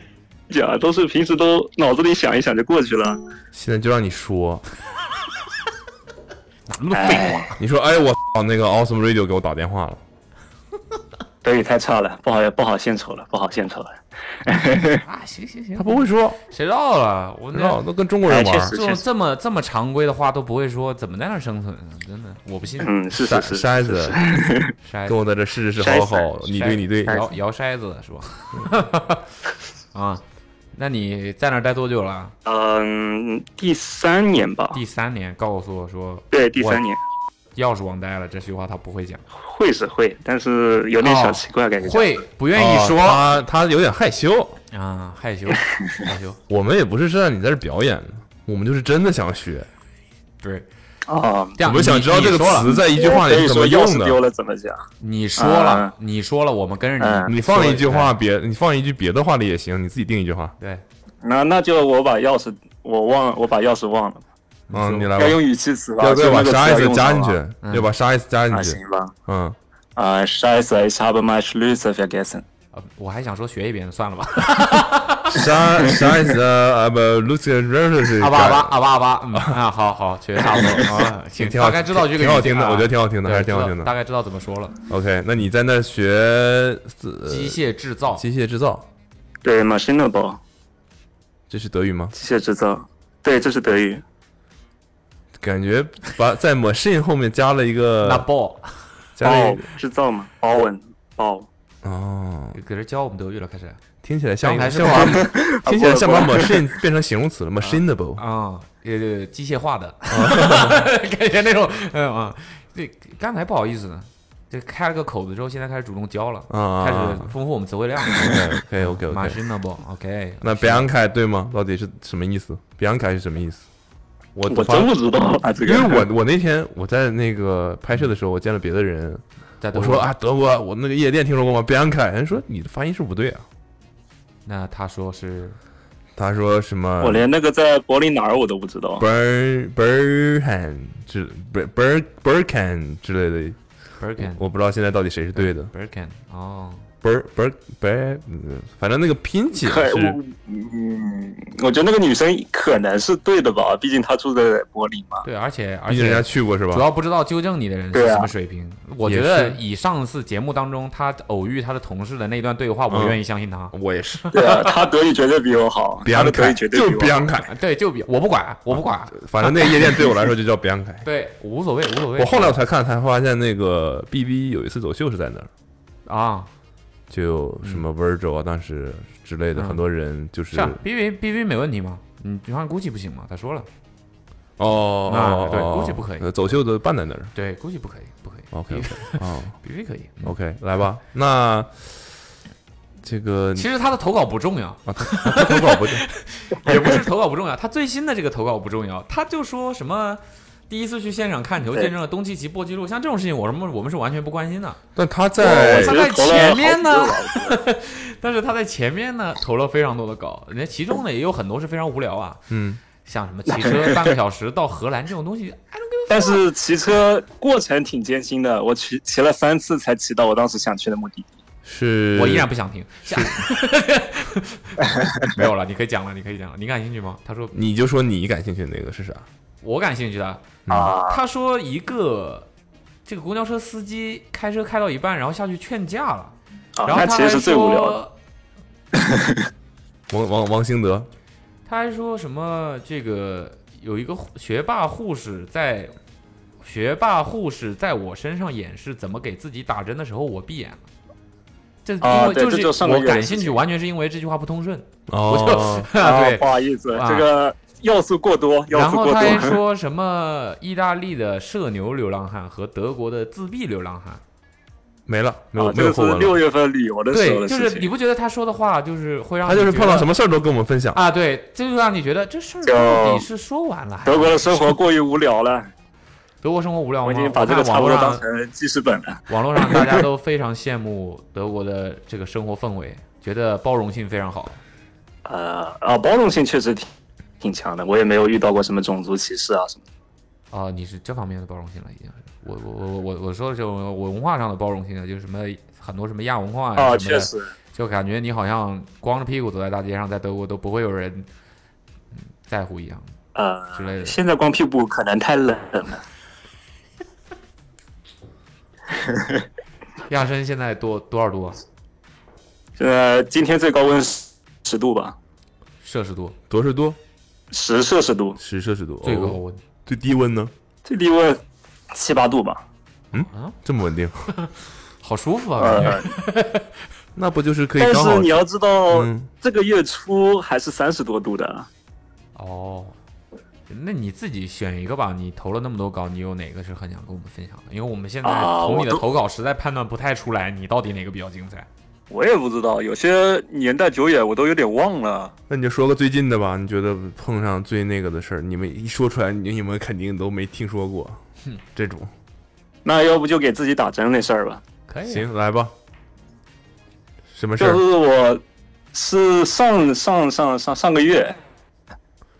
S4: 讲，都是平时都脑子里想一想就过去了。
S3: 现在就让你
S4: (laughs)
S3: 说，
S2: 哪那么多废话？
S3: 你说哎我操那个 Awesome Radio 给我打电话了，
S4: 德语太差了，不好不好献丑了，不好献
S3: (laughs)
S4: 丑了。
S2: 啊，行行行，
S3: 他不会说，
S2: 谁知道了？我
S3: 不知道
S2: 那
S3: 都跟中国人
S4: 哎确
S3: 玩
S2: 这
S4: 实。
S2: 种这么这么常规的话都不会说，怎么在那儿生存啊？真的，我不信。
S4: 嗯，是
S3: 筛
S4: 是是，
S3: 筛子，
S2: 筛
S3: 跟我在这试试好好，
S4: 筛
S3: 你对你对，
S2: 摇摇筛子是吧？ (laughs) 啊，那你在那儿待多久了？
S4: 嗯，第三年吧，
S2: 第三年，告诉我说
S4: 对，第三年
S2: 钥匙忘带了，这句话他不会讲，
S4: 会是会，但是有点小奇怪，感觉
S2: 会不愿
S3: 哦
S2: 意说
S3: 他他有点害羞。
S2: 啊，害羞害羞。
S3: 我们也不是是让你在这表演的，我们就是真的想学，
S2: 对，
S4: 啊。
S2: 这样
S3: 我们想知道
S2: 你
S3: 这
S2: 你
S3: 个
S2: 说了
S3: 词在一句话
S4: 所
S3: 里是
S4: 以
S3: 怎么
S4: 说钥
S3: 用
S4: 匙丢
S3: 的。
S4: 了怎么讲？
S2: 你说了
S4: 啊，
S2: 你说了，我们跟着
S4: 嗯
S2: 你，
S3: 你放一句话别，你放一句别的话里也行，你自己定一句话。
S2: 对，
S4: 那那就我把钥匙我忘了，我把钥匙忘了，
S3: 嗯，你来吧
S4: 要，用语气词吧？
S3: 要不要把
S4: 就那个词
S3: 啥意思
S4: 用
S3: 加
S4: 上
S3: 进
S4: 吧？
S3: 去？
S2: 嗯
S3: 要把啥意思加
S4: 啊，
S3: 进去？
S4: 行吧。
S3: 嗯，
S4: 啊，Scheiße, ich habe mich l ö s e vergessen。
S2: 啊我还想说学一遍，算了
S3: (laughs)
S2: 吧。
S3: 啥啥意思啊？不，Lucy
S2: (laughs)
S3: Rose
S2: 阿巴阿巴阿巴阿巴，嗯啊，好好，学得
S3: (laughs)
S2: 差不多啊，行，
S3: 挺好
S2: 大概知道这个
S3: 挺好
S2: 语境
S3: 听的
S2: 啊
S3: 我觉得挺好听的
S2: 对
S3: 还是挺好
S2: 知道
S3: 听的
S2: 大概知道怎么说了。
S3: OK，那你在那学
S2: 机
S3: 机
S2: 械制造，
S3: 呃机械制造，
S4: 对，machinable
S3: 这是德语吗？
S4: 机械制造。对，这是德语。
S3: 感觉把在 machine 后面加了一
S2: 那
S3: 个， (laughs)
S2: ball
S3: 加了一
S4: 包
S3: 个
S4: 制造嘛，包文包。
S3: 哦，
S2: 搁这教我们德语了，开始
S3: 听起来像
S2: 那还是
S3: 像把
S2: (laughs)
S3: (laughs) 听起来像把
S4: 啊不
S3: machine 变成形容词了，machineable。
S2: 啊，呃，机械化
S3: (laughs)
S2: 的，感觉那种，嗯啊，这刚才不好意思呢，这开了个口子之后，现在开始主动教了，
S3: 啊
S2: 开始丰富我们词汇量。
S3: (laughs) OK OK OK。
S2: Machinable，OK，
S3: 那 Bianca 对吗？到底是什么意思？Bianca 是什么意思？我
S4: 我
S3: 发
S4: 真不知道啊，这
S3: 因
S4: 个。
S3: 为我我那天我在那个拍摄的时候，我见了别的人，
S2: 在德
S3: 我
S2: 国
S3: 说，啊，德国，我那个夜店听说过吗？Bianca，人家说你的发音是不对啊。
S2: 那他说是
S3: 他说什么？
S4: (laughs) 我连那个在柏林哪儿我都不知道。
S3: Ber Berhan 之 Ber Ber Berkan 之类的，
S2: Birkin，Birkin，
S3: 我不知道现在到底谁是对的。
S2: 哦，
S3: Ber Ber Ber，嗯反正那个拼写
S4: 可
S3: 是
S4: 我嗯，我觉得那个女生可能是对的吧，毕竟她住在柏林
S3: (laughs)
S4: 嘛。
S2: 对，而且而
S3: 毕竟人家
S2: 且。
S3: 去过是
S2: 主
S3: 吧？
S2: 要不知道纠正你的人是
S12: 对啊
S2: 什么水平。我觉
S3: 也
S2: 得
S3: 是
S2: 以上次节目当中他偶遇他的同事的那段对话，我
S3: 嗯
S2: 愿意相信他。
S3: 我也
S4: (laughs)
S3: 是，
S4: 对啊，她德语绝对比我好，
S3: 比
S4: 她
S3: 昂
S4: 的德
S3: 凯
S4: 语绝对比
S3: 就
S4: 我
S3: 比
S4: 好。
S3: 昂
S4: (laughs)
S3: 凯，
S2: 对，就比我不管，我不管，
S3: 反正那个夜店对我来说就叫比
S2: (laughs)
S3: 昂凯。
S2: 对，无所谓，无所谓。
S3: 我后来我才看才发现，那个 B B 有一次走秀是在那儿，
S2: 啊，
S3: 就有什么 Virgil 啊，当时之类的
S2: 嗯
S3: 很多人就是
S2: 是啊，B B B B 没问题吗？嗯，你看 Gucci 不行吗？他说了，
S3: 哦
S2: 那
S3: 哦，
S2: 对
S3: 哦
S2: 估计不可以
S3: 呃走秀的办在那儿。
S2: 对，Gucci 不可以，不可以 (laughs)
S3: OK OK 哦
S2: B B 可以。
S3: OK，来吧，那这个
S2: 其实他的投稿不重要，
S3: 投稿不
S2: (laughs)
S3: 是
S2: 也
S4: (laughs)
S2: 不是投稿不重要，他最新的这个投稿不重要，他就说什么第一次去现场看球，
S4: 对
S2: 见证了东契奇破纪录，像这种事情，我们我们是完全不关心的。
S3: 但他
S4: 我
S3: 在
S4: 觉
S2: 他在
S4: 得投了
S2: 前面呢
S4: 好几个吧
S2: 但是他在前面呢投了非常多的稿，人家其中呢也有很多是非常无聊啊，
S3: 嗯，
S2: 像什么骑车半个小时到荷兰这种东西，哎
S4: 但是骑车过程挺艰辛的，我骑骑了三次才骑到我当时想去的目的地。呃
S3: 是
S2: 我依然不想听。下 (laughs) 没有了，你可以讲了，你可以讲了，你感兴趣吗？他说
S3: 你就说你感兴趣的那个是啥？
S2: 我感兴趣的，
S4: 啊
S2: 他说一个这个公交车司机开车开到一半，然后下去劝架了，然
S4: 啊，
S2: 后他
S4: 那其
S2: 还
S4: 实是最无聊的。
S2: 说
S3: 王王王兴德
S2: 他还说什么这个有一个护学霸护士在。学霸护士在我身上演示怎么给自己打针的时候，我闭眼了。这因为、
S4: 啊对
S2: 就
S4: 这就是上个
S2: 我
S4: 月的
S2: 感
S4: 事
S2: 兴趣，
S4: 情
S2: 完全是因为这句话不通顺。
S3: 哦，
S4: (laughs)
S2: (laughs) 啊，对
S4: 不，好意思，
S2: 啊
S4: 这个要素过多，要
S2: 然
S4: 素
S2: 后
S4: 过
S2: 他还 (laughs)
S4: 多。
S2: 说什么意大利的社牛流浪汉和德国的自闭流浪汉，
S3: 没了，没有
S4: 啊，
S3: 没
S4: 这
S3: 有
S4: 个
S3: 后
S4: 是
S3: 文了。
S4: 六月份旅游的时候
S2: 对，
S4: 的
S2: 就
S4: 事
S2: 是你
S4: 情。
S2: 不觉得他说的话就是会让
S3: 他就是
S2: 你觉
S3: 碰到
S2: 得
S3: 什么事儿都跟我们分享，
S2: 啊？对，这就让你觉得这事儿
S4: 就
S2: 到底是说完了还是
S4: 德国的生活过于无聊了，
S2: 德国生活无聊吗？
S4: 我已经把这个
S2: 看
S4: 差
S2: 网
S4: 不
S2: 络
S4: 多当
S2: 上
S4: 成记事本了。
S2: 哦网络上大家都非常羡慕德国的这个生活氛围，觉得包容性非常好。
S4: 呃啊，包容性确实挺挺强的，我也没有遇到过什么种族歧视啊什么的。
S2: 啊，你是这方面的包容性了，已经是我我我我我说的是我文化上的包容性啊，就是什么很多什么亚文化呀、
S4: 啊，
S2: 什么的
S4: 确，实，
S2: 就感觉你好像光着屁股走在大街上，在德国都不会有人嗯在乎一样
S4: 呃，
S2: 之类的。
S4: 现在光屁股可能太冷了。
S2: 亚琛现在多多少度啊？
S4: 现在呃今天最高温十十度吧，
S2: 摄氏度
S4: 哦
S3: 多是多，
S4: 十摄氏度，
S3: 十摄氏度，
S2: 最高
S3: 哦
S2: 温、
S3: 最低温呢？
S4: 最低温七八度吧。
S3: 这么稳
S4: (laughs)
S3: 定，
S2: 好舒服啊，感觉、
S4: 呃，
S3: 那不就是可以
S4: 但
S3: 刚
S4: 是
S3: 好
S4: 你要知道，
S3: 嗯
S4: 这个月初还是三十多度的。
S2: 哦。那你自己选一个吧，你投了那么多稿，你有哪个是很想跟我们分享的？因为我们现在
S4: 啊
S2: 从
S4: 我
S2: 你的
S4: 都
S2: 投稿实在判断不太出来，你到底哪个比较精彩。
S4: 我也不知道，有些年代久远，我都有点忘了。
S3: 那你就说个最近的吧，你觉得碰上最那个的事儿，你们一说出来，你你们肯定都没听说过。这种
S4: 那要不就给自己打针那事儿吧。
S2: 可以，
S3: 行，来吧。什么事
S4: 就
S3: 儿？
S4: 是我是上上上上上个月，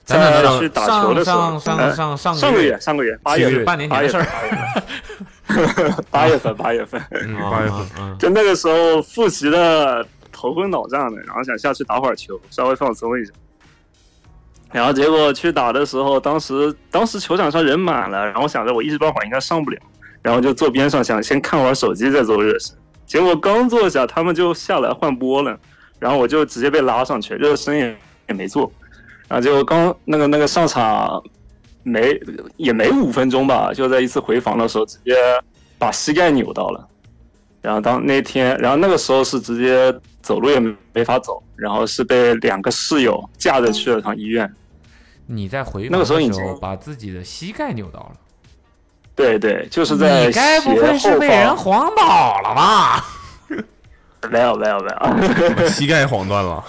S2: 咱俩
S4: 在去打球的时候，
S2: 上上
S4: 呃
S2: 上上
S4: 上个月上个月八月
S3: 七个
S4: 份
S3: 月
S2: 半年前的事儿，
S4: 八月份八月份，
S3: 嗯，八月份
S4: (laughs) 就那个时候复习的头昏脑胀的，然后想下去打会儿球，稍微放松一下。然后结果去打的时候，当时当时球场上人满了，然后我想着我一时半会儿应该上不了，然后就坐边上想先看会儿手机再做热身。结果刚坐下，他们就下来换波了，然后我就直接被拉上去，热身也也没做。然后结果刚那个那个上场没也没五分钟吧，就在一次回防的时候直接把膝盖扭到了。然后当那天，然后那个时候是直接走路也没没法走，然后是被两个室友架着去了趟医院。
S7: 你在回
S4: 那
S7: 防
S4: 个
S7: 的
S4: 时候已
S7: 时候
S4: 经
S7: 把自己的膝盖扭到了，
S4: 对对，就是在
S7: 你该不会
S4: 斜
S7: 是
S4: 后
S7: 被人
S4: 方，
S7: 晃倒了吧？
S4: 没有没有没有，
S3: 我膝盖晃断
S4: (laughs)
S3: 了，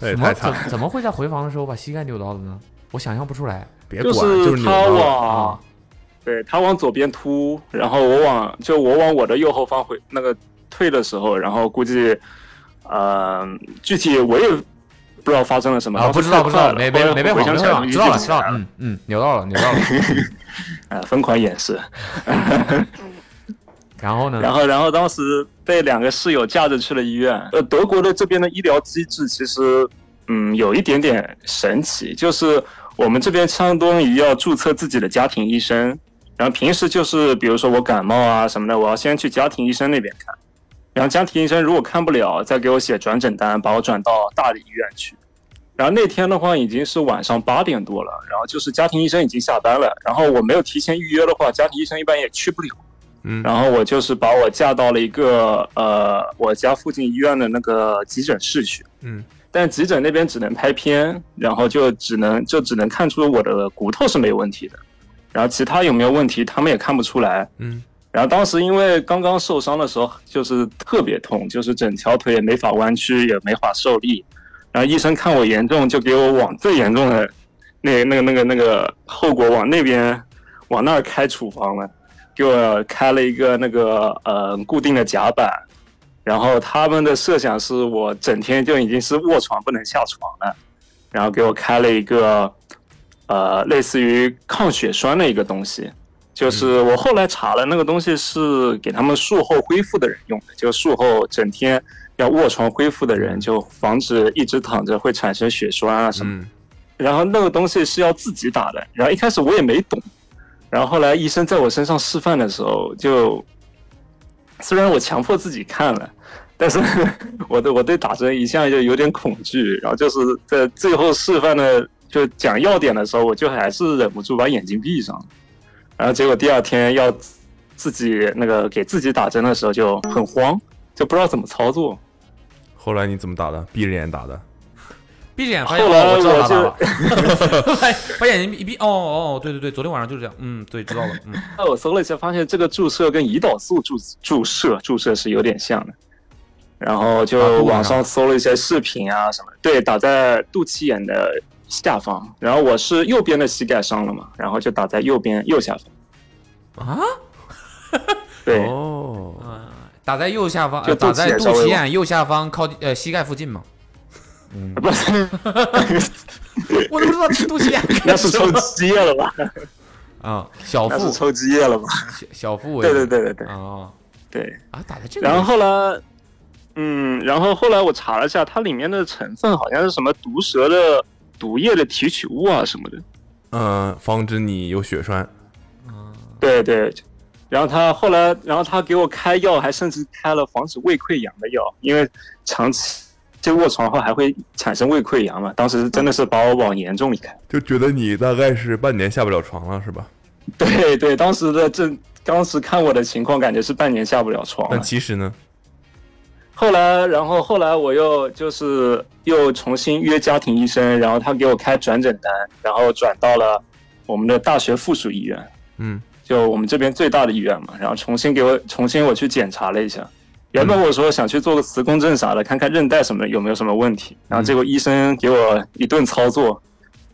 S3: 这也
S7: 怎
S3: 太
S7: 么
S3: 惨了
S7: 怎怎么会在回防的时候把膝盖扭到的呢？我想象不出来。
S3: 别
S4: 就
S3: 管，就是扭
S4: 他
S3: 到了。
S4: 往，对他往左边突，然后我往就我往我的右后方回那个退的时候，然后估计，呃，具体我也不知道发生了什么，
S7: 啊，不知道不知道，没没没被
S4: 回
S7: 晃，
S4: 想起来
S7: 没被晃，知道了知道了，嗯嗯，扭到了扭到了。
S4: 呃，疯狂掩饰，
S7: 然后呢？
S4: 然后然后当时被两个室友架着去了医院。呃，德国的这边的医疗机制其实，嗯，有一点点神奇，就是我们这边相当于要注册自己的家庭医生，然后平时就是比如说我感冒啊什么的，我要先去家庭医生那边看，然后家庭医生如果看不了，再给我写转诊单，把我转到大的医院去。然后那天的话已经是晚上八点多了，然后就是家庭医生已经下班了，然后我没有提前预约的话，家庭医生一般也去不了。
S3: 嗯，
S4: 然后我就是把我架到了一个呃我家附近医院的那个急诊室去，
S3: 嗯，
S4: 但急诊那边只能拍片，然后就只能就只能看出我的骨头是没有问题的，然后其他有没有问题他们也看不出来。
S3: 嗯，
S4: 然后当时因为刚刚受伤的时候就是特别痛，就是整条腿也没法弯曲，也没法受力。然后医生看我严重，就给我往最严重的那那个那个那个后果往那边往那儿开处方了。给我开了一个那个呃固定的甲板，然后他们的设想是我整天就已经是卧床不能下床了，然后给我开了一个呃类似于抗血栓的一个东西，就是我后来查了那个东西是给他们术后恢复的人用的，就术后整天要卧床恢复的人，就防止一直躺着会产生血栓啊什么的。
S3: 嗯，
S4: 然后那个东西是要自己打的，然后一开始我也没懂，然后后来医生在我身上示范的时候，就虽然我强迫自己看了，但是 (laughs) 我对我对打针一向就有点恐惧，然后就是在最后示范的就讲要点的时候，我就还是忍不住把眼睛闭上了，然后结果第二天要自自己那个给自己打针的时候就很慌，就不知道怎么操作。
S3: 后来你怎么打的？闭着眼打的。
S7: 闭着眼发现
S4: 后来
S7: 哦，我知道他打
S4: 我
S7: 了， (laughs) 把眼睛一闭，哦哦，哦对对对，昨天晚上就是这样，嗯，对，知道了，嗯，
S4: 那我搜了一下，发现这个注射跟胰岛素注注射注射是有点像的。然后
S7: 打肚
S4: 就
S7: 子
S4: 网
S7: 上
S4: 上搜了一些视频啊什么的，对，打在肚脐眼的下方。然后我是右边的膝盖伤了嘛，然后就打在右边右下方。
S7: 啊，
S4: 对，
S3: 哦，
S7: 嗯，打在右下方，呃
S4: 就
S7: 打
S4: 肚脐
S7: 在
S4: 眼
S7: 肚
S4: 稍微
S7: 脐
S4: 往
S7: 眼右下方靠近呃膝盖附近嘛，
S4: (laughs) 不是，
S7: 我都不知道肚脐眼 (laughs)
S4: 那是抽积液了吧？
S7: 啊，小
S4: 那是
S7: 腹
S4: 抽积液了吧？
S7: 小小腹为
S4: 对对
S7: 主，
S4: 对对对
S7: 啊
S4: 对。
S7: 啊，打在这个位
S4: 然
S7: 置，
S4: 后后来，嗯，然后后来我查了一下，它里面的成分好像是什么毒蛇的毒液的提取物啊什么的。
S3: 嗯，防止你有血栓。
S4: 对对，然后他后来，然后他给我开药，还甚至开了防止胃溃疡的药，因为长期就卧床后还会产生胃溃疡嘛。当时真的是把我往严重里开。
S3: 就觉得你大概是半年下不了床了，是吧？
S4: (laughs) 对对，当时的这当时看我的情况，感觉是半年下不了床了
S3: 但。其实呢，
S4: 后来，然后后来我又就是又重新约家庭医生，然后他给我开转诊单，然后转到了我们的大学附属医院。
S3: 嗯，
S4: 就我们这边最大的医院嘛，然后重新给我重新我去检查了一下。原本我说想去做个磁共振啥的，看看韧带什么的有没有什么问题，然后结果医生给我一顿操作，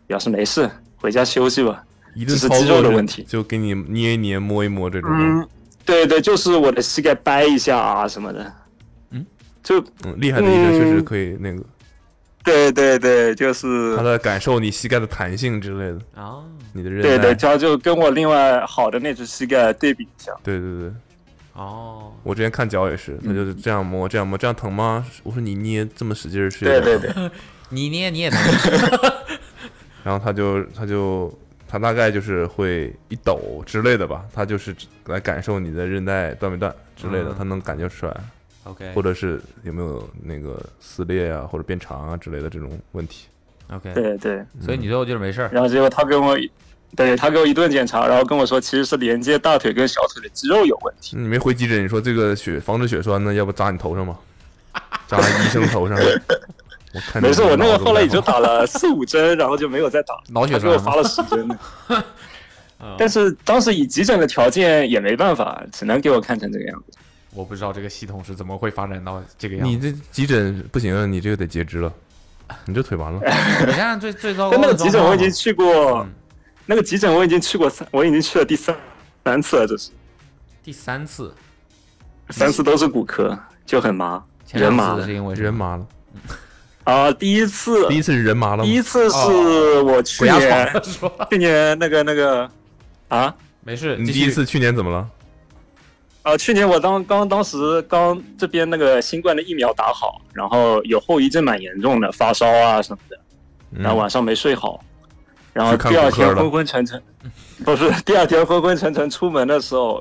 S4: 表示没事，回家休息吧。
S3: 一顿
S4: 只是
S3: 操
S4: 肌
S3: 作
S4: 肉的
S3: 就
S4: 问题
S3: 就给你捏一捏、摸一摸这种吗。
S4: 嗯，对对，就是我的膝盖掰一下啊什么的。
S7: 嗯，
S4: 就
S3: 嗯，厉害的医生确实
S4: 嗯
S3: 可以那个，
S4: 对对对，就是
S3: 他在感受你膝盖的弹性之类的，
S7: 啊，
S3: 你的韧
S4: 对对，
S3: 带。
S4: 他就跟我另外好的那只膝盖对比一下。
S3: 对对对，
S7: 哦，
S3: 我之前看脚也是，他就是这样摸，这样摸，这样疼吗？我说你捏这么使劲儿是有
S4: 对
S3: 点
S4: 对
S3: 疼
S4: 对，
S7: 你捏你也
S4: (laughs)
S7: 能，
S3: 然后他就他就他大概就是会一抖之类的吧，他就是来感受你的韧带断没断之类的，
S7: 嗯
S3: 他能感觉出来，
S2: 哎
S7: OK
S3: 或者是有没有那个撕裂啊或者变长啊之类的这种问题。
S7: OK，
S4: 对对，
S7: 所以你最后就是没事儿，
S4: 然后结果他跟我对他给我一顿检查，然后跟我说其实是连接大腿跟小腿的肌肉有问题。
S3: 你没回急诊，你说这个血防止血栓呢，要不扎你头上吧？扎医生头上。我看
S4: 没事，
S3: 你
S4: 我那
S3: 脑
S4: 个
S3: 子
S4: 后来也
S3: 不太
S4: 就
S3: 好
S4: 打了四五针，然后就没有再打了。
S2: 脑血
S4: 他给我
S2: 栓吗啊
S4: 发了十
S2: (laughs)
S4: 针呢。
S7: 嗯
S4: 但是当时以急诊的条件也没办法，只能给我看成这个样子。
S2: 我不知道这个系统是怎么会发展到这个样子。
S3: 你这急诊不行，啊你这个得截肢了，你这腿完了。
S4: 哎
S2: 你看最最哦糟糕嗯
S4: 但那
S2: 的
S4: 个急
S2: 状
S4: 诊
S2: 况
S4: 我
S2: 嘛
S4: 已经去过，那个急诊我已经去过三，我已经去了第三三次了，这
S2: 嗯
S4: 是
S2: 第三次，
S4: 三次都是骨科，就很麻，
S2: 前
S4: 人麻
S2: 两次是因为什么
S3: 人麻了，
S4: 啊。第一次
S3: 第一次是人麻了
S4: 第
S3: 吗
S4: 一？次是我
S2: 哦
S4: 去
S2: 鬼压
S4: 年
S2: 床说
S4: 去年那个那个啊
S2: 没事，
S3: 你
S2: 继
S3: 第一
S2: 续
S3: 次去年怎么了？
S4: 啊，去年我当刚当时刚这边那个新冠的疫苗打好，然后有后遗症蛮严重的，发烧啊什么的，
S3: 嗯
S4: 然后晚上没睡好，然后
S3: 去看
S4: 第二
S3: 骨科
S4: 天
S3: 了
S4: 昏昏
S3: (laughs)
S4: 沉沉，不是第二天昏昏沉沉出门的时候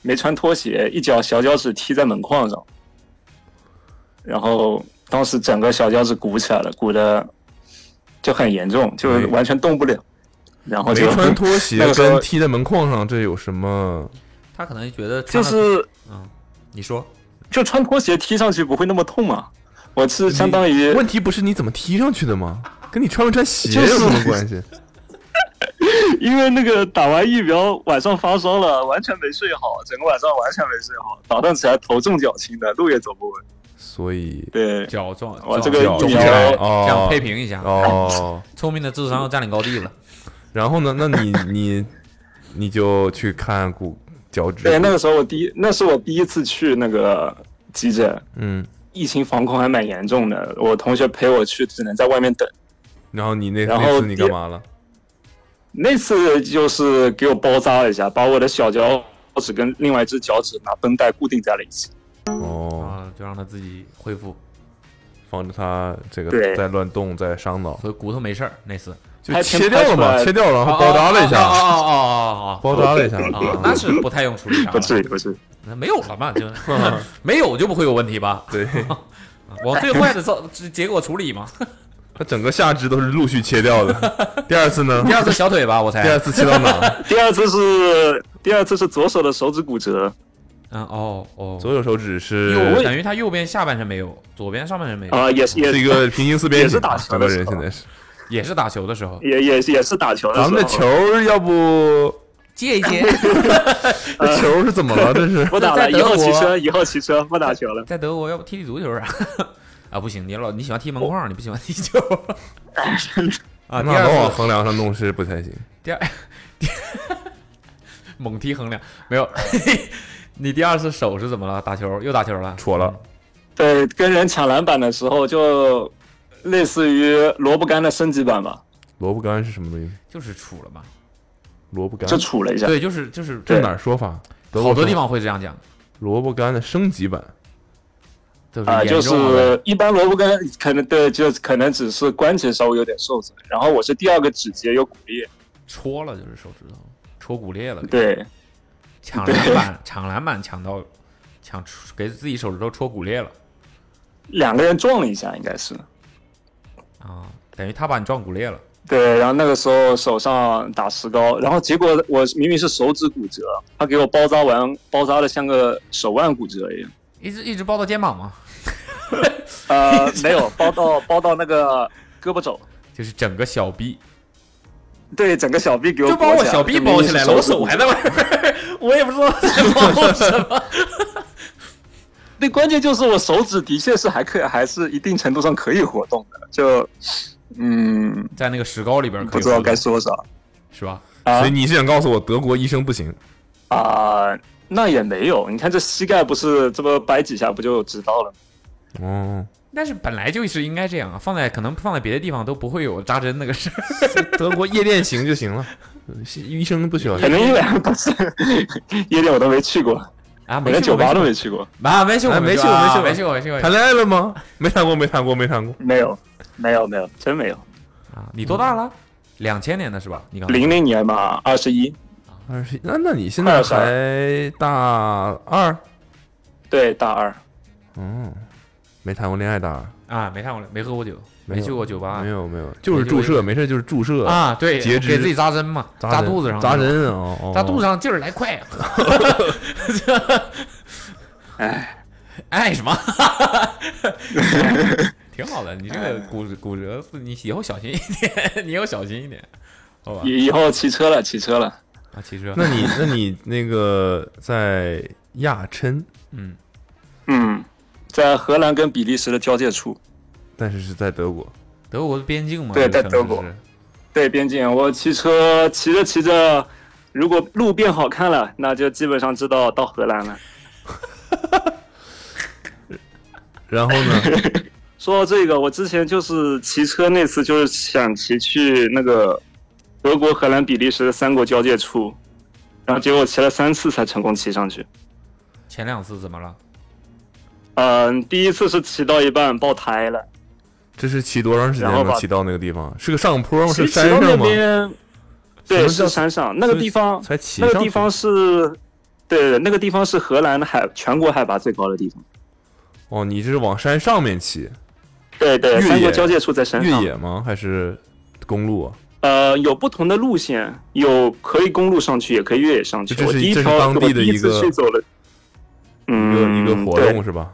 S4: 没穿拖鞋，一脚小脚趾踢在门框上，然后当时整个小脚趾鼓起来了，鼓的就很严重，就
S3: 没
S4: 完全动不了，然后
S3: 没
S4: 就 (laughs)
S3: 穿拖
S4: 那
S3: 鞋
S4: 个时候
S3: 跟踢在门框上，这有什么？
S2: 他可能觉得
S4: 就
S2: 穿了
S4: 是
S2: 你说
S4: 就穿拖鞋踢上去不会那么痛嘛。我是相当于
S3: 问题不是你怎么踢上去的吗？跟你穿没穿鞋
S4: 就
S3: 有
S4: 是
S3: 什么关系？
S4: 因为那个打完疫苗晚上发烧了，完全没睡好，整个晚上完全没睡好，早上起来头重脚轻的，路也走不稳。
S3: 所以
S4: 对，
S2: 脚撞，
S4: 我
S2: 撞
S4: 这个
S2: 脚
S4: 疫
S3: 肿起
S4: 苗
S3: 来
S2: 这样
S3: 哦
S2: 配平一下，
S3: 哦，
S2: 聪明的智商又占领高地了。
S3: 然后呢？那你你你就去看骨脚趾，
S4: 对，那个时候我第一，那是我第一次去那个急诊，
S3: 嗯，
S4: 疫情防控还蛮严重的，我同学陪我去，只能在外面等。
S3: 然后你那
S4: 然
S3: 那
S4: 后
S3: 次你
S4: 第
S3: 干嘛了？
S4: 那次就是给我包扎了一下，把我的小脚趾跟另外一只脚趾拿绷带固定在了一起。
S3: 哦，
S2: 啊，就让他自己恢复，
S3: 防止他这个
S4: 对
S3: 再乱动再伤到，
S2: 所以骨头没事儿那次。
S3: 就
S4: 还挺
S3: 切掉了
S4: 拍出
S3: 嘛，
S4: 来
S3: 切掉了，然后包扎了一
S2: 哦
S3: 下，
S2: 哦哦哦哦
S3: 包扎了一下
S2: 哦哦，啊，那是不太用处理啥
S4: 不至于，
S2: 了，
S4: 不至于。
S2: 那没有了嘛，就没有就不会有问题吧？
S3: 对，
S2: 往最坏的造结果处理嘛。
S3: 他整个下肢都是陆续切掉的。第二次呢？
S2: 第二次小腿吧，我
S3: 第
S2: 猜。
S3: 二次切到哪儿？
S4: 第二次是第二次是左手的手指骨折，
S2: 嗯，哦哦，
S3: 左手手指是
S2: 右等于他右边下半身没有，左边上半身没有，
S4: 啊、也是也
S3: 是一个平行四边
S4: 也
S3: 形
S4: 是打
S3: 啊，
S4: 球
S3: 很多
S4: 的
S3: 人
S4: 时
S3: 现
S4: 候
S3: 在是。
S2: 也是打球的时候
S4: 也也是也是打球的时
S3: 咱
S4: 候，
S3: 们的球儿要不
S2: 借一借，
S3: 这球儿是怎么了？这是
S4: 不打了，
S2: 在德
S4: 以后骑
S2: 国
S4: 车，以后骑车不打球了。
S2: 在德国要不踢踢足球啊？ (laughs) 啊，不行，你老你喜欢踢门框，你不喜欢踢球啊？第
S3: 那老往
S2: 二次
S3: 横梁上弄是不太行。
S2: 第二 (laughs) 猛踢横梁没有， (laughs) 你第二次手是怎么了？打球又打球了？
S3: 戳了，
S4: 对，跟人抢篮板的时候就类似于萝卜干的升级版吧，
S3: 萝卜干是什么东西？
S2: 就是杵了嘛。
S3: 萝卜干
S4: 就杵了一下。
S2: 对，就是就是
S3: 这哪儿说法？德国
S2: 好多地
S3: 说
S2: 方会这样讲，
S3: 萝卜干的升级版，
S2: 都是
S4: 啊、
S2: 严
S4: 就
S2: 重了呗
S4: 是一般萝卜干可能对，就可能只是关节稍微有点受损，然后我是第二个指节有骨裂，
S2: 戳了，就是手指头戳骨裂了，
S4: 对
S2: 抢篮板 (laughs) 抢篮板抢到抢出给自己手指头戳骨裂了
S4: 两个人撞了一下应该是，
S2: 啊，等于他把你撞骨裂了。
S4: 对，然后那个时候手上打石膏，然后结果我明明是手指骨折，他给我包扎完，包扎的像个手腕骨折一样，
S2: 一直一直抱到肩膀嘛，
S4: 呃，没有包到包到那个胳膊肘，
S2: 就是整个小臂，
S4: 对，整个小臂给我
S2: 就把
S4: 裹
S2: 我
S4: 起来
S2: 小臂包起来了，我手还在。
S4: 就明明是指骨折
S2: 外边，我也不知道在包什么。
S4: 对，关键就是我手指的确是还可以，还是一定程度上可以活动的，就嗯，
S2: 在那个石膏里边可以
S4: 不知
S2: 活
S4: 道
S2: 动
S4: 该说啥
S2: 是吧？
S4: 啊
S3: 所以你是想告诉我德国医生不行？
S4: 啊、那也没有，你看这膝盖不是这么掰几下不就知道了吗？
S3: 哦，
S2: 但是本来就是应该这样啊，放在可能放在别的地方都不会有扎针那个事儿。
S3: 德国夜店行就行了，医生不需要。
S4: 可能因为不是夜店我都没去过，
S2: 啊，
S4: 我
S2: 没
S4: 连
S2: 去
S4: 酒
S2: 过
S4: 吧都没去过，
S2: 啊，没去过，
S3: 哎没
S2: 去
S3: 去过
S2: 啊没
S3: 没
S2: 去
S3: 去
S2: 过，没去过
S3: 谈恋爱了吗？没谈过，没谈过，没谈过。
S4: 没有，没有，没有，真没有。
S2: 啊！你多大了？两千年的是吧？你刚才
S4: 零零年嘛，二十一，
S3: 二十一，那那你现在
S4: 快
S3: 还大二？
S4: 对，大二。
S2: 啊
S3: 嗯，没谈过恋爱大二。
S2: 啊，没看过，没喝过酒，没去过酒吧
S3: 没有没有，就是注射，没事就是注射，
S2: 啊，对，
S3: 截肢
S2: 给自己扎针嘛，
S3: 扎
S2: 扎
S3: 针
S2: 肚子上，
S3: 扎，针哦，哦
S2: 扎肚子上劲儿来快
S4: (laughs)
S2: 啊，
S4: 哎，
S2: 爱
S4: (laughs)
S2: 什么？挺好的，你这个骨骨折，你以后小心一点， (laughs) 你以后小心一点，好吧？
S4: 以以后骑车了，骑车了，
S2: 啊，骑
S4: (laughs)
S2: 车，
S3: 那你那你那个在亚琛，
S2: 嗯，
S4: 嗯，在荷兰跟比利时的交界处，
S3: 但是是在德国，
S2: 德国的边境嘛，
S4: 对
S2: 这个
S4: 在
S2: 城
S4: 德国
S2: 市
S4: 对边境，我骑车骑着骑着，如果路变好看了，那就基本上知道到荷兰了。
S3: 然后
S4: (laughs)
S3: 呢，
S4: 说到这个，我之前就是骑车那次，就是想骑去那个德国、荷兰、比利时的三国交界处，然后结果骑了三次才成功骑上去。
S2: 前两次怎么了？
S4: 嗯，第一次是骑到一半爆胎了，
S3: 这是骑多长时间
S4: 然后
S3: 了？
S4: 把
S3: 骑到那个地方是个上坡吗？
S4: 骑
S3: 哦是
S4: 骑到
S3: 山
S4: 那
S3: 上吗？
S4: 边，
S3: 什
S4: 对，
S3: 么叫
S4: 是山上那个地方，
S3: 才骑
S4: 那
S3: 上
S4: 个地
S3: 去
S4: 方是，对，那个地方是荷兰的海全国海拔最高的地方。
S3: 哦，你这是往山上面骑，
S4: 对对，
S3: 越
S4: 三国
S3: 野
S4: 交界处在山
S3: 越
S4: 上，
S3: 野吗？还是公路啊？
S4: 呃，有不同的路线，有可以公路上去，也可以越野上去。
S3: 这
S4: 我
S3: 是
S4: 第一
S3: 这是
S4: 条
S3: 当地
S4: 我
S3: 的
S4: 第一
S3: 一
S4: 次
S3: 个
S4: 去走了，
S3: 一个一
S4: 嗯，
S3: 个活
S4: 对
S3: 动是吧？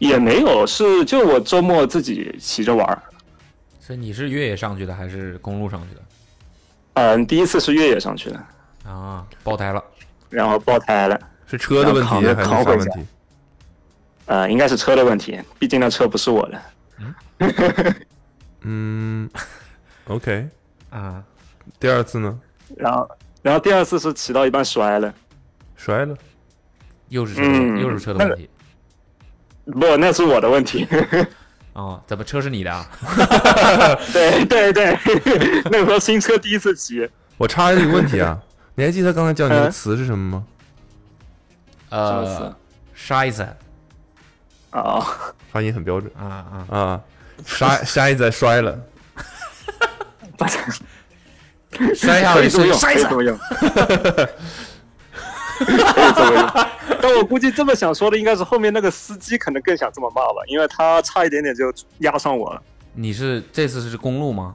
S4: 也没有，是就我周末自己骑着玩儿。
S2: 是你是越野上去的还是公路上去的？
S4: 嗯，第一次是越野上去的，
S2: 啊，爆胎了，
S4: 然后爆胎了。
S3: 是车的问题
S4: 然后
S3: 还是
S4: 扛
S3: 啥
S4: 回
S3: 问
S4: 家
S3: 题？
S4: 呃，应该是车的问题，毕竟那车不是我的。
S3: 嗯 (laughs) ，OK。
S2: 啊，
S3: 第二次呢，
S4: 然后，然后第二次是骑到一半摔了。
S3: 摔了，
S2: 又是车，
S4: 嗯
S2: 又是车的问题
S4: 不，那是我的问题。 (laughs)
S2: 啊？怎么车是你的啊？
S4: 对对对， (laughs) 那时候新车第一次骑，
S3: 我插一个问题
S4: (laughs)
S3: 啊，你还记得刚才叫你的
S4: 嗯
S3: 词是什么吗？
S2: 呃，筛子
S4: 啊，
S3: 发音很标准
S2: 啊
S4: (laughs)
S2: 啊，
S3: 啊，摔摔一再摔了，
S2: 摔下
S4: 哎可
S2: 来
S4: 以这么
S2: 是
S4: 用，可
S2: 筛
S4: 以
S2: 子
S4: 这么 (laughs) 用。可以这么用， (laughs) 但我估计这么想说的应该是后面那个司机可能更想这么骂吧，因为他差一点点就压上我了。
S2: 你是这次是公路吗？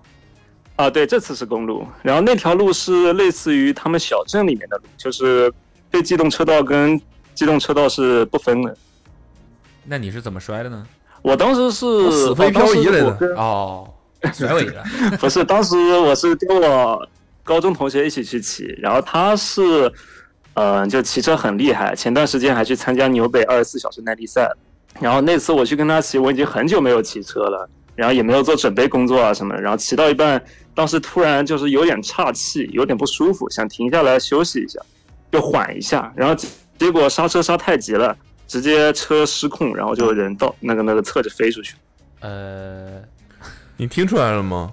S4: 啊，对，这次是公路，然后那条路是类似于他们小镇里面的路，就是非机动车道跟机动车道是不分的。
S2: 那你是怎么摔的呢？
S4: 我当时是
S3: 哦死飞漂移来的
S4: 我当时我跟
S2: 哦，甩尾 (laughs) 的。
S4: (laughs) 不是，当时我是跟我高中同学一起去骑，然后他是，嗯、就骑车很厉害，前段时间还去参加纽北二十四小时耐力赛，然后那次我去跟他骑，我已经很久没有骑车了，然后也没有做准备工作啊什么的，然后骑到一半，当时突然就是有点岔气，有点不舒服，想停下来休息一下，就缓一下，然后结果刹车刹太急了，直接车失控，然后就人到那个那个侧着飞出去了。 (laughs)
S2: 呃，
S3: 你听出来了吗？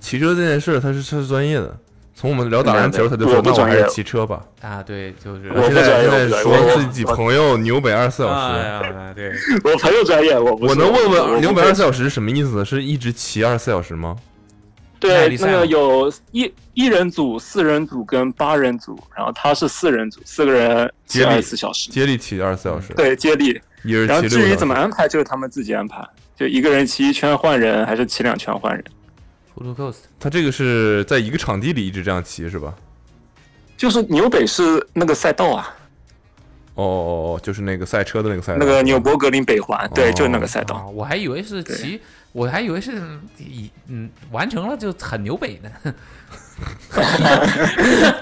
S3: 骑车这件事儿，他是他是专业的。从我们聊打篮球，他就说：“
S4: 我不
S3: 那我
S4: 专
S3: 还
S4: 业
S3: 是骑车吧。
S2: 啊，对，就是
S4: 我不
S3: 现在
S4: 专业
S3: 现在
S4: 我不专业
S3: 说
S4: 我
S3: 自己朋友纽北二十四小
S2: 啊
S3: 时，
S2: 呀，对，
S4: 我朋友专业，我不
S3: 我
S4: 是
S3: 能问问
S4: 我
S3: 纽
S4: 不
S3: 北
S4: 会
S3: 二十四小时是什么意思？是一直骑二十四小时吗？
S2: 耐
S4: 对
S2: 力，赛
S4: 那
S2: 吗
S4: 个有一一人组、四人组跟八人组，然后他是四人组，四个人
S3: 接力
S4: 二十四小时，
S3: 接力骑二十四小时，
S4: 对接力。
S3: 一人
S4: 然后
S3: 骑六
S4: 至于
S3: 个
S4: 怎么
S3: 小时。
S4: 安排，就是他们自己安排，就一个人骑一圈换人，还是骑两圈换人，
S2: Photo Coast
S3: 他这个是在一个场地里一直这样骑是吧？
S4: 就是纽北是那个赛道啊，
S3: 哦哦哦，就是那个赛车的那个赛道，
S4: 那个纽博格林北环，
S3: 哦
S4: 对，就是那个赛
S2: 啊，
S4: 道。
S2: 我还以为是骑，我还以为是已嗯完成了就很牛北呢。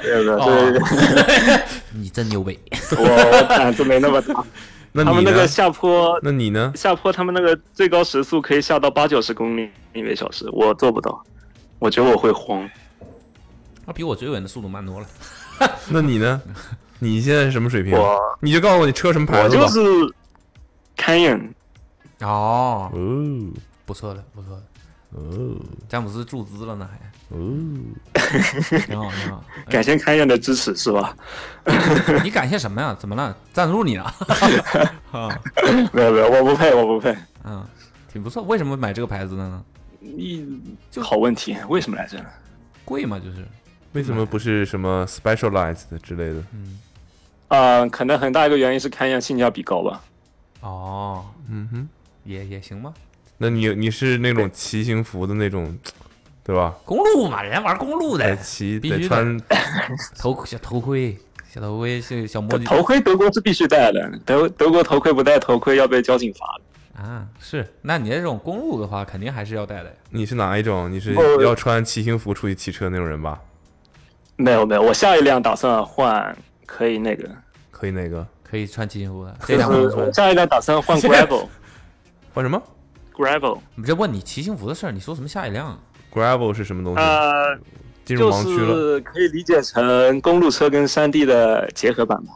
S4: 对对
S2: 哦
S4: 对，， (laughs)
S2: 你真牛北，
S4: 我我胆子没那么大。
S3: 那
S4: 他
S3: 你
S4: 们那
S3: 呢
S4: 个？下坡，
S3: 那你呢？
S4: 下坡他们那个最高时速可以下到八九十公里每小时，我做不到，我觉得我会慌。
S2: 那啊比我追尾的速度慢多了。
S3: 那你
S4: (laughs)
S3: 呢？你现在是什么水平？
S4: 我
S3: 你就告诉我你车什么牌
S4: 我
S3: 子
S4: 就
S3: 吧。
S4: 是 Canyon，
S2: 哦，
S3: 哦
S2: 不错了，不错了，
S3: 哦
S2: 詹姆斯注资了呢，还
S3: 哦，
S2: 挺好，挺好。
S4: 感谢开源的支持是吧？ (laughs)
S2: 你感谢什么呀？怎么了？赞助你了？啊，
S4: 没有没有，我不配，我不配。
S2: 嗯，挺不错。为什么买这个牌子的呢？
S4: 你好问题，为什么来着？
S2: 贵嘛，就是
S3: 为什么
S2: 嗯
S3: 不是什么 specialized 之类的？
S4: 呃，可能很大一个原因是开源性价比高吧。
S2: 哦，
S3: 嗯哼，
S2: 也也行吧。
S3: 那你你是那种骑行服的那种，对吧？
S2: 公路嘛，人家玩公路
S3: 得
S2: 的，
S3: 骑
S2: 必
S3: 得
S2: 须的
S3: 穿
S2: 头小头盔、小头盔、小小墨镜
S4: 头盔德国是必须戴的，德德国头盔不戴头盔要被交警罚的。
S2: 啊，是。那你这种公路的话，肯定还是要戴的呀。
S3: 你是哪一种？你是
S4: 哦
S3: 要穿骑行服出去骑车那种人吧？
S4: 没有没有，我下一辆打算换可以那个，
S3: 可以那个
S2: 可以穿骑行服的，这
S4: 就
S2: 两不
S4: 是
S2: 穿
S4: 我。下一辆打算 (laughs) 换 gravel
S3: 换什么
S4: gravel，
S2: 你这问你骑行服的事儿，你说什么下一辆？啊
S3: ？Gravel 是什么东西？
S4: (laughs) 呃，
S3: 进入
S4: 就
S3: 盲区了。
S4: 是可以理解成公路车跟山地的结合版吧，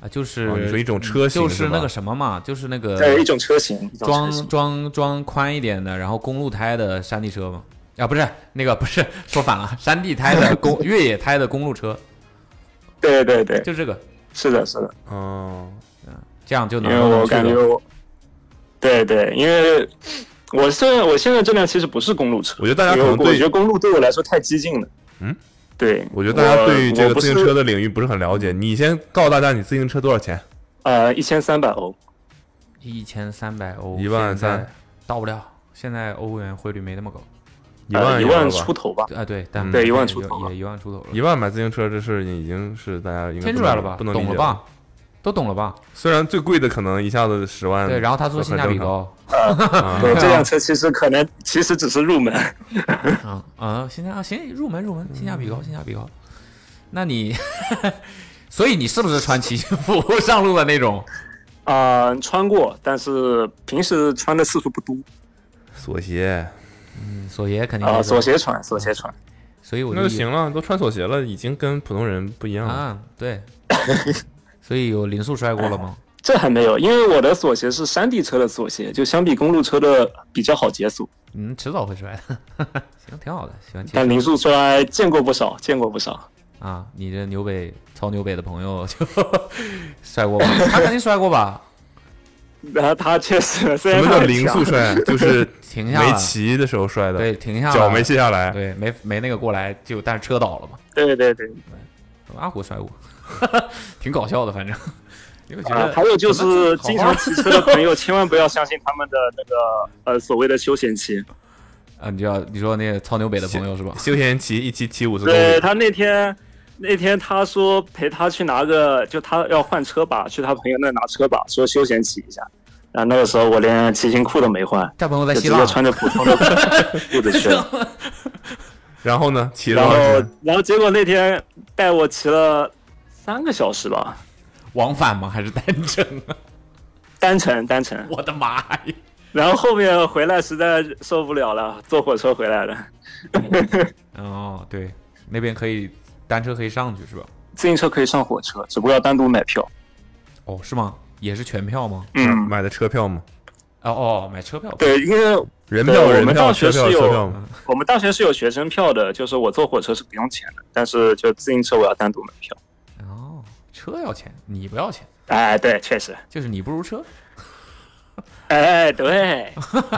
S2: 啊，就是、
S3: 哦你说一种车型
S2: 就是
S3: 是吧
S2: 那个什么嘛，就是那个
S4: 对，一种车型，一种车
S2: 装
S4: 型
S2: 装装宽一点的，然后公路胎的山地车嘛。啊，不是那个，不是说反了，山地胎的
S4: (laughs)
S2: 公越野胎的公路车，
S4: 对对对，
S2: 就这个，
S4: 是的，是的。
S3: 哦，
S2: 这样就
S4: 因
S2: 能
S4: 为
S2: 够
S4: 我
S2: 去
S4: 感觉
S2: 了
S4: 我，对对，因为我现在我现在这辆其实不是公路车，
S3: 我觉得大家
S4: 因为
S3: 可能对
S4: 我觉得公路对我来说太激进了。
S3: 嗯，
S4: 对，
S3: 我觉得大家对于这
S4: 我
S3: 个
S4: 不
S3: 自
S4: 是
S3: 行车的领域不是很了解。你先告诉大家你自行车多少钱？
S4: 呃一千三百欧，
S2: 一千三百欧，
S3: 13,300
S2: 现在到不了，现在欧元汇率没那么高
S3: 一
S4: 呃
S3: 万
S4: 一
S3: 有
S4: 万
S3: 了吧
S4: 出？头吧。
S2: 啊，对，但
S3: 嗯
S4: 对
S2: 也
S4: 一万出头
S2: 也
S4: 了
S2: 也一万出头了，
S3: 一万买自行车这事儿已经是大家应该
S2: 听
S3: 不
S2: 出来
S3: 能
S2: 了吧？
S3: 不能
S2: 懂
S3: 理
S2: 了
S3: 解。
S2: 吧？都懂了吧？
S3: 虽然最贵的可能一下子十万，
S2: 对，然后他说
S3: 嗯很
S2: 性价比
S3: 正常，
S2: 高，
S3: 啊
S4: 对，这辆车其实可能其实只是入门，
S2: 啊啊，性价啊行，入门入门，性价比
S3: 嗯
S2: 高，性价比高。那你， (laughs) 所以你是不是穿骑行服上路的那种？
S4: 啊，穿过，但是平时穿的次数不多
S3: 锁鞋
S2: 锁鞋嗯肯定
S4: 啊，
S2: 是
S4: 锁，鞋穿，锁鞋穿。
S2: 所以我
S3: 那就
S2: 以
S3: 行了，都穿锁鞋了，已经跟普通人不一样了。
S2: 啊，对。所以有零速摔过了吗？
S4: 这还没有，因为我的锁鞋是山地车的锁鞋，就相比公路车的比较好解锁。
S2: 嗯，迟早会摔的。 (laughs) 行，挺好的，喜欢骑
S4: 但零速摔见过不少，见过不少。
S2: 啊。你这牛北超牛北的朋友 (laughs) 就摔过吧？他肯定摔过吧？
S4: 然后他确实，
S3: 什
S4: 虽然
S3: 么
S4: 他
S3: 叫
S4: 很
S3: 零速
S4: 啊强
S3: 摔？
S4: (laughs)
S3: 就是
S2: 停下
S3: 没
S2: 了，
S3: 骑的时候摔的，
S2: 对，停下了，
S3: 脚没卸下来。
S2: 对，没没那个过来，就但是车倒了嘛。
S4: 对对对，
S2: 阿虎摔过， (laughs) 挺搞笑的，反正。因为觉
S4: 啊
S2: 得，
S4: 还有就
S2: 怎哎么
S4: 是
S2: 好
S4: 经
S2: 好
S4: 常骑车的朋友，千万不要相信他们的那个呃所谓的休闲骑。
S2: 啊，你知道你说那个超牛北的朋友是吧？
S3: 休闲骑一骑骑五十公
S4: 对
S3: 里，
S4: 他那天，那天他说陪他去拿个，就他要换车把，去他朋友那拿车把，说休闲骑一下。然后那个时候我连骑行裤都没换，
S2: 他朋友在
S4: 就
S2: 希
S4: 直
S2: 腊
S4: 接，
S2: (laughs)
S4: 穿着普通的裤子去了。
S3: 然后呢，骑了
S4: 然
S3: 多
S4: 后
S3: 少天？，
S4: 然后结果那天带我骑了三个小时吧，
S2: 往返吗？还是单程 (laughs) 啊？
S4: 单程单程。
S2: 我的妈呀！
S4: (laughs) 然后后面回来实在受不了了，坐火车回来的。
S2: 哦，对，那边可以单车可以上去是吧？
S4: 自行车可以上火车，只不过要单独买票。
S2: 哦，是吗？也是全票吗？
S4: 嗯，
S3: 啊买的车票吗？
S2: 哦哦，买车票。
S4: 对，因为
S3: 人
S4: 对
S3: 票、
S4: 我们
S3: 人票、
S4: 大
S3: 车
S4: 学
S3: 票、
S4: 是
S3: 车
S4: 有
S3: 票吗？
S4: 我们大学是有学生票的，就是我坐火车是不用钱的，但是就自行车我要单独买票。
S2: 哦，车要钱，你不要钱，
S4: 哎，对，确实，
S2: 就是你不如 (laughs) 车。
S4: 哎，对，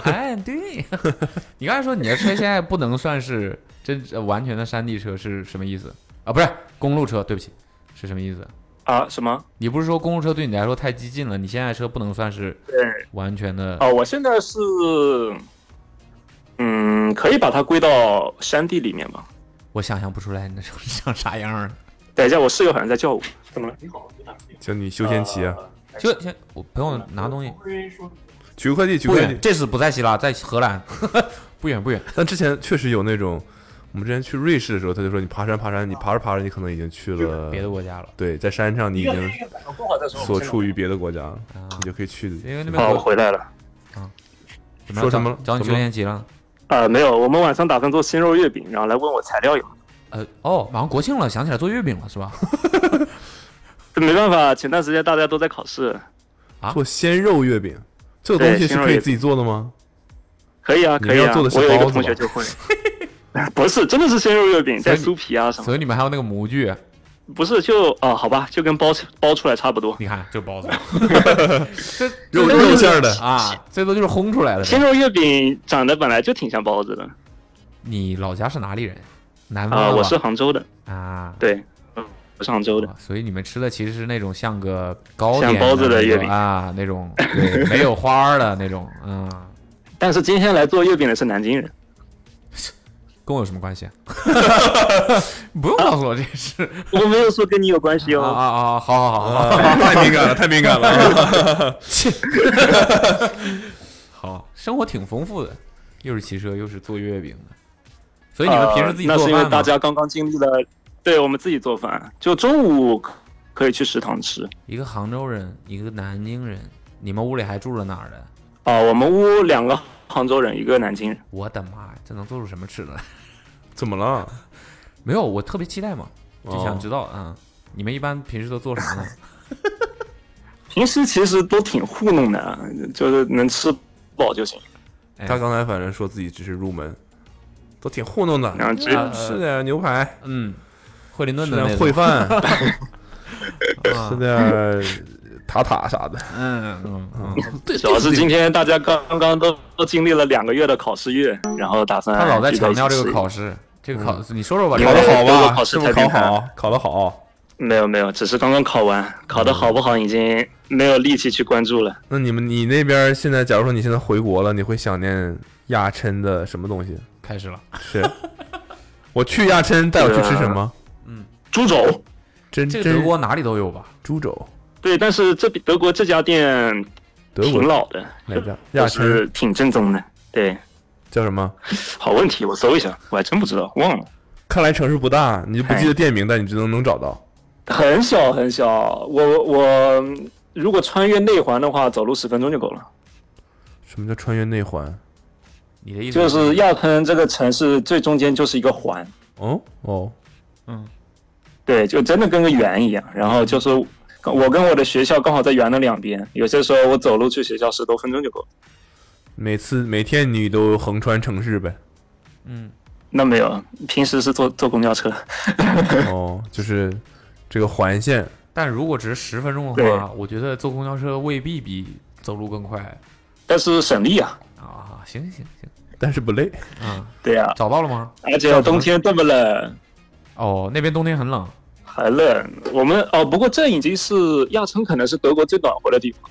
S2: 哎，对， (laughs) 你刚才说你的车现在不能算是真呃完全的山地车是什么意思啊？不是公路车，对不起，是什么意思？
S4: 啊，什么？
S2: 你不是说公路车对你来说太激进了？你现在车不能算是
S4: 对，
S2: 完全的
S4: 哦，我现在是，嗯，可以把它归到山地里面吧。
S2: 我想象不出来你那时候是长啥样儿。
S4: 等一下，我室友好像在叫我。怎么了？你好，
S3: 叫你休闲骑
S4: 嗯
S3: 啊，
S2: 就先我朋友拿东西，
S3: 取个快递，取
S2: 不
S3: 个快
S2: 远
S3: 递，。
S2: 这次不在希腊，在荷兰， (laughs) 不远不远。
S3: 但之前确实有那种，我们之前去瑞士的时候，他就说你爬山爬山，你爬着爬着，你可能已经去了
S2: 别的国家了，
S3: 对，在山上你已经所处于别的国家了，
S2: 啊
S3: 你就可以去。
S2: 因为那边
S4: 哦，我
S2: 国
S4: 回来了。
S2: 怎么
S3: 说
S2: 找
S3: 什么了
S2: 找你
S3: 什
S2: 去
S3: 么了
S2: 练习了？
S4: 呃，没有，我们晚上打算做鲜肉月饼，然后来问我材料有。
S2: 呃，哦，马上国庆了，想起来做月饼了是吧？
S4: 没办法，前段时间大家都在考试。
S2: 啊
S3: 做鲜肉月饼，这个
S4: 对
S3: 东西是
S4: 鲜肉
S3: 可以
S4: 月
S3: 自己做的吗？
S4: 可以啊，
S3: 你
S4: 可以
S3: 要
S4: 啊，
S3: 做的是
S4: 我有一
S3: 包
S4: 个
S3: 子
S4: 同学
S3: 吧
S4: 就会。 (laughs) 不是，真的是鲜肉月饼，
S2: 所
S4: 带
S2: 以
S4: 酥皮啊什么的。
S2: 所以你们还有那个模具，
S4: 不是，就啊、好吧，就跟包包出来差不多。
S2: 你看这包子 (laughs) 这
S3: 肉
S2: 这都是
S3: 肉馅儿的
S2: 啊，最多就是烘出来的。
S4: 鲜肉月饼长得本来就挺像包子的
S2: 你老家是哪里人？南方
S4: 啊、
S2: 的
S4: 我
S2: 啊吧
S4: 是杭州的，
S2: 啊，
S4: 对，嗯，我是杭州的，
S2: 啊所以你们吃的其实是那种像个糕
S4: 像
S2: 点
S4: 包子
S2: 的
S4: 的
S2: 那
S4: 月
S2: 种
S4: 饼
S2: 啊，那种对没有花儿的那种，嗯，
S4: 但是今天来做月饼的是
S2: (laughs)
S4: 南京人。
S2: 跟我有什么关系、啊？ (laughs) 不用告诉我这事
S4: 我没有说跟 (laughs) 你有呃关系
S2: 啊
S4: 哦。
S2: 啊啊！好好好好，
S3: 啊 (laughs) 太敏感了，太敏感了。
S2: 好，生活挺丰富的，又是骑车，又是做月饼的。啊所以你们平时自己
S4: 呃、那
S2: 做
S4: 是因为
S2: 饭吗？
S4: 大家刚刚经历了，对我们自己做饭，就中午可可以去食堂吃。
S2: 一个杭州人，一个南京人，你们屋里还住着哪儿的？
S4: 啊、我们屋两个杭州人，一个南京人。
S2: 我的妈呀，这能做出什么吃的来？ (laughs)
S3: 怎么了？
S2: 没有，我特别期待嘛，就想
S3: 哦
S2: 知道啊、嗯你们一般平时都做
S3: (laughs)
S2: 啥呢？
S4: 平时其实都挺糊弄的，就是能吃饱就行。
S2: 哎
S3: 他刚才反正说自己只是入门，都挺糊弄的。
S4: 然后只
S2: 啊
S3: 是的，牛排，
S2: 嗯，惠灵顿
S3: 是
S2: 的那
S3: 点
S2: 种
S3: 烩饭，
S2: 啊
S3: 是点塔塔啥的。
S2: 嗯嗯嗯，
S4: 主要是今天大家刚刚都都经历了两个月的考试月，然后打算
S2: 他老在
S4: 聚
S2: 强
S4: 在一起
S2: 调这
S4: 吃
S2: 个
S4: 一
S2: 考试，这个考，
S3: 嗯
S2: 你说说吧，
S4: 你
S2: 这
S3: 考
S2: 个
S3: 得好
S4: 们都
S3: 吧？
S4: 考试
S3: 是不是
S4: 太
S3: 考
S4: 厉害
S3: 好？考得好？
S4: 没有没有，只是刚刚考完，考得好不好已经没有力气去关注了。
S3: 那你们你那边现在，假如说你现在回国了，你会想念亚琛的什么东西？
S2: 开始了。
S3: 是我去亚琛带我去吃什么？
S4: 猪肘，
S3: 真
S2: 这个德
S3: 真
S2: 国哪里都有吧？
S3: 猪肘，
S4: 对，但是这德国这家店
S3: 德
S4: 挺
S3: 国
S4: 老的，
S3: 哪家？亚
S4: 就
S3: 琛
S4: 是挺正宗的。对，
S3: 叫什么？
S4: 好问题，我搜一下，我还真不知道，忘了。
S3: 看来城市不大，你就不记得店名，但你只能能找到。
S4: 很小很小，我我嗯如果穿越内环的话，走路十分钟就够了。
S3: 什么叫穿越内环？
S2: 你的意思
S4: 就是亚琛这个城市最中间就是一个环，
S3: 哦哦，
S4: 对，就真的跟个圆一样。然后就是我跟我的学校刚好在圆的两边，有些时候我走路去学校十多分钟就够了。
S3: 每次每天你都横穿城市呗？
S4: 那没有，平时是坐坐公交车。 (laughs)
S3: 哦，就是这个环线，
S2: 但如果只是十分钟的话，我觉得坐公交车未必比走路更快
S4: 但是省力啊，
S2: 啊。行行行，
S3: 但是不累。
S2: 啊，
S4: 对呀、
S2: 找到了吗？
S4: 而且冬天这么冷，
S2: 哦，那边冬天很冷，
S4: 还冷。我们哦，不过这已经是亚琛可能是德国最暖和的地方。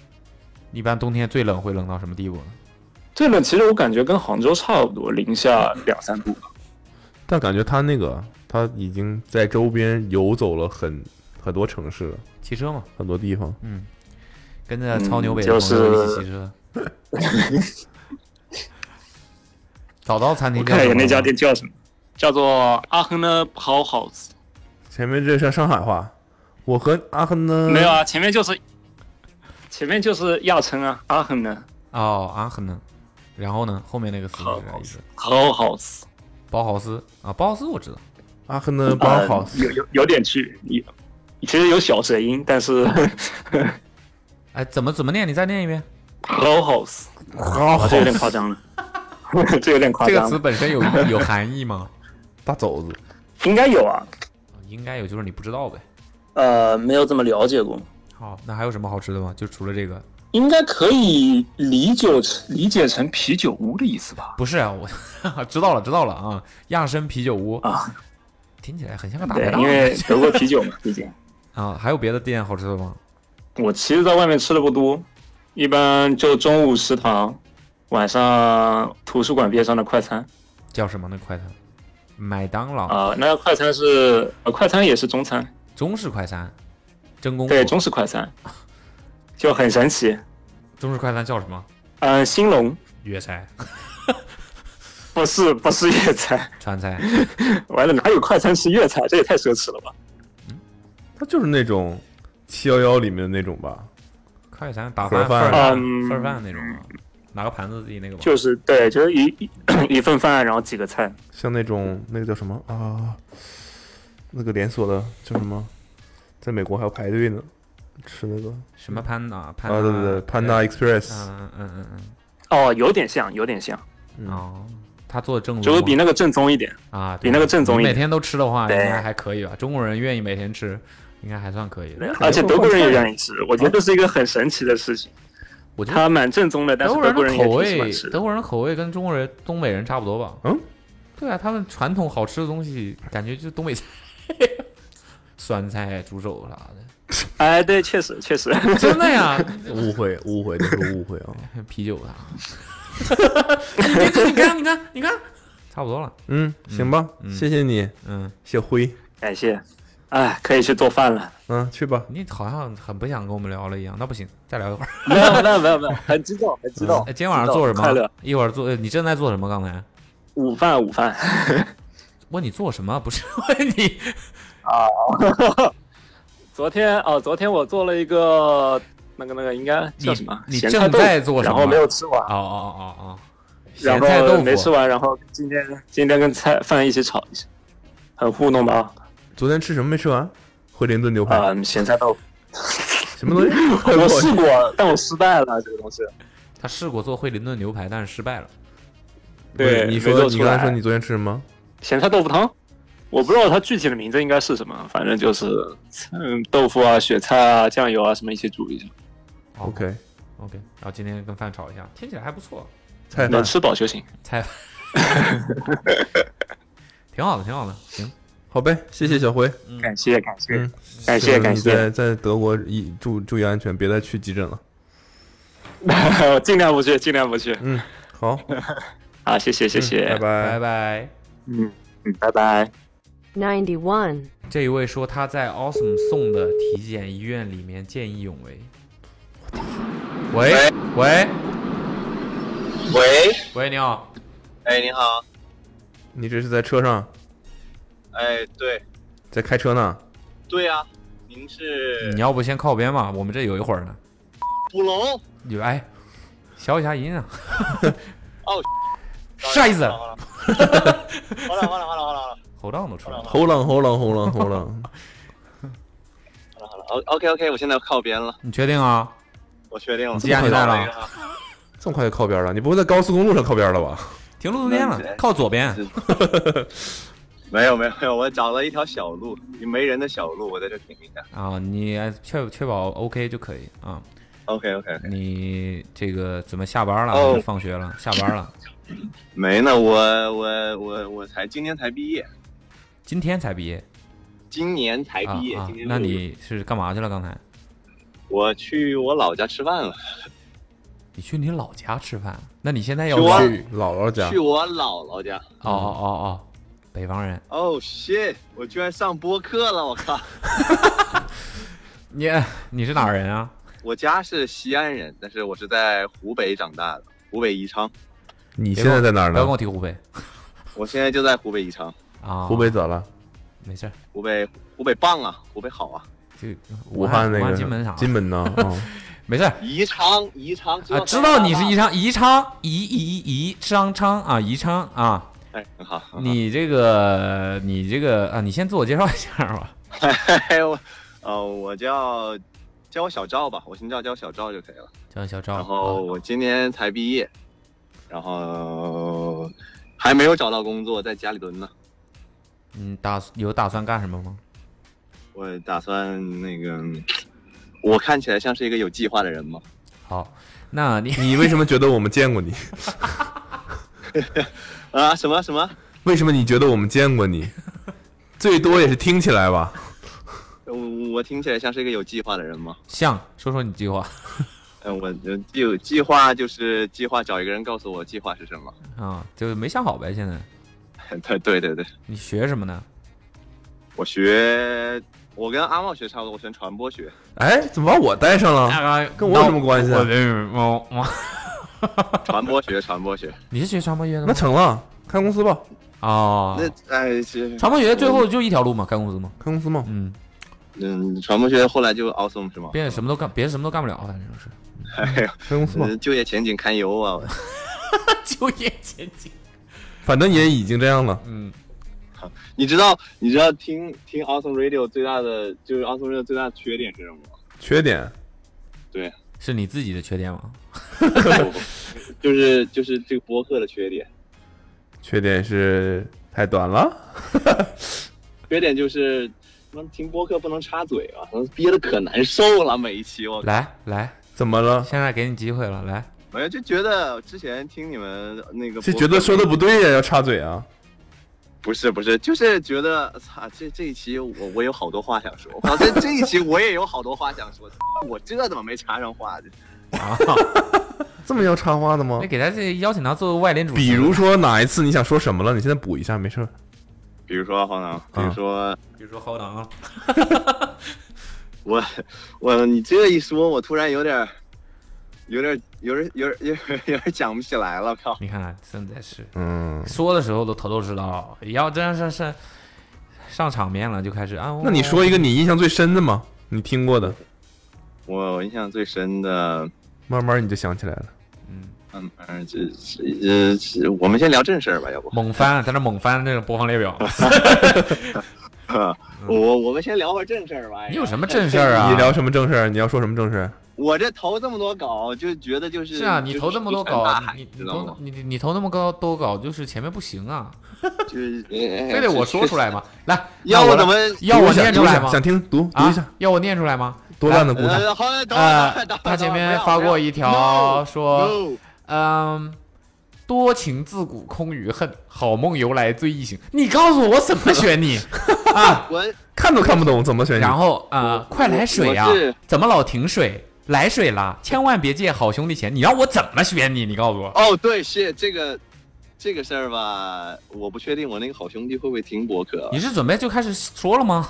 S2: 一般冬天最冷会冷到什么地步呢？
S4: 最冷其实我感觉跟杭州差不多，零下两三度。
S3: 但感觉他那个他已经在周边游走了很很多城市了，
S2: 骑车嘛，
S3: 很多地方。
S2: 跟着超牛北的
S4: 嗯
S2: 朋友一起
S4: 就是
S2: 骑车。找到餐
S4: 我
S2: 厅叫
S4: 看
S2: 什
S4: 一下
S2: 么
S4: 那家
S2: 了吗
S4: 店叫什么，叫做阿亨的 Pow House。
S3: 前面这像上海话，我和阿亨呢？
S2: 嗯
S4: 没有啊，前面就是，前面就是亚琛啊，阿亨呢
S2: 哦，阿亨呢？然后呢？后面那个词是啥意思？
S4: ，Pow House。
S2: 包豪斯啊，包豪斯我知道。
S3: 阿亨呢？包好
S4: 呃，有有有点区，有其实有小舌音，但是 (laughs)
S2: 哎，怎么怎么念？你再念一遍。
S4: Pow House
S3: 好
S4: 啊，这有点夸张了， (laughs) 这有点夸
S2: 哦这个
S4: 张
S2: 词
S4: 了，
S2: 本身有有含义吗？ (laughs)
S3: 大肘子，
S4: 应该有啊，
S2: 应该有，就是你不知道呗。
S4: 呃，没有这么了解过，
S2: 好，那还有什么好吃的吗？就除了这个，
S4: 应该可以理解理解成啤酒屋的意思吧？
S2: 不是啊，我 (laughs) 知道了，知道了啊。亚参啤酒屋
S4: 啊，
S2: 听起来啊很像个大排
S4: 对，
S2: 档
S4: 因为德国啤酒嘛，毕竟
S2: 啊。还有别的店好吃的吗？
S4: 我其实在外面吃的不多，一般就中午食堂，晚上图书馆边上的快餐
S2: 叫什么呢？快餐？麦当劳、
S4: 啊、那快餐是呃快餐也是中餐，
S2: 中式快餐，真功夫。
S4: 对，中式快餐就很神奇，
S2: 中式快餐叫什么？
S4: 嗯、兴隆。
S2: 粤
S4: (laughs)
S2: 菜、
S4: 不是不是粤菜，
S2: 川菜。
S4: 完了哪有快餐吃粤菜？这也太奢侈了吧！
S3: 它就是那种七幺幺里面的那种吧？
S2: 快餐打
S3: 盒
S2: 饭份
S3: 饭
S2: 儿饭
S4: 嗯
S2: 份儿饭那种吗？拿个盘子自己那个吗？
S4: 就是对，就是一一一份饭，然后几个菜。
S3: 像那种那个叫什么啊？那个连锁的叫什么？在美国还要排队呢，吃那个
S2: 什么潘达潘达
S3: 啊，对对对，Panda Express，
S2: 嗯嗯嗯嗯
S4: 哦，有点像，有点像，
S2: 嗯哦，他做的正宗
S4: 只
S2: 吗
S4: 会比那个正宗一点。
S2: 啊，
S4: 比
S2: 对
S4: 那个正宗
S2: 你
S4: 一
S2: 每
S4: 点
S2: 天都吃的话，应
S4: 对
S2: 该还可以吧？中国人愿意每天吃，应该还算可以的。
S4: 而且德国人也愿意吃，我觉得这是一个很神奇的事情。
S2: 啊我觉得
S4: 它蛮正宗的，但
S2: 德
S4: 是
S2: 国
S4: 德国
S2: 的
S4: 人
S2: 口
S4: 也挺喜
S2: 味
S4: 欢吃，的。
S2: 德国人的口味跟中国人、东北人差不多吧？
S3: 嗯，
S2: 对啊，他们传统好吃的东西，感觉就东北菜，酸菜、猪肘啥的，
S4: 哎，对，确实确实， (laughs)
S2: 真的呀，
S3: 误会误会，这是误会啊！
S2: 啤酒啥的。 (laughs) 你这你看你看你看，差不多了。
S3: 嗯，行吧，谢谢你，
S2: 嗯，
S3: 谢辉，
S4: 感谢，哎，可以去做饭
S2: (laughs)
S4: 了。
S3: 嗯，去吧，
S2: 你好像很不想跟我们聊了一样，那不行，再聊一会儿。
S4: 没有没有没有没有，很激动很激
S2: (laughs)
S4: 动
S2: 哎。今天晚上做什
S4: 快乐
S2: 么？一会儿做，呃你正在做什么？刚才
S4: 午饭午饭
S2: 问你做什么，不是问你
S4: 啊，昨天哦，昨天我做了一个那个那个应该叫什么
S2: 你
S4: 咸菜
S2: 正
S4: 豆腐，
S2: 在做什么？
S4: 然后没有吃完
S2: 哦。哦哦哦，
S4: 然
S2: 咸菜豆
S4: 后
S2: 腐
S4: 没吃完，然后今天今天跟菜饭一起炒一下，很糊弄吧？
S3: 昨天吃什么没吃完？惠灵顿牛
S2: 哎
S3: 排，
S4: 嗯，咸菜豆腐，
S3: 什么东西？快给
S4: (laughs) 我
S3: 我
S4: 试过，但我失败了这个东西。
S2: 他试过做惠灵顿牛排，但是失败了。
S3: 不是
S4: 对，
S3: 你
S4: 没
S3: 说
S4: 做
S3: 你
S4: 出
S3: 刚才
S4: 来
S3: 说你昨天吃什么？
S4: 咸菜豆腐汤，我不知道它具体的名字应该是什么，反正就是嗯豆腐啊、雪菜啊、酱油啊什么一起煮一下，
S2: 哦
S3: OK，
S2: OK，然后今天跟饭炒一下，听起来还不错，
S3: 菜
S4: 能
S3: 饭
S4: 吃饱就行。
S2: 嗯 (laughs) 挺好的，挺好的。行，
S3: 好呗，谢谢小辉，
S4: 感谢感谢、 (laughs)
S3: 嗯
S4: 感
S3: 希
S4: 谢
S3: 望
S4: 感
S3: 你
S4: 谢，
S3: 在在德国一注注意安全，别再去急诊了。
S4: 尽量不去，尽量不去。
S3: 嗯，好，
S4: 啊，谢谢谢谢，
S3: 拜拜
S2: 拜。拜。
S4: 嗯嗯，拜拜。
S13: 91.
S2: 这一位说他在 Awesome 送的体检医院里面见义勇为。喂喂
S14: 喂，
S2: 喂，你好，
S14: 哎，你好，
S3: 你这是在车上，
S14: 哎，对，
S3: 在开车呢？
S14: 对啊，您是
S2: 你要不先靠边嘛，我们这有一会儿呢。
S14: 捕龙？
S2: 你哎，消一下音啊。
S14: 哦，
S2: (laughs) 啥意思？
S14: 好了，好了，好了，好了，好了，好了，
S2: 喉浪都出来了。
S3: 喉咙喉咙喉咙喉咙，
S14: 好了，OK，OK，我现在靠边了，
S2: 你确定啊？
S14: 我确定了。
S2: 系安全带了
S3: 这么快就靠边了？你不会在高速公路上靠边了吧？
S2: 停路边了，靠左边。
S14: 没有，没有，没有，我找了一条小路，没人的小路，我在这停一下。
S2: 啊，你确确保 OK 就可以啊。
S14: OK，OK，
S2: 你这个怎么下班了？
S14: 哦
S2: 还是放学了？下班了？
S14: 没呢，我我我我才今年才毕业，
S2: 今天才毕业
S14: 今年才
S2: 啊
S14: 毕业，
S2: 啊
S14: 今！年
S2: 那你是干嘛去了？刚才
S14: 我去我老家吃饭了，
S2: 你去你老家吃饭？那你现在要
S14: 去我
S2: 去？
S3: 去姥姥家
S2: 啊
S14: 去，我姥姥家。
S2: 哦哦哦哦，北方人，
S14: 哦、shit！我居然上播客了，我靠！
S2: 你 (laughs) 你是哪儿人啊？
S14: 我家是西安人，但是我是在湖北长大的，湖北宜昌。
S3: 你现在在哪儿
S2: 不要
S3: 呢
S2: 跟？我提湖北
S14: 我现在就在湖北宜昌，
S2: 啊！
S3: 湖北咋了？
S2: 没事儿，
S14: 湖北湖北棒啊，湖北好啊，
S2: 就
S3: 武汉那
S2: 武
S3: 个
S2: 金门啥？
S3: 金门呢？哦
S2: 没事儿
S14: 宜昌宜昌
S2: 啊，知道你是宜，昌，宜昌，宜宜宜昌昌啊，宜昌啊，
S14: 哎，很好，很好
S2: 你这个你这个啊，你先自我介绍一下吧。
S14: 哎我呃 (laughs) 我叫叫我小赵吧，我姓赵，叫我小赵就可以了。
S2: 叫小赵，
S14: 然后我今年才毕业，然后还没有找到工作，在家里蹲呢。
S2: 嗯，打有打算干什么吗？
S14: 我打算那个，我看起来像是一个有计划的人吗？
S2: 好，那你 (laughs)
S3: 你为什么觉得我们见过你？
S14: 啊，什么什么？
S3: 为什么你觉得我们见过你？最多也是听起来吧。
S14: 我我听起来像是一个有计划的人吗？
S2: 像说说你计划 (laughs)
S14: 嗯，我就有计划，就是计划找一个人告诉我计划是什么。 (laughs)
S2: 啊，就没想好呗。现在
S14: 对对对对，
S2: 你学什么呢？
S14: 我学，我跟阿茂学差不多，我学传播学。
S3: 哎，怎么把我带上了？
S2: 啊，
S3: 跟我有什么关系啊
S2: 我这我我，
S14: 传播学，传
S3: (laughs)
S14: 播学。
S2: 你是学传播学的
S3: 那
S2: 吗？
S3: 成了，开公司吧，啊
S2: 哦，
S14: 那哎，是
S2: 传播学最后就一条路嘛，开公司嘛。
S3: 开公司嘛。
S2: 嗯，
S14: 嗯，传播学后来就 awesome 是吗？
S3: 哦
S2: 别什么都干，别什么都干不了，反正就是
S3: 开公司嘛，
S14: 嗯就业前景堪忧啊！我
S2: (laughs) 就业前景。
S3: 反正也已经这样了。
S2: 嗯，
S14: 你知道，你知道听听 awesome radio 最大的就是 awesome radio 最大的缺点是什么
S3: (laughs)
S14: 吗？
S3: 缺点
S14: 对，
S2: 是你自己的缺点吗？
S14: 就是就是这个播客的缺点。
S3: 缺点是太短了。
S14: 缺点就是，他妈听播客不能插嘴啊，憋得可难受了，每一期我
S2: 来来，
S3: 怎么了？
S2: 现在给你机会了，来，
S14: 没有就觉得之前听你们那个播客
S3: 是觉得说的不对呀、要插嘴啊？
S14: 不是不是，就是觉得操，这这一期我我有好多话想说，我操，这这 (laughs) 一期我也有好多话想说，我这怎么没插上话？
S2: 啊，
S3: 这么要插话的吗
S2: 哎那？给他这邀请他做外联主持，
S3: 比如说哪一次你想说什么了，你现在补一下，没事儿。
S14: 比如说，好能，
S2: 啊
S14: 比如说，
S2: 比如说啊 Hold on，
S14: 我我你这一说，我突然有点儿，有点儿，有点儿，有点儿，有点儿，有点儿讲不起来了，靠！
S2: 你看看真的是
S3: 嗯，
S2: 说的时候都头头是道，要真是是上场面了就开始啊。
S3: 那你说一个你印象最深的吗？你听过的，
S14: 我印象最深的，
S3: 慢慢你就想起来了。
S14: 嗯嗯，这这这，我们先聊正事儿吧，要不？
S2: 猛翻，在那猛翻那个播放列表，
S14: 我我们先聊会儿正事儿吧。
S2: 嗯你有什么正事儿啊
S3: 你？聊什么正事儿？你要说什么正事儿？
S14: 我这投这么多稿，就觉得就是
S2: 是啊，你投这么多稿，你
S14: 知
S2: 你
S14: 道吗
S2: 投？你你你投那么高多稿，就是前面不行啊，
S14: 就是
S2: (laughs)
S14: 非
S2: 非得我说出来？吗？来，
S14: 要
S2: 我
S14: 我怎么？
S2: 要我念出来
S3: 想
S2: 吗？
S3: 想听读读
S2: 啊
S3: 一下，，
S2: 要我念出来吗？
S3: 多烂的故事。
S14: 呃，好，等会
S2: 呃
S14: 儿，等会儿，
S2: 他前面发过一条说，
S14: No，
S2: 嗯，多情自古空余恨，好梦由来最易醒。你告诉我怎么选你啊？
S14: 我
S3: 看都看不懂，怎么选你？
S2: 然后啊，
S14: 我
S2: 快来水呀、
S14: 我是
S2: 怎么老停水？来水啦！千万别借好兄弟钱。你让我怎么选你？你告诉我。
S14: 哦，对，是这个这个事儿吧，我不确定我那个好兄弟会不会听博客。
S2: 你是准备就开始说了吗？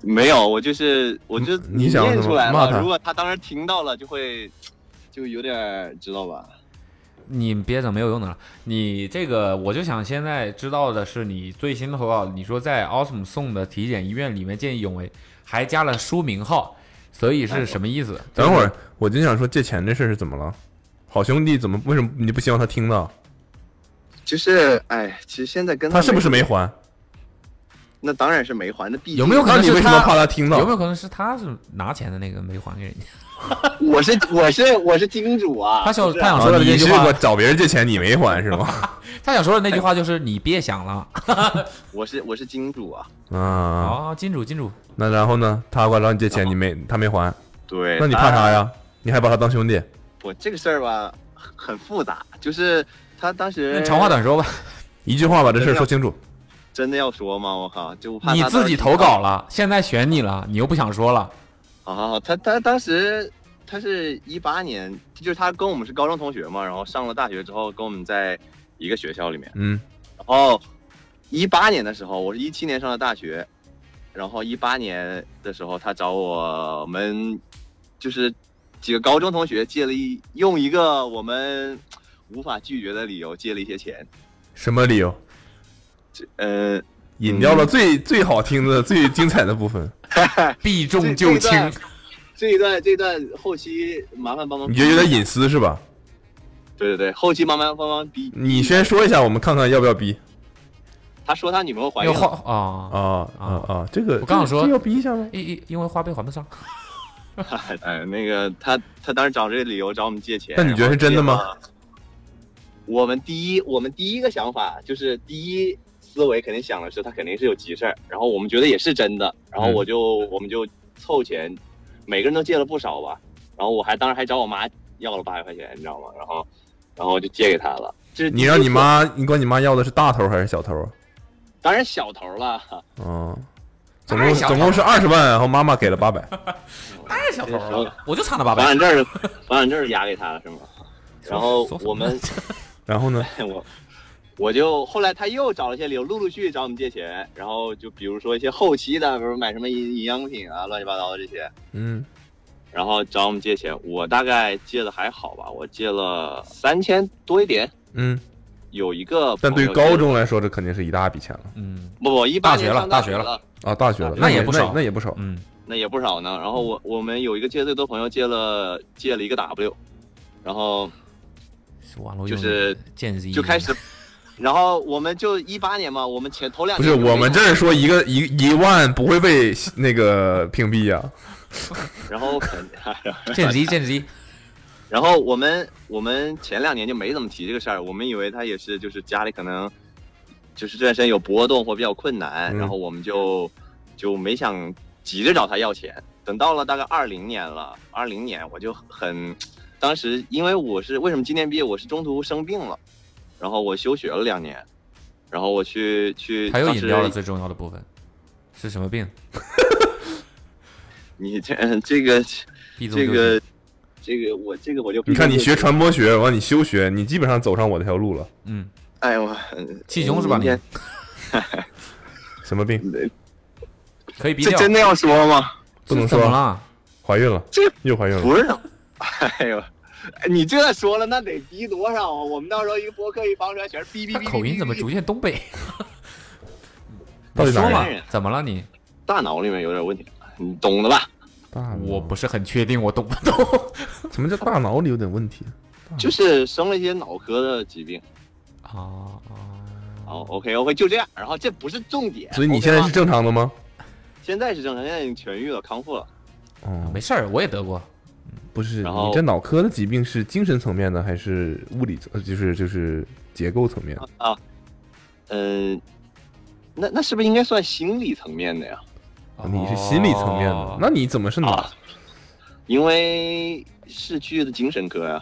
S14: 没有，我就是我就
S3: 你想
S14: 念
S3: 怎
S14: 出
S3: 么
S14: 来
S3: 骂他
S14: 了，如果他当时听到了，就会就有点儿知道吧？
S2: 你别整没有用的了。你这个，我就想现在知道的是你最新的投稿，你说在 Awesome 送的体检医院里面见义勇为，还加了书名号，所以
S14: 哎
S2: 是什么意思？
S3: 等会儿，我就想说借钱这事儿是怎么了？好兄弟怎么为什么你不希望他听到？
S14: 就是哎，其实现在跟
S3: 他是不是没
S14: 没？
S3: 还？
S14: 那当然是没还的，毕竟
S2: 有没有可
S3: 那
S2: 能
S3: 你
S2: 是
S3: 为什么怕他听到？
S2: 有没有可能是他是拿钱的那个没还给人家？
S14: 我是我是我是金主啊！
S2: 他想
S14: 就是
S2: 他想
S3: 啊
S2: 说的那
S3: 你
S2: 句
S3: 是
S2: 话
S3: 我，找别人借钱，你没还是
S2: (laughs)
S3: 吗？
S2: 他想说的那句话就是你别想了
S14: 我是我是金主啊！
S3: 啊，
S2: 啊！金主金主，
S3: 那然后呢？他管找你借钱，你没他没还，
S2: 哎
S14: 对，
S3: 那你
S2: 啊
S3: 怕啥呀？你还把他当兄弟？
S14: 我这个事儿吧，很很复杂，就是他当时
S2: 那长话短说吧，
S3: 一句话把这事儿说清楚。
S14: 真的要说吗？我靠，就我怕
S2: 你
S14: 他
S2: 自己
S14: 当时
S2: 投稿了，现在选你了，你又不想说了，
S14: 啊！他他当时他是一八年，就是他跟我们是高中同学嘛，然后上了大学之后跟我们在一个学校里面，
S3: 嗯，
S14: 然后一八年的时候，我是一七年上的大学，然后一八年的时候，他找我我们就是几个高中同学借了一用一个我们无法拒绝的理由借了一些钱，
S3: 什么理由？
S14: 呃，
S3: 引掉了最最好听
S2: 嗯
S3: 的、最精彩的部
S2: (laughs)
S3: 分。
S14: 哎
S2: 避重就轻。
S14: 这一段这一段后期麻烦帮忙，
S3: 你觉得有点隐？私是吧？
S14: 对对对，后期麻烦帮忙逼。
S3: 你先说一下，我们看看要不要逼
S14: 他说他女朋友怀
S2: 又
S14: 孕了，
S2: 话啊，
S3: 啊啊啊！这个
S2: 我刚想说
S3: 这要逼一下吗？
S2: 因因因为花呗还不
S14: (laughs)
S2: 上，
S14: (laughs) 哎，那个他他当时找这个理由找我们借钱，
S3: 那你觉得是真的吗
S14: 然后借了？我们第一，我们第一个想法就是第一思维肯定想的是他肯定是有急事儿，然后我们觉得也是真的，然后
S3: 嗯
S14: 我就、我们就凑钱，每个人都借了不少吧，然后我还当时还找我妈要了八百块钱，你知道吗？然后然后就借给他了。这是第
S3: 你
S14: 一
S3: 让你
S14: 次，
S3: 妈，你管你妈要的是大头还是小头啊？
S14: 当然小头了，
S3: 嗯，
S2: 当
S3: 总共
S2: 然小头
S3: 总共是二十万，然后妈妈给了八百。
S14: 哎
S2: 当然小头
S14: 了
S2: 了，我就差那八
S14: 房
S2: 百。
S14: 产证儿房产证儿压给他
S2: (laughs)
S14: 了是吗？然后
S2: 说什么
S14: 我们 (laughs)
S3: 然后呢？
S14: 我我就后来他又找了一些理由，陆陆续续找我们借钱，然后就比如说一些后期的，比如买什么营营养品啊，乱七八糟的这些，
S3: 嗯，
S14: 然后找我们借钱。我大概借的还好吧，我借了三千多一点。
S3: 嗯，
S14: 有一个朋
S3: 但
S14: 友
S3: 对
S14: 借
S3: 于
S14: 了，
S3: 高中来说，这肯定是一大笔钱了
S2: 嗯
S14: 不不，一八
S2: 大学
S14: 年
S2: 了
S14: 上
S2: 大
S14: 学
S2: 学了
S14: 了，
S3: 啊！大学了，
S2: 那也不少
S3: 那也不少。
S2: 嗯，
S14: 那也不少呢。然后我我们有一个借最多朋友借了借了一个 W，然后
S2: 网络
S14: 就是
S2: 见 Z
S3: 嗯
S14: 就开始， (laughs) 然后我们就一八年嘛，我们前头两
S3: 不是，
S14: 年就
S3: 我们
S14: 没
S3: 这儿说一个一一万不会被那个屏蔽啊呀、
S14: 然后肯 (laughs)
S2: 见 Z 见 Z，
S14: 然后我们我们前两年就没怎么提这个事儿，我们以为他也是就是家里可能就是这段时间有波动或比较困难，
S3: 嗯
S14: 然后我们就就没想急着找他要钱。等到了大概二零年了，二零年我就很，当时因为我是为什么今年毕业，我是中途生病了，然后我休学了两年，然后我去去
S2: 还有
S14: 当
S2: 饮
S14: 时
S2: 料的最重要的部分是什么病？
S14: 你这这个
S2: 避重
S14: 这
S2: 就轻。
S14: 个这个我这个我就
S3: 你看你学传播学，完你休学，你基本上走上我这条路了。
S7: 嗯，
S14: 哎我
S7: 气胸是吧
S14: 嗯明天
S3: 什么病？
S7: 可以逼
S14: 这
S7: 掉，
S14: 真的要说吗？
S3: 不能
S7: 这怎么
S3: 说
S7: 了？
S3: 怀孕了，
S14: 这
S3: 又怀孕了。
S14: 不是，哎呦，你这说了那得逼多少啊？我们到时候一个播客一放出来全是哔哔
S7: 他
S14: 哔，
S7: 口音怎么逐渐东北？
S3: (laughs) 到底哪
S7: 说
S3: 儿
S7: 嘛
S14: 人？
S7: 怎么了你？
S14: 大脑里面有点问题，你懂的
S7: 嗯
S14: 吧？
S3: 大
S7: 我不是很确定，我懂不
S2: (laughs)
S7: 懂？
S3: 什么叫大脑里有点问题？
S14: (laughs) 就是生了一些脑科的疾病。
S7: 哦，
S14: 哦，OK OK，就这样。然后这不是重点，
S3: 所以你
S14: OK
S3: 现在
S14: 吗
S3: 是正常的吗？
S14: 现在是正常，现在已经痊愈了，康复了。
S3: 哦，
S7: 没事儿，我也得过。
S3: 不是，
S14: 然后
S3: 你这脑科的疾病是精神层面的还是物理层？呃就是就是结构层面的？
S14: 嗯，那那是不是应该算心理层面的呀？
S3: 你是心理层面的
S7: 哦，
S3: 那你怎么是脑
S14: 哦啊？因为是去的精神科呀、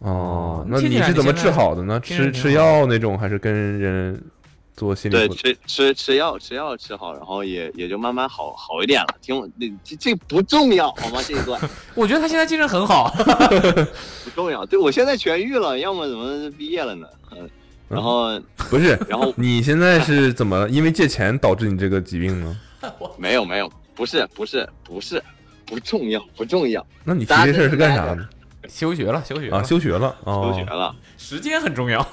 S3: 哦
S7: 哦，
S3: 那
S7: 听起
S3: 你
S7: 来
S3: 是
S7: 你
S3: 怎么
S7: 现
S3: 治
S7: 在
S3: 好的呢？
S7: 听着
S3: 吃
S7: 挺
S3: 吃
S7: 好
S3: 药那种，还是跟人做心理
S14: 对，
S3: 辅导？
S14: 吃吃吃药，吃药吃好，然后也也就慢慢好好一点了。听我，那这这不重要好吗？这一段
S7: 我觉得他现在精神很好。
S14: 不重要。对我现在痊愈了，要么怎么毕业了呢？嗯，然后
S3: (laughs) 不是，
S14: 然后
S3: 你现在是怎么了？因为借钱导致你这个疾病呢？
S14: 没有没有，不是不是不是，不重要不重要，
S3: 那你提这事儿是干啥的？
S7: 休学了，休学了，
S3: 啊，休学了
S14: 休
S3: 哦
S14: 学，了。
S7: 时间很重 (laughs) 要。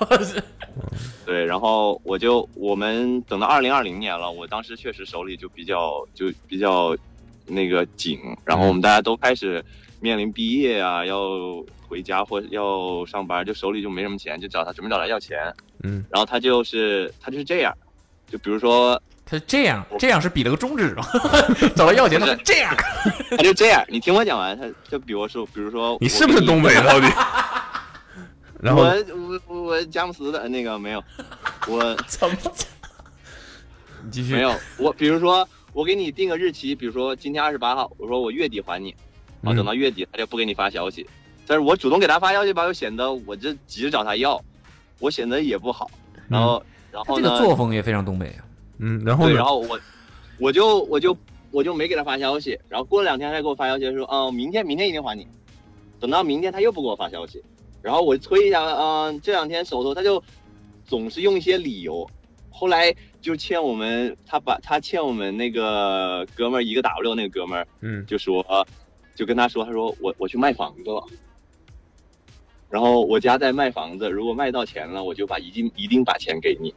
S14: 对，然后我就我们等到二零二零年了，我当时确实手里就比较就比较那个紧，然后我
S3: 嗯
S14: 们大家都开始面临毕业啊，要回家或要上班，就手里就没什么钱，就找他准备找他要钱，
S3: 嗯，
S14: 然后他就是他就是这样，就比如说
S7: 他这样，这样是比了个 (laughs) 中指吗？找到要钱，他是 (laughs) 这样。
S14: 他就这样，你听我讲完，他就比如说比如说
S3: 你
S14: 我
S3: 是
S14: 给
S3: 不是东北的到底？然后
S14: 我我我佳木斯的那个没有，
S3: (laughs)
S14: 我。
S7: (laughs) 你继续
S14: 没有，我比如说我给你定个日期，比如说今天二十八号，我说我月底还你，啊，
S3: 嗯
S14: 等到月底他就不给你发消息，但是我主动给他发消息吧，又显得我这急着找他要，我显得也不好，然后、然
S7: 嗯他
S14: 后
S7: 这
S14: 呢，
S7: 个作风也非常东北啊。
S3: 嗯，然后
S14: 对，
S3: 呢
S14: 然？后我我就我就我就没给他发消息，然后过了两天他给我发消息说，嗯、明天明天一定还你，等到明天他又不给我发消息，然后我催一下，嗯、这两天手头他就总是用一些理由，后来就欠我们，他把他欠我们那个哥们儿一个 W 那个哥们儿
S3: 嗯，
S14: 就说，呃就跟他说，他说我我去卖房子了。然后我家在卖房子，如果卖到钱了，我就把一定一定把钱给你。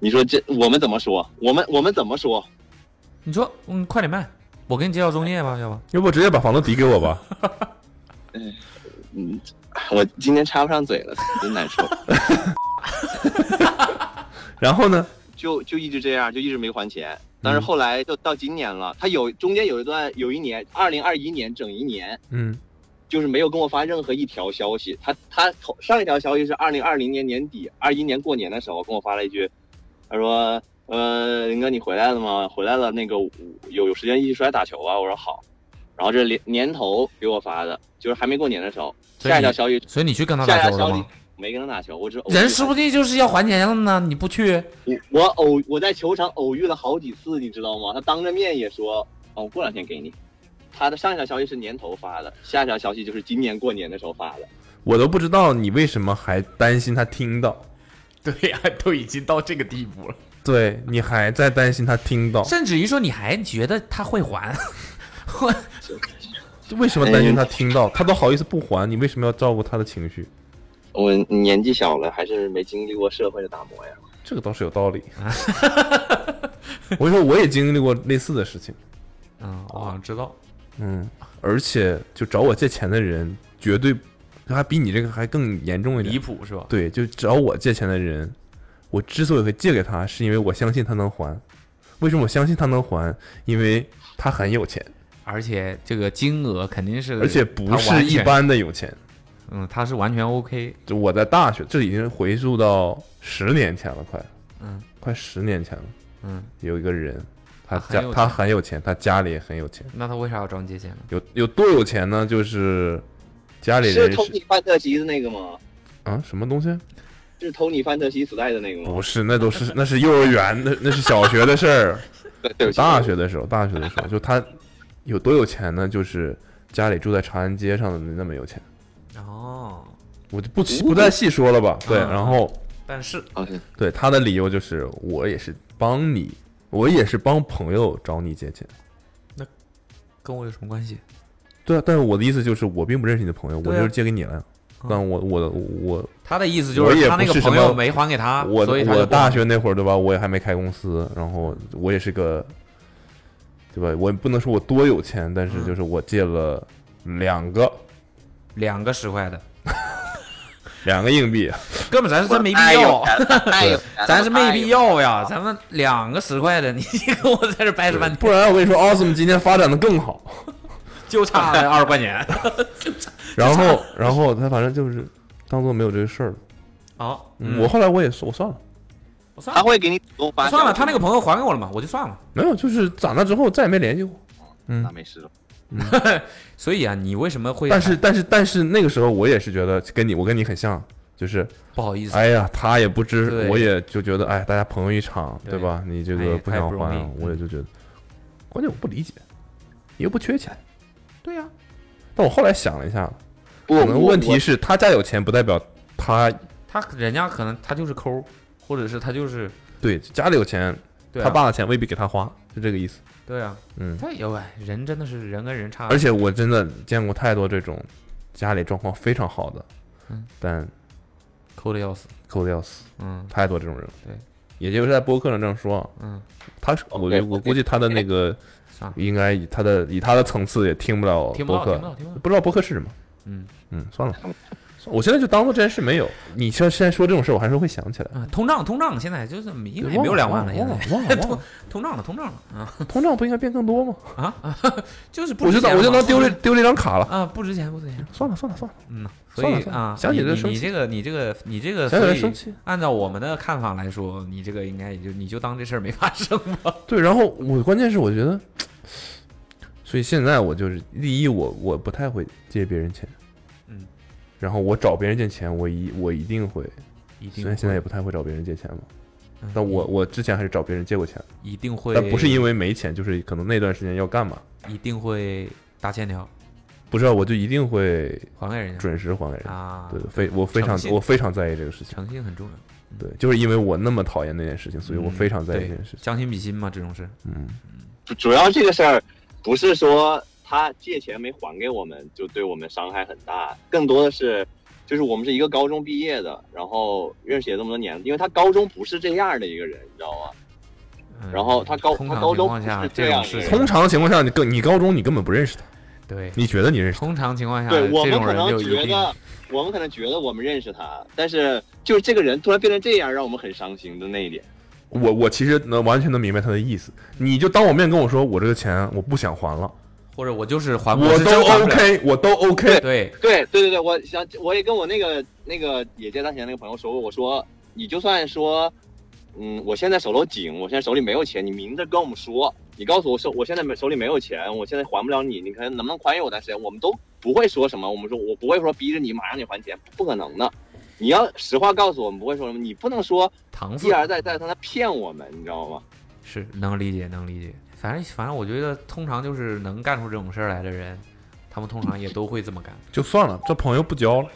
S14: 你说这我们怎么说？我们我们怎么说？
S7: 你说，嗯，快点卖，我给你介绍中介吧，要不？
S3: 要不直接把房子抵给我吧？
S14: 嗯，我今天插不上嘴了， (laughs) 真难受。
S3: 然后呢？
S14: 就就一直这样，就一直没还钱。但是后来就到今年了，他有中间有一段有一年，二零二一年整一年
S3: 嗯
S14: 就是没有跟我发任何一条消息。他他头上一条消息是二零二零年年底，二一年过年的时候跟我发了一句，他说：“呃，林哥你回来了吗？回来了，那个我有有时间一起出来打球啊？”我说好。然后这年年头给我发的，就是还没过年的时候，
S7: 所以
S14: 下一条
S7: 你
S14: 消息
S7: 所以你去跟他
S14: 下
S7: 打
S14: 一条
S7: 球了
S14: 消息
S7: 吗？
S14: 没跟他打球，我只偶遇
S7: 人
S14: 他
S7: 说不定就是要还钱了呢，你不去，
S14: 我我偶我在球场偶遇了好几次，你知道吗？他当着面也说，哦，过两天给你。他的上一条消息是年头发的，下一条消息就是今年过年的时候发的。
S3: 我都不知道你为什么还担心他听到，
S7: 对呀、都已经到这个地步了，
S3: 对你还在担心他听到，
S7: 甚至于说你还觉得他会还， (laughs) 我
S3: 为什么担心他听到？他都好意思不还，你为什么要照顾他的情绪？
S14: 我年纪小了，还是没经历过社会的打磨呀。
S3: 这个倒是有道理。我跟你说，我也经历过类似的事情，
S7: 嗯，我好像知道，
S3: 嗯，而且就找我借钱的人，绝对他比你这个还更严重一
S7: 离
S3: 点。
S7: 谱是吧？
S3: 对，就找我借钱的人，我之所以会借给他，是因为我相信他能还。为什么我相信他能还？因为他很有钱，
S7: 而且这个金额肯定是，
S3: 而且不
S7: 他
S3: 是
S7: 完
S3: 一
S7: 全，
S3: 般的有钱。
S7: 嗯，他是完全 OK，
S3: 就我在大学，这已经回溯到十年前了，快，
S7: 嗯，
S3: 快十年前了。
S7: 嗯，
S3: 有一个人，他
S7: 他啊
S3: 家
S7: 很有
S3: 他
S7: 钱
S3: 很有钱，他家里也很有钱，
S7: 那他为啥要找你借钱呢？
S3: 有有多有钱呢？就是家里
S14: 是
S3: 人
S14: 偷你范特西的那个吗？
S3: 啊，什么东西？
S14: 是偷你范特西时代的那个吗？
S3: 不是，那都是 (laughs) 那是幼儿园，那那是小
S2: (laughs)
S3: 学的事儿。
S14: 对对不起，
S3: 大学的时候，大学的时候，就他有多有钱呢？就是家里住在长安街上的那么有钱，
S2: 哦，
S3: 我就不不再细说了吧。对，
S2: 啊
S3: 然后
S2: 但是
S14: 好 (laughs) 像
S3: 对他的理由就是我也是帮你，我也是帮朋友找你借钱。
S2: 跟我有什么关系？
S3: 对啊，但是我的意思就是我并不认识你的朋友，我
S2: 对啊
S3: 就是借给你了呀。但我我我
S2: 他的意思就
S3: 我也
S2: 他那
S3: 不
S2: 个
S3: 是什
S2: 朋
S3: 么
S2: 友没还给他，
S3: 我
S2: 啊所以他
S3: 我
S2: 就
S3: 大学那会儿对吧，我也还没开公司，然后我也是个，对吧？我也不能说我多有钱，但
S2: 嗯
S3: 是就是我借了两个、
S2: 两个十块的，
S3: 两个硬币，
S2: 哥们咱是真没必
S5: 太
S3: 哎
S5: 有
S2: 要，
S5: 钱了，太有钱了
S2: (laughs) 咱是没必。
S5: 太有钱了
S2: 要呀，咱们两个十块的，你 (laughs) 你跟我在这掰扯半天，
S3: 不然我跟你说，Awesome 今天发展的更好。
S2: (laughs) 就差那二十块
S3: (laughs)
S2: 钱。
S3: 然后然后他反正就是当做没有这个事儿了。
S2: 好，
S3: 嗯我后来我也说，我算了，
S2: 我算
S14: 他
S2: 了，
S14: 会给你主动发
S2: 我
S14: 消息吗。
S2: 算了，他那个朋友还给我了嘛，我就算了。
S3: 没有，就是长大之后再也没联系过。
S14: 那没事了。
S2: 所以啊，你为什么会？
S3: 但是但是但是那个时候我也是觉得跟你我跟你很像，就是
S2: 不好意思，
S3: 哎呀，他也不知
S2: 对，
S3: 我也就觉得，哎，大家朋友一场，
S2: 对
S3: 对吧？你这
S2: 哎
S3: 个不
S2: 太
S3: 想
S2: 不容
S3: 还
S2: 易，嗯
S3: 我也就觉得，关键我不理解，你又不缺钱。
S2: 对呀，
S3: 但我后来想了一下，
S14: 不，
S3: 可能
S14: 我
S3: 问题是他家有钱，不代表他
S2: 他人家可能他就是抠，或者是他就是
S3: 对家里有钱，
S2: 对啊
S3: 他爸的钱未必给他花，是这个意思。
S2: 对啊，
S3: 嗯，
S2: 他有哎，人真的是人跟人差，
S3: 而且我真的见过太多这种家里状况非常好的
S2: 嗯，
S3: 但
S2: 抠的要死。
S3: 抠的要死，
S2: 嗯，
S3: 太多这种人。
S2: 对，
S3: 也就是在播客上这样说。
S2: 嗯，
S3: 他是我我估计他的那个
S2: 啊
S3: 应该以他的以他的层次也听不了
S2: 听不
S3: 播
S2: 到，
S3: 客
S2: 听不，到，听不到。
S3: 不知道播客是什么。
S2: 嗯
S3: 嗯，算了，我现在就当做这件事没有。你现在现在说这种事，我还是会想起来。
S2: 啊，通胀，通胀，现在就是应该也
S3: 忘
S2: 没有两万了，现
S3: 忘了
S2: 在
S3: 忘了，忘
S2: (laughs)
S3: (laughs) 了
S2: 通胀了，通胀了啊，
S3: 通胀不应该变更多吗？
S2: 就是不
S3: 我就
S2: 值
S3: 当
S2: 钱
S3: 我就
S2: 嘛
S3: 当丢了丢了一张卡了。
S2: 啊，不值钱，不值钱。
S3: 算了算了算了，
S2: 嗯，所
S3: 算了
S2: 以
S3: 算了
S2: 啊，
S3: 想起
S2: 你
S3: 来
S2: 你
S3: 生
S2: 你
S3: 气
S2: 这个你这个你这个，
S3: 想起
S2: 所
S3: 来
S2: 以
S3: 生气。
S2: 按照我们的看法来说，你这个应该也就你就当这事儿没发生吧。
S3: 对，然后我关键是我觉得，所以现在我就是第一，我我不太会借别人钱，
S2: 嗯，
S3: 然后我找别人借钱，我一我一定会，
S2: 一定
S3: 虽然现在也不太会找别人借钱了，
S2: 嗯
S3: 但我我之前还是找别人借过钱，
S2: 一定会，
S3: 但不是因为没钱，就是可能那段时间要干嘛，
S2: 一定会打欠条
S3: 不知道我就一定会
S2: 还给人家
S3: 准时还给人。
S2: 嗯啊，
S3: 对，非我非常
S2: 诚信
S3: 我非常在意这个事情，
S2: 诚信很重要，
S3: 对，就是因为我那么讨厌那件事情，所以我
S2: 嗯
S3: 非常在意
S2: 对
S3: 这件事情。
S2: 将心比心嘛，这种事。
S3: 嗯，
S14: 主主要这个事儿，不是说他借钱没还给我们，就对我们伤害很大，更多的是，就是我们是一个高中毕业的，然后认识也这么多年，因为他高中不是这样的一个人，你知道吗？
S2: 嗯
S14: 然后他高
S2: 通
S14: 他
S2: 常
S14: 高
S2: 情
S14: 中
S2: 况下
S14: 不是这
S2: 这种
S14: 样
S2: 事
S14: 的
S2: 情
S14: 人，
S3: 通常情况下，你更你高中你根本不认识他，
S2: 对，
S3: 你觉得你认识他，
S2: 通常情况下
S14: 对我
S2: 这
S14: 们
S2: 种
S14: 可
S2: 人
S14: 能
S2: 就有
S14: 觉
S2: 病。
S14: 得，我们可能觉得我们认识他，但是就是这个人突然变成这样，让我们很伤心的那一点。
S3: 我我其实能完全能明白他的意思，你就当我面跟我说我这个钱我不想还了，
S2: 或者啊我就是还
S3: 我
S2: 是
S3: 都
S2: 真还不了
S3: OK，我都 OK，
S2: 对，
S14: 对对对对，我想我也跟我那个那个也在当前那个朋友说过，我说你就算说，嗯，我现在手头紧，我现在手里没有钱，你明着跟我们说，你告诉我说我现在没手里没有钱，我现在还不了你，你看能不能宽裕我段时间？我们都不会说什么，我们说我不会说逼着你马上你还钱，不可能的。你要实话告诉我们，不会说什么，你不能说
S2: 搪
S14: 一
S2: 塞
S14: 而再再而三的骗我们，你知道吗？
S2: 是能理解，能理解。反正反正，我觉得通常就是能干出这种事儿来的人，他们通常也都会这么干。
S3: 就算了，这朋友不交了，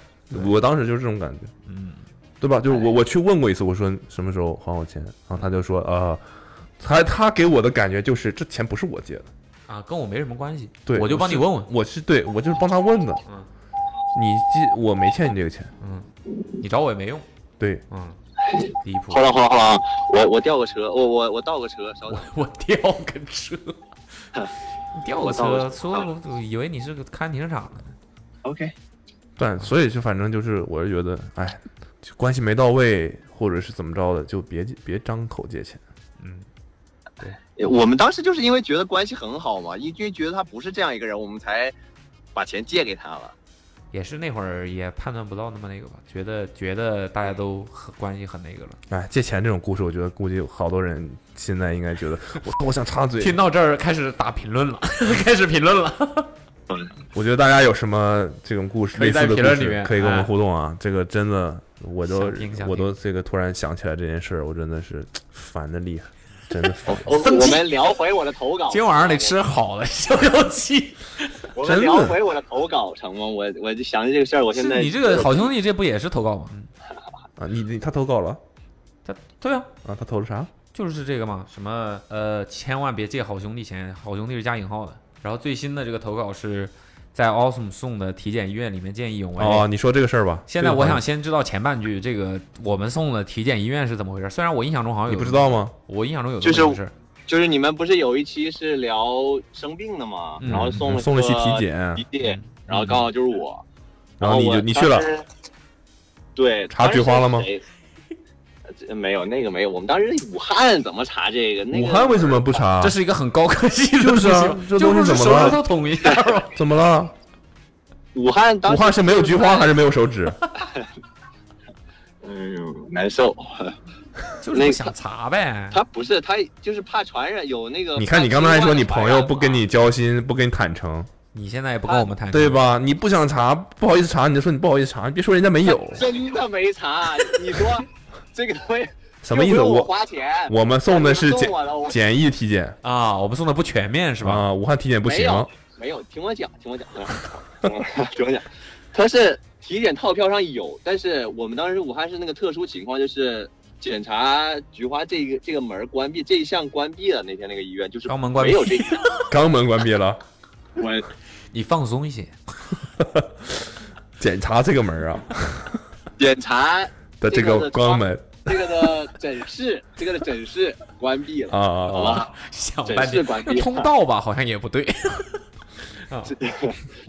S3: 我当时就是这种感觉，
S2: 嗯，
S3: 对吧？就是我我去问过一次，我说什么时候还我钱，然后他就说呃，他他给我的感觉就是这钱不是我借的，
S2: 啊，跟我没什么关系，
S3: 对
S2: 我就帮你
S3: 是
S2: 问问。
S3: 我是对我就是帮他问的，
S2: 嗯
S3: 你记我没欠你这个钱，
S2: 嗯，你找我也没用。
S3: 对，
S2: 嗯，离谱
S14: 好。了好了好了啊，我我调个车，我我我倒个车，稍等。
S2: 我掉个车，你掉个
S14: 我
S2: 车，说我以为你是个看停车场的。
S14: OK，
S3: 但所以就反正就是我是觉得，哎，就关系没到位或者是怎么着的，就别别张口借钱。
S14: 呃我们当时就是因为觉得关系很好嘛，因为觉得他不是这样一个人，我们才把钱借给他了。
S2: 也是那会儿也判断不到那么那个吧，觉得觉得大家都很关系很那个了。
S3: 哎，借钱这种故事，我觉得估计有好多人现在应该
S2: (laughs)
S3: 觉得，我我想插嘴
S2: 听。到这儿开始打评论了， (laughs) 开始评论了。
S3: 我觉得大家有什么这种故事
S2: 可以
S3: 类似
S2: 在
S3: 的
S2: 评论
S3: 故事
S2: 里面
S3: 可以跟我们
S2: 哎
S3: 互动啊。这个真的，我都
S2: 想听想
S3: 我
S2: 听
S3: 都这个突然想起来这件事儿，我真的是烦的厉害。真的烦。 (laughs)
S14: 我我们聊回我的投稿，
S2: 今晚上得吃好的消消气。
S14: 我
S3: 真
S14: 们
S3: 的
S14: 聊回我的投稿成吗？我我就想起这个事 (laughs) 儿，我现在
S2: 是你这个好兄弟，这不也是投稿吗？
S3: 啊！你你他投稿了
S2: 他对啊，
S3: 啊？他投了啥？
S2: 就是这个嘛，什么呃，千万别借好兄弟钱，好兄弟是加引号的。然后最新的这个投稿是在 Awesome 送的体检医院里面见义勇为。
S3: 哦，你说这个事儿吧。
S2: 现在我
S3: 这个
S2: 想
S3: 好像
S2: 先知道前半句，这个我们送的体检医院是怎么回事？虽然我印象中好像有，
S3: 你不知，道吗？
S2: 我印象中有
S14: 就是
S2: 这么回事。
S14: 就是你们不是有一期是聊生病的吗？
S2: 嗯
S14: 然后送了
S3: 送了期
S14: 个
S3: 体检，
S14: 体检，然后刚好就是我，
S3: 然后你
S14: 哦我
S3: 就你去了
S14: 当，时。对，
S3: 查菊花了吗
S14: 当时是谁？呃没有，那个没有。我们当时武汉怎么查这个？那
S3: 武
S14: 个
S3: 汉为什么不查
S2: 这？是一个很高科技的东
S3: 啊就
S2: 西
S3: 是啊
S2: 吧，
S3: 这
S2: 就
S3: 东西
S2: 不是
S3: 怎么
S2: 手指
S3: 了
S2: 头
S14: (laughs)
S2: 捅一下吗？
S3: 怎么了？
S14: 武汉当
S3: 武
S14: 时
S3: 汉是没有菊花还是没有手指？
S14: 哎呦，难受。
S2: 就是不想查呗。
S14: 他不是他，就是怕传染有那个。
S3: 你看你刚才说你朋友不跟
S14: 啊
S3: 你交心，不跟你坦诚，
S2: 你现在也不跟我们谈，
S3: 啊对？吧？你不想查，不好意思查，你就说你不好意思查，你别说人家没有，
S14: (laughs) 真的没查，你说这个东西
S3: 什么意思？
S14: 又不用我
S3: 我
S14: 花钱，
S3: 我们送的是
S14: 送
S3: 简
S14: 我了我
S3: 简易体检
S2: 啊，我们送的不全面是
S14: 嗯
S2: 吧？
S3: 啊，武汉体检不
S14: 没
S3: 行，
S14: 有没有，听我讲，听我讲， (laughs) 听我讲听我讲，他是体检套票上有，但是我们当时武汉是那个特殊情况，就是检查菊花这个这个门儿关闭，这一项关闭了。那天那个医院就是
S2: 肛门关闭
S14: 没有这一项。
S3: 肛门关闭了，
S14: 我
S2: 你放松一些，
S3: 检查这个门
S14: (laughs)
S3: 啊
S14: 检查
S3: 的这个
S14: 这个
S3: 肛门
S14: 这个的诊室，这个的诊室关闭了，
S3: 啊
S2: 哦
S14: 好
S3: 啊啊！
S14: 吧？
S2: 想
S14: 诊
S2: 半
S14: 室
S2: 天
S14: 关
S2: 那
S14: 闭
S2: 通道吧，好像也不对。
S14: (laughs)
S2: (laughs)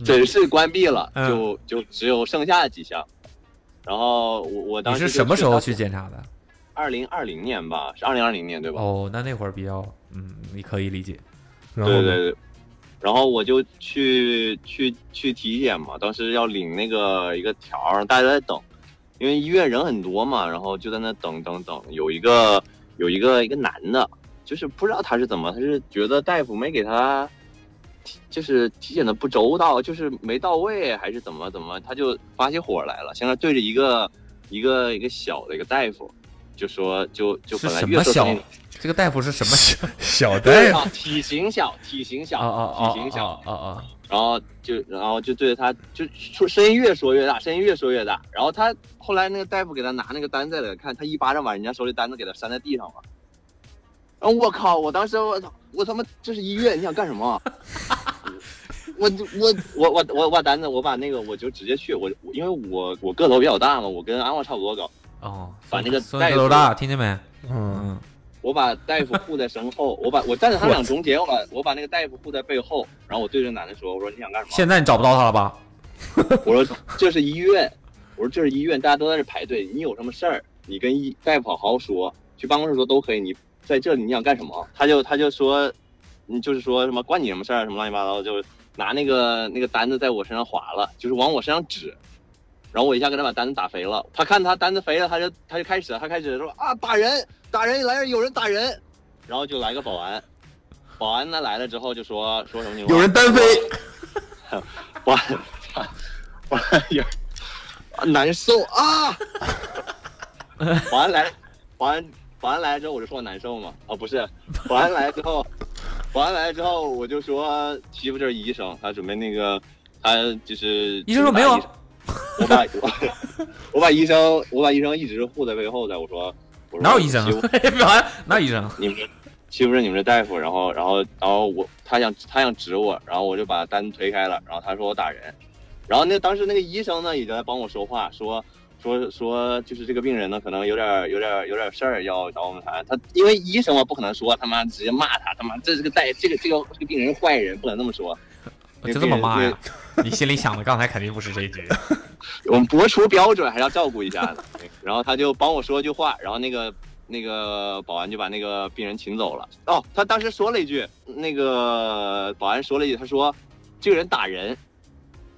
S14: 诊室关闭了，
S2: 嗯
S14: 就就只有剩下的几项。然后我我当
S2: 你
S14: 时
S2: 是什么时候去检查的？
S14: 二零二零年吧，是二零二零年对吧？
S2: 哦，那那会儿比较，嗯，你可以理解。
S3: 然后
S14: 对
S3: 呢
S14: 对对。然后我就去去去体检嘛，当时要领那个一个条儿，大家都在等，因为医院人很多嘛，然后就在那等等等。有一个有一个一个男的，就是不知道他是怎么，他是觉得大夫没给他体，就是体检的不周到，就是没到位还是怎么怎么，他就发起火来了，现在对着一个一个一个小的一个大夫，就说就就是本来
S2: 什
S14: 越
S2: 么
S14: 说他
S2: 小
S14: 那
S2: 这个大夫是什么
S14: (laughs)
S2: 小？
S3: 小戴
S14: 对啊，体型小，体型小，
S2: 啊啊啊
S14: 体型小，
S2: 啊啊啊！
S14: 然后就然后就对着他就说声音越说越大，声音越说越大。然后他后来那个大夫给他拿那个单子来看，他一巴掌把人家手里单子给他扇在地上了。然后我靠！我当时我操！我他妈这是医院，你想干什么？ (laughs) 我我我我我我把单子我把那个我就直接去我我因为我我个头比较大嘛，我跟安旺差不多高，
S2: 哦，
S14: 把那个
S2: 孙
S14: 大
S2: 子
S14: 夫
S2: 楼大，听见没？
S3: 嗯，
S2: 嗯，
S14: 我把大夫护在身后，我把我站在他们俩中间，我把我把那个大夫护在背后，然后我对着男的说：“我说你想干什么？”
S2: 现在你找不到他了吧？
S14: 我说这是医院，我说这是医院，大家都在这排队，你有什么事儿，你跟医大夫好好说，去办公室说都可以，你在这里你想干什么？他就他就说，你就是说什么关你什么事儿，什么乱七八糟，就是拿那个那个单子在我身上划了，就是往我身上指。然后我一下给他把单子打飞了，他看他单子飞了，他就他就开始他开始说啊打人打人来人有人打人，然后就来个保安，保安呢来了之后就说说什么情况
S3: 有人单飞，
S14: 我我有难受啊！保安来，保安保安来了之后我就说难受嘛，哦不是，保安来了之后， (laughs) 保安来了之后我就说媳妇这是医生，他准备那个，他就是
S2: 医生说没有啊，
S14: 我把我我把医生我把医生一直护在背后的，我说我说
S2: 哪有医生
S14: 媳妇
S2: (laughs) 啊？表演哪有医生
S14: (laughs)
S2: 啊？
S14: 你们欺负着你们这大夫，然后然后然后我他想他想指我，然后我就把单推开了，然后他说我打人，然后那当时那个医生呢也在帮我说话，说说说就是这个病人呢可能有点有点有点事儿要找我们谈，他因为医生嘛不可能说他妈直接骂他，他妈这是个大这个这个这个病人是坏人，不能这么说。
S2: 就这么骂呀？ (laughs) 你心里想的刚才肯定不是这一句。 (laughs)
S14: 我们播出标准还是要照顾一下的。 (laughs) 然后他就帮我说一句话，然后那个那个保安就把那个病人请走了。哦，他当时说了一句，那个保安说了一句，他说这个人打人。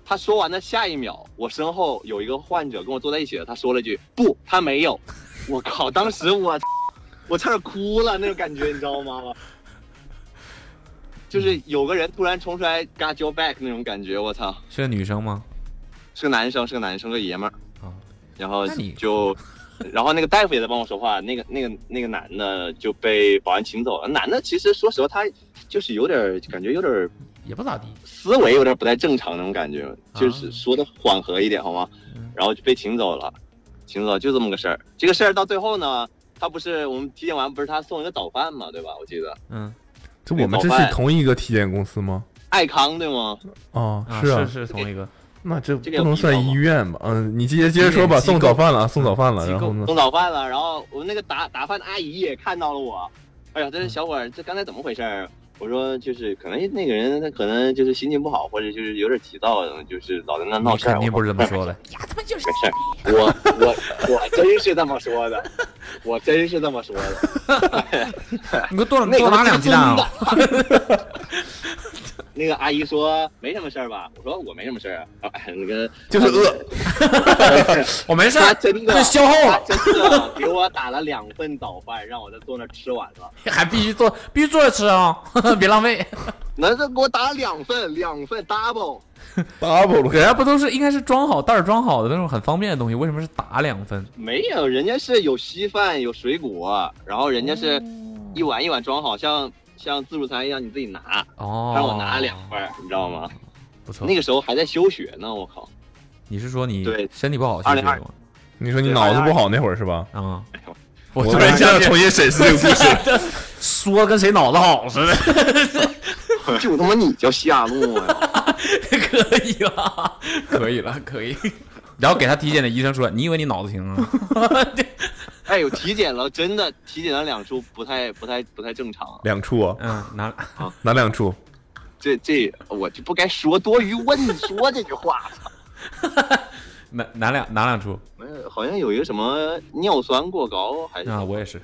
S14: 他说完的下一秒，我身后有一个患者跟我坐在一起的，他说了一句不，他没有。我靠，当时我我差点哭了，那种感觉你知道吗？ (laughs) 就是有个人突然冲出来 got your back 那种感觉，我操！
S2: 是个女生吗？
S14: 是个男生，是个男生，是个爷们儿
S2: 哦。
S14: 然后
S2: (laughs) 那你
S14: 就然后那个大夫也在帮我说话，那个那个那个男的就被保安请走了。男的其实说实话，他就是有点儿感觉有点儿
S2: 也不咋地。
S14: 思维有点不太正常那种感觉，
S2: 啊
S14: 就是说的缓和一点好吗？
S2: 嗯
S14: 然后就被请走了，请走就这么个事儿。这个事儿到最后呢，他不是我们体检完不是他送了个早饭嘛，对吧？我记得
S2: 嗯，
S3: 这我们这是同一个体检公司吗？
S14: 爱康对吗？
S3: 哦，
S2: 啊
S3: 是啊，
S2: 是是同一个
S3: 那这
S14: 这
S3: 不
S14: 个有
S3: 能
S14: 必要
S3: 算
S14: 吗
S3: 医院吧？嗯，你接接着说吧。
S2: 机构
S3: 送早饭了，
S14: 嗯
S3: 送早饭了，
S2: 机构
S3: 然后呢？
S14: 送早饭了，然后我们那个打打饭的阿姨也看到了我，哎呀，
S2: 嗯
S14: 这小伙儿这刚才怎么回事儿？我说就是可能那个人他可能就是心情不好，或者就是有点急躁，嗯就是老在那闹
S2: 你
S14: 事儿。啊
S2: 肯定不是这么说的。
S14: 没事儿，我我我真是这么说的，我真是这么说的。
S2: 你给我多
S14: 那
S2: 多
S14: 个
S2: 拿
S14: 是
S2: 两鸡蛋啊！
S14: 那个阿姨说没什么事儿吧？我说我没什么事儿啊，啊那个
S3: 就是饿，
S2: 我没事儿
S14: 他，真的
S2: 这消耗了，
S14: 他真的给我打了两份早饭，让我在坐那儿吃完了。
S2: 还必须坐必须坐着吃啊， (laughs) 别浪费。
S14: 那这给我打两份，两份 double。
S3: double 了
S2: 人家不都是应该是装好袋儿装好的那种很方便的东西，为什么是打两分？
S14: 没有，人家是有稀饭，有水果，然后人家是一碗一碗装好，像像自助餐一样，你自己拿。
S2: 哦
S14: 他，让我拿了两份儿，你知道吗？
S2: 不错。
S14: 那个时候还在休学呢，我
S2: (laughs)
S14: 靠！
S2: 你是说你
S14: 对
S2: 身体不好休息
S14: 2022
S2: 吗？
S3: 你说你脑子不好那会儿是吧？
S2: 啊，
S3: 我
S2: 我
S3: 突然
S2: 想
S3: 想重新审视这个故事。 (laughs)
S2: 说跟谁脑子好似的， (laughs)
S14: 就他妈你叫夏洛
S2: 啊
S14: 呀！
S2: 可以了， (laughs) 可以了，可以。然后给他体检的医生说：“你以为你脑子行 (laughs) 啊
S14: (laughs) 哎呦，体检了，真的体检了两处，不太不太不太正常啊。
S3: 两处啊？”，
S2: 嗯，拿
S3: 哪两处？
S14: 这这我就不该说多余问说这句
S2: (laughs)
S14: 话。
S2: 拿拿两拿两出
S14: 没有，好像有一个什么尿酸过高还是
S2: 啊！我也是。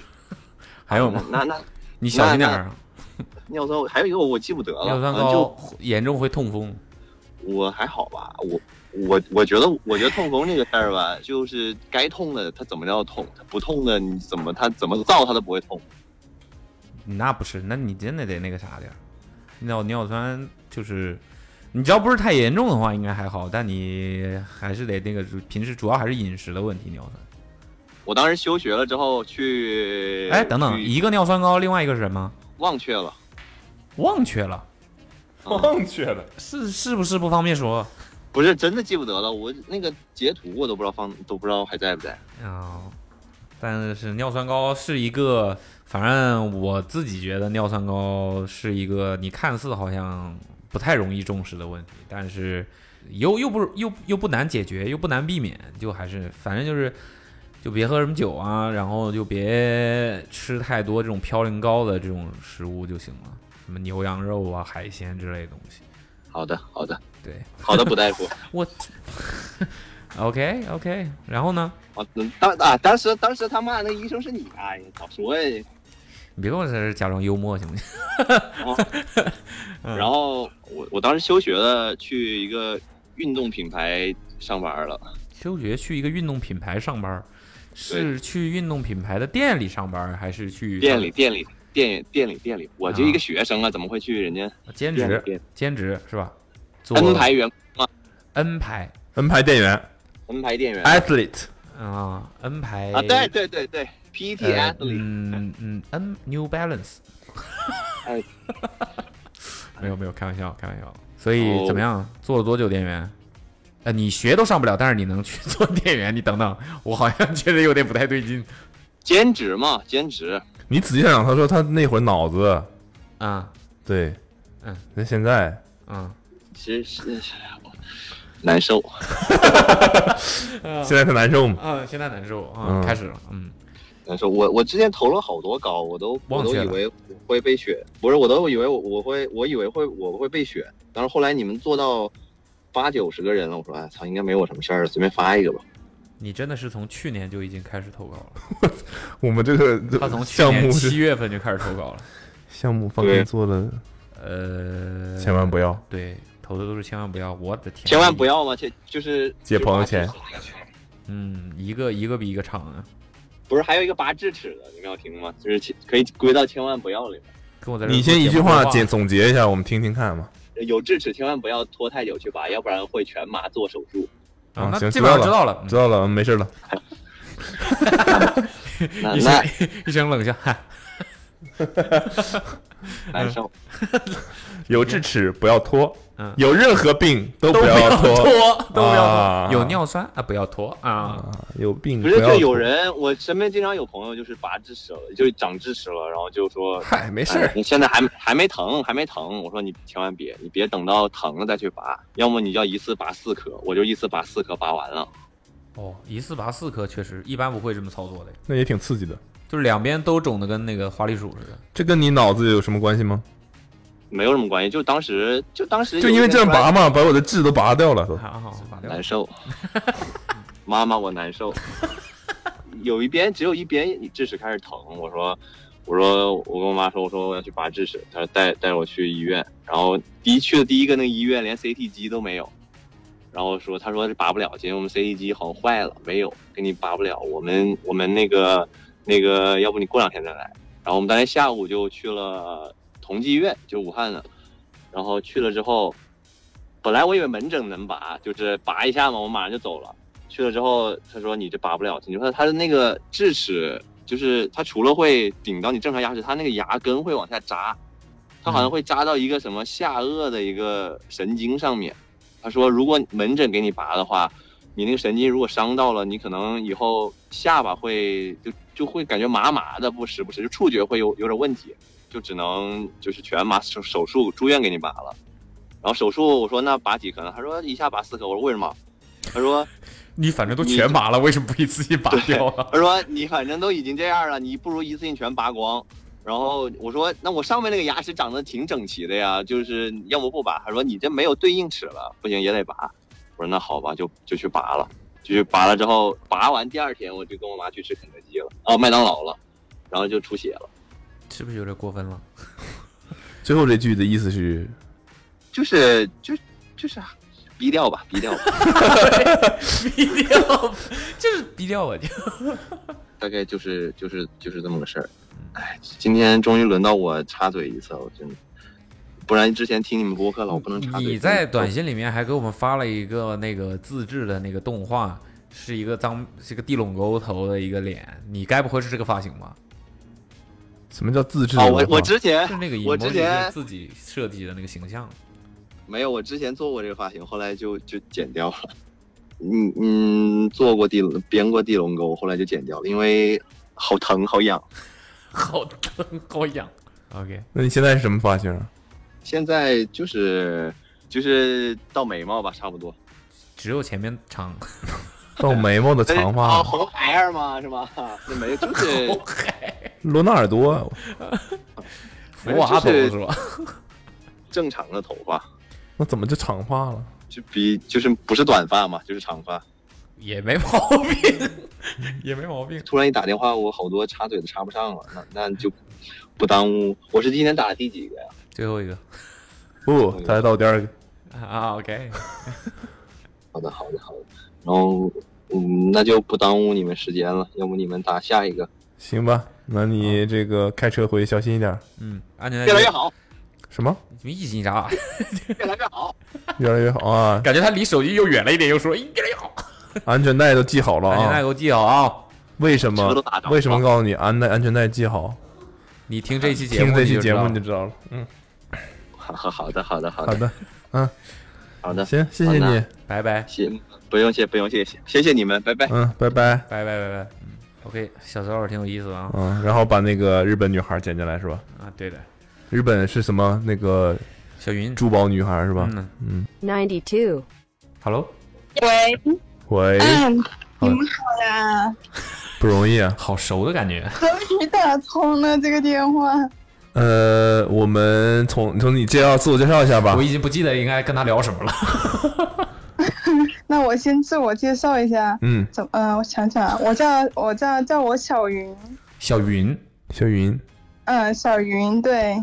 S2: 还有吗？
S14: 那那
S2: 你小心点儿啊，
S14: 尿酸，还有一个我记不得了，
S2: 尿酸
S14: 好像就
S2: 高严重会痛风。
S14: 我还好吧，我我我觉得，我觉得痛风这个事儿吧，就是该痛的它怎么要痛，它不痛的你怎么它怎么造它都不会痛。
S2: 那不是，那你真的得那个啥点儿。尿尿酸就是，你只要不是太严重的话，应该还好。但你还是得那个，平时主要还是饮食的问题。尿酸。
S14: 我当时休学了之后去，
S2: 哎，等等，
S14: 去
S2: 一个尿酸高，另外一个是什么？
S14: 忘却了，
S2: 忘却了，
S3: 忘却了。
S2: 是是不是不方便说？
S14: 不是真的记不得了，我那个截图我都不知道放都不知道还在不在。
S2: 啊、但是尿酸高是一个，反正我自己觉得尿酸高是一个你看似好像不太容易重视的问题，但是又又不又又不难解决，又不难避免，就还是反正就是。就别喝什么酒啊，然后就别吃太多这种嘌呤高的这种食物就行了，什么牛羊肉啊、海鲜之类的东西。
S14: 好的，好的，
S2: 对
S14: 好的，卜大夫。
S2: ，OK OK，然后呢？
S14: (laughs) 啊，嗯当啊，当时当时他骂那个医生是你，哎呀，早说呀。
S2: 你别跟我在这儿假装幽默行不行？嗯
S14: 然后我我当时休学了，去一个运动品牌上班了。
S2: 休学去一个运动品牌上班儿，是去运动品牌的店里上班儿，还是去
S14: 店里店里店店里店里，我就
S2: 啊
S14: 一个学生啊，怎么会去人家
S2: 兼
S14: 店里
S2: 职？
S14: 店
S2: 兼职是吧？做
S14: N 牌员
S2: N 牌
S3: N 牌店员
S14: N 牌店员
S2: 哎
S14: 啊？
S3: ，athlete，
S2: 啊，N 牌
S14: 对对对对，PT E
S2: 呃
S14: athlete，
S2: 嗯嗯，N New Balance，
S14: 哎
S2: (laughs) 没有没有，开玩笑开玩笑。所以
S14: 哦
S2: 怎么样？做了多久店员？呃，你学都上不了，但是你能去做店员？你等等，我好像觉得有点不太对劲
S14: 兼职嘛，兼职。
S3: 你仔细想想，他说他那会儿脑子
S2: 啊
S3: 对，
S2: 嗯，
S3: 那现在
S2: 嗯，
S14: 其实是难受，嗯
S3: 现在他难受吗？
S2: 啊，现在难受啊，
S3: 嗯
S2: 开始了，嗯，
S14: 难受。我我之前投了好多高，我都我
S2: 忘
S14: 都
S2: 却
S14: 以
S2: 了
S14: 为我会被选，不是，我都以为我我会，我以为会我会被选，但是后来你们做到八九十个人了，我说哎操，应该没我什么事儿了，随便发一个吧。
S2: 你真的是从去年就已经开始投稿
S3: (laughs)
S2: 了。
S3: 我们这个
S2: 他从去
S3: 项
S2: 年
S3: 目
S2: 七
S3: 是
S2: 月份就开始投稿了。
S3: 项目方面
S14: 对
S3: 做了，
S2: 呃，
S3: (laughs) 千万不要。
S2: 对投的都是千万不要，我的天，
S14: 千万不，要嘛，这就是
S3: 借朋友钱。
S14: 就是
S2: 嗯，一个一个比一个长啊，
S14: 不是还有一个拔智齿的，你们要听吗？就是其可以归到千万不要里面，
S2: 跟我在这儿
S3: 你先一句
S2: 说话啊
S3: 话简总结一下，我们听听看嘛。
S14: 有智齿千万不要拖太久去拔，要不然会全麻做手术。
S2: 啊，那
S3: 行，
S2: 基本上知
S3: 知嗯
S2: 道了，
S3: 知道了，嗯没事了。 (laughs)
S14: 那
S15: 一
S14: 那
S15: 声
S3: 嗯
S15: 一声冷笑，
S2: (laughs)
S15: 哈
S14: 难受。
S3: 嗯有智齿不要拖
S15: 嗯，
S3: 有任何病都
S15: 都
S3: 不要
S15: 拖，都不要
S3: 啊
S15: 拖，有尿酸啊不要拖啊，
S3: 有病
S14: 不是，
S3: 要
S14: 就有
S3: 拖。
S14: 人，我身边经常有朋友就是拔智齿了，就长智齿了，然后就说
S3: 嗨，没事
S14: 哎
S3: 儿，
S14: 你现在还没还没疼，还没疼。我说你千万别，你别等到疼了再去拔，要么你就要一次拔四颗，我就一次把四颗拔完了。
S2: 哦，一次拔四颗，确实一般不会这么操作的，
S3: 那也挺刺激的。
S2: 就是两边都肿的跟那个花栗鼠似的。
S3: 这跟你脑子有什么关系吗？
S14: 没有什么关系，就当时就当时
S3: 就因为这样拔
S14: 吗？
S3: 嘛，把我的痣都拔掉了都。
S2: 还好，拔掉
S14: 难受， (laughs) 妈妈我难受。有一边只有一边智齿开始疼，我说我说我跟我妈说我说我要去拔智齿，她说带带我去医院，然后第一去的第一个那个医院连 CT 机都没有，然后说她说拔不了，今天我们 CT 机好像坏了，没有给你拔不了，我们我们那个那个要不你过两天再来，然后我们当天下午就去了呃同济医院，就武汉的，然后去了之后。本来我以为门诊能拔，就是拔一下嘛，我马上就走了。去了之后，他说你这拔不了，你说他的那个智齿，就是它除了会顶到你正常牙齿，它那个牙根会往下扎，它好像会扎到一个什么下颚的一个神经上面。他说，如果门诊给你拔的话，你那个神经如果伤到了，你可能以后下巴会就就会感觉麻麻的，不时不时就触觉会有有点问题，就只能就是全麻手手术住院给你拔了。然后手术我说那拔几颗呢？他说一下拔四颗。我说为什么？他说
S2: 你反正都
S14: 你
S2: 全麻了，为什么不一次性拔掉
S14: (laughs)
S2: 啊？
S14: 他说你反正都已经这样了，你不如一次性全拔光。然后我说那我上面那个牙齿长得挺整齐的呀，就是要么不拔。他说你这没有对应齿了，不行也得拔。我说那好吧，就就去拔了。就去拔了之后，拔完第二天我就跟我妈去吃肯德基了，哦麦当劳了，然后就出血了。
S2: 是不是有点过分了？
S3: 最后这句的意思是，
S14: 就是就就是啊逼掉吧，逼掉吧，
S2: 逼掉，就是逼掉我啊就。
S14: 大概就是就是就是这么个事儿。哎，今天终于轮到我插嘴一次了，我真的，不然之前听你们播客老
S2: (laughs)
S14: 不能插嘴。
S2: 你在短信里面还给我们发了一个那个自制的那个动画，是一个脏，是一个地垄沟头的一个脸，你该不会是这个发型吧？
S3: 什么叫自制的
S14: 啊，
S3: 文化？
S14: 我我之前
S2: 是那个
S14: 我
S2: emoji
S14: 之
S2: 是
S14: 前
S2: 自己设计的那个形
S14: (laughs)
S2: 象，
S14: 没有，我之前做过这个发型，后来就就剪掉了。嗯嗯，做过地编过地龙沟，后来就剪掉了，因为好疼好痒。
S2: 好疼好痒。OK，
S3: 那你现在是什么发型？啊
S14: 现在就是就是到眉毛吧，差不多。
S2: 只有前面长，
S3: 到眉毛的长发，
S14: 啊， (laughs) 红孩儿嘛，是吗？ (laughs) 那没有，就是
S2: (laughs)
S3: 罗纳尔多，
S2: 福娃头
S14: 就是
S2: 是吧？
S14: 正常的头发，
S3: 那怎么就长发了？
S14: 就比就是不是短发嘛，就是长发。
S2: 也没毛病， (laughs) 也没毛病。
S14: 突然一打电话，我好多插嘴都插不上了，那那就不耽误。我是今天打的第几个呀？
S2: 最后一个
S3: 不，他还到第二个。
S2: 啊，OK，
S14: 好的，好的，好的。然后，嗯，那就不耽误你们时间了，要不你们打下一个，
S3: 行吧，那你这个开车回小心一点。
S2: 嗯，安全
S14: 越来
S2: 带
S14: 越，好，
S3: 什么？
S2: 你一惊一乍，
S14: 越来越好。
S3: 越来越好啊！ (laughs)
S2: 感觉他离手机又远了一点，又说哎越来越好。
S3: 安全带都系好了
S2: 安全带
S3: 啊
S2: 给！我系好啊！
S3: 为什
S14: 车
S3: 么
S14: 都打着？了
S3: 为什么告诉你安带安全带系好？
S2: 你听这期节目，
S3: 嗯听这期节目
S2: 你
S3: 你
S2: 就
S3: 就
S2: 知
S3: 知道了。嗯，
S14: 好 (laughs) 好好的，好的，好
S3: 好
S14: 的，
S3: 的，
S14: 好的，
S3: 行，谢谢
S14: 好
S3: 你
S14: 的，
S2: 道拜拜
S14: 谢，不用谢，不用谢，谢谢谢你们，拜拜。
S3: 嗯，拜拜，
S2: 拜拜拜拜。嗯，OK，小骚扰挺有意思的啊
S3: 嗯，然后把那个日本女孩捡进来是吧？
S2: 啊，对的，
S3: 日本是什么那个
S2: 小云，
S3: 珠宝女孩是吧？
S2: 嗯
S13: 92.
S2: ，Hello，
S6: 喂，
S3: 喂，
S6: 嗯，
S3: 好
S6: 你
S3: 的
S6: 们好呀，
S3: 不容易啊。
S2: 好熟的感觉，
S6: 终于打通了这个电话。
S3: 呃，我们从从你介绍自我介绍一下吧
S2: (laughs) 我。已经不记得应该跟他聊什么了。
S3: 啊
S6: 那我先自我介绍一下，
S3: 嗯，
S6: 怎么？嗯、我想想啊，我叫我叫叫我小云，
S2: 小云，
S3: 小云
S6: 嗯，小云，对，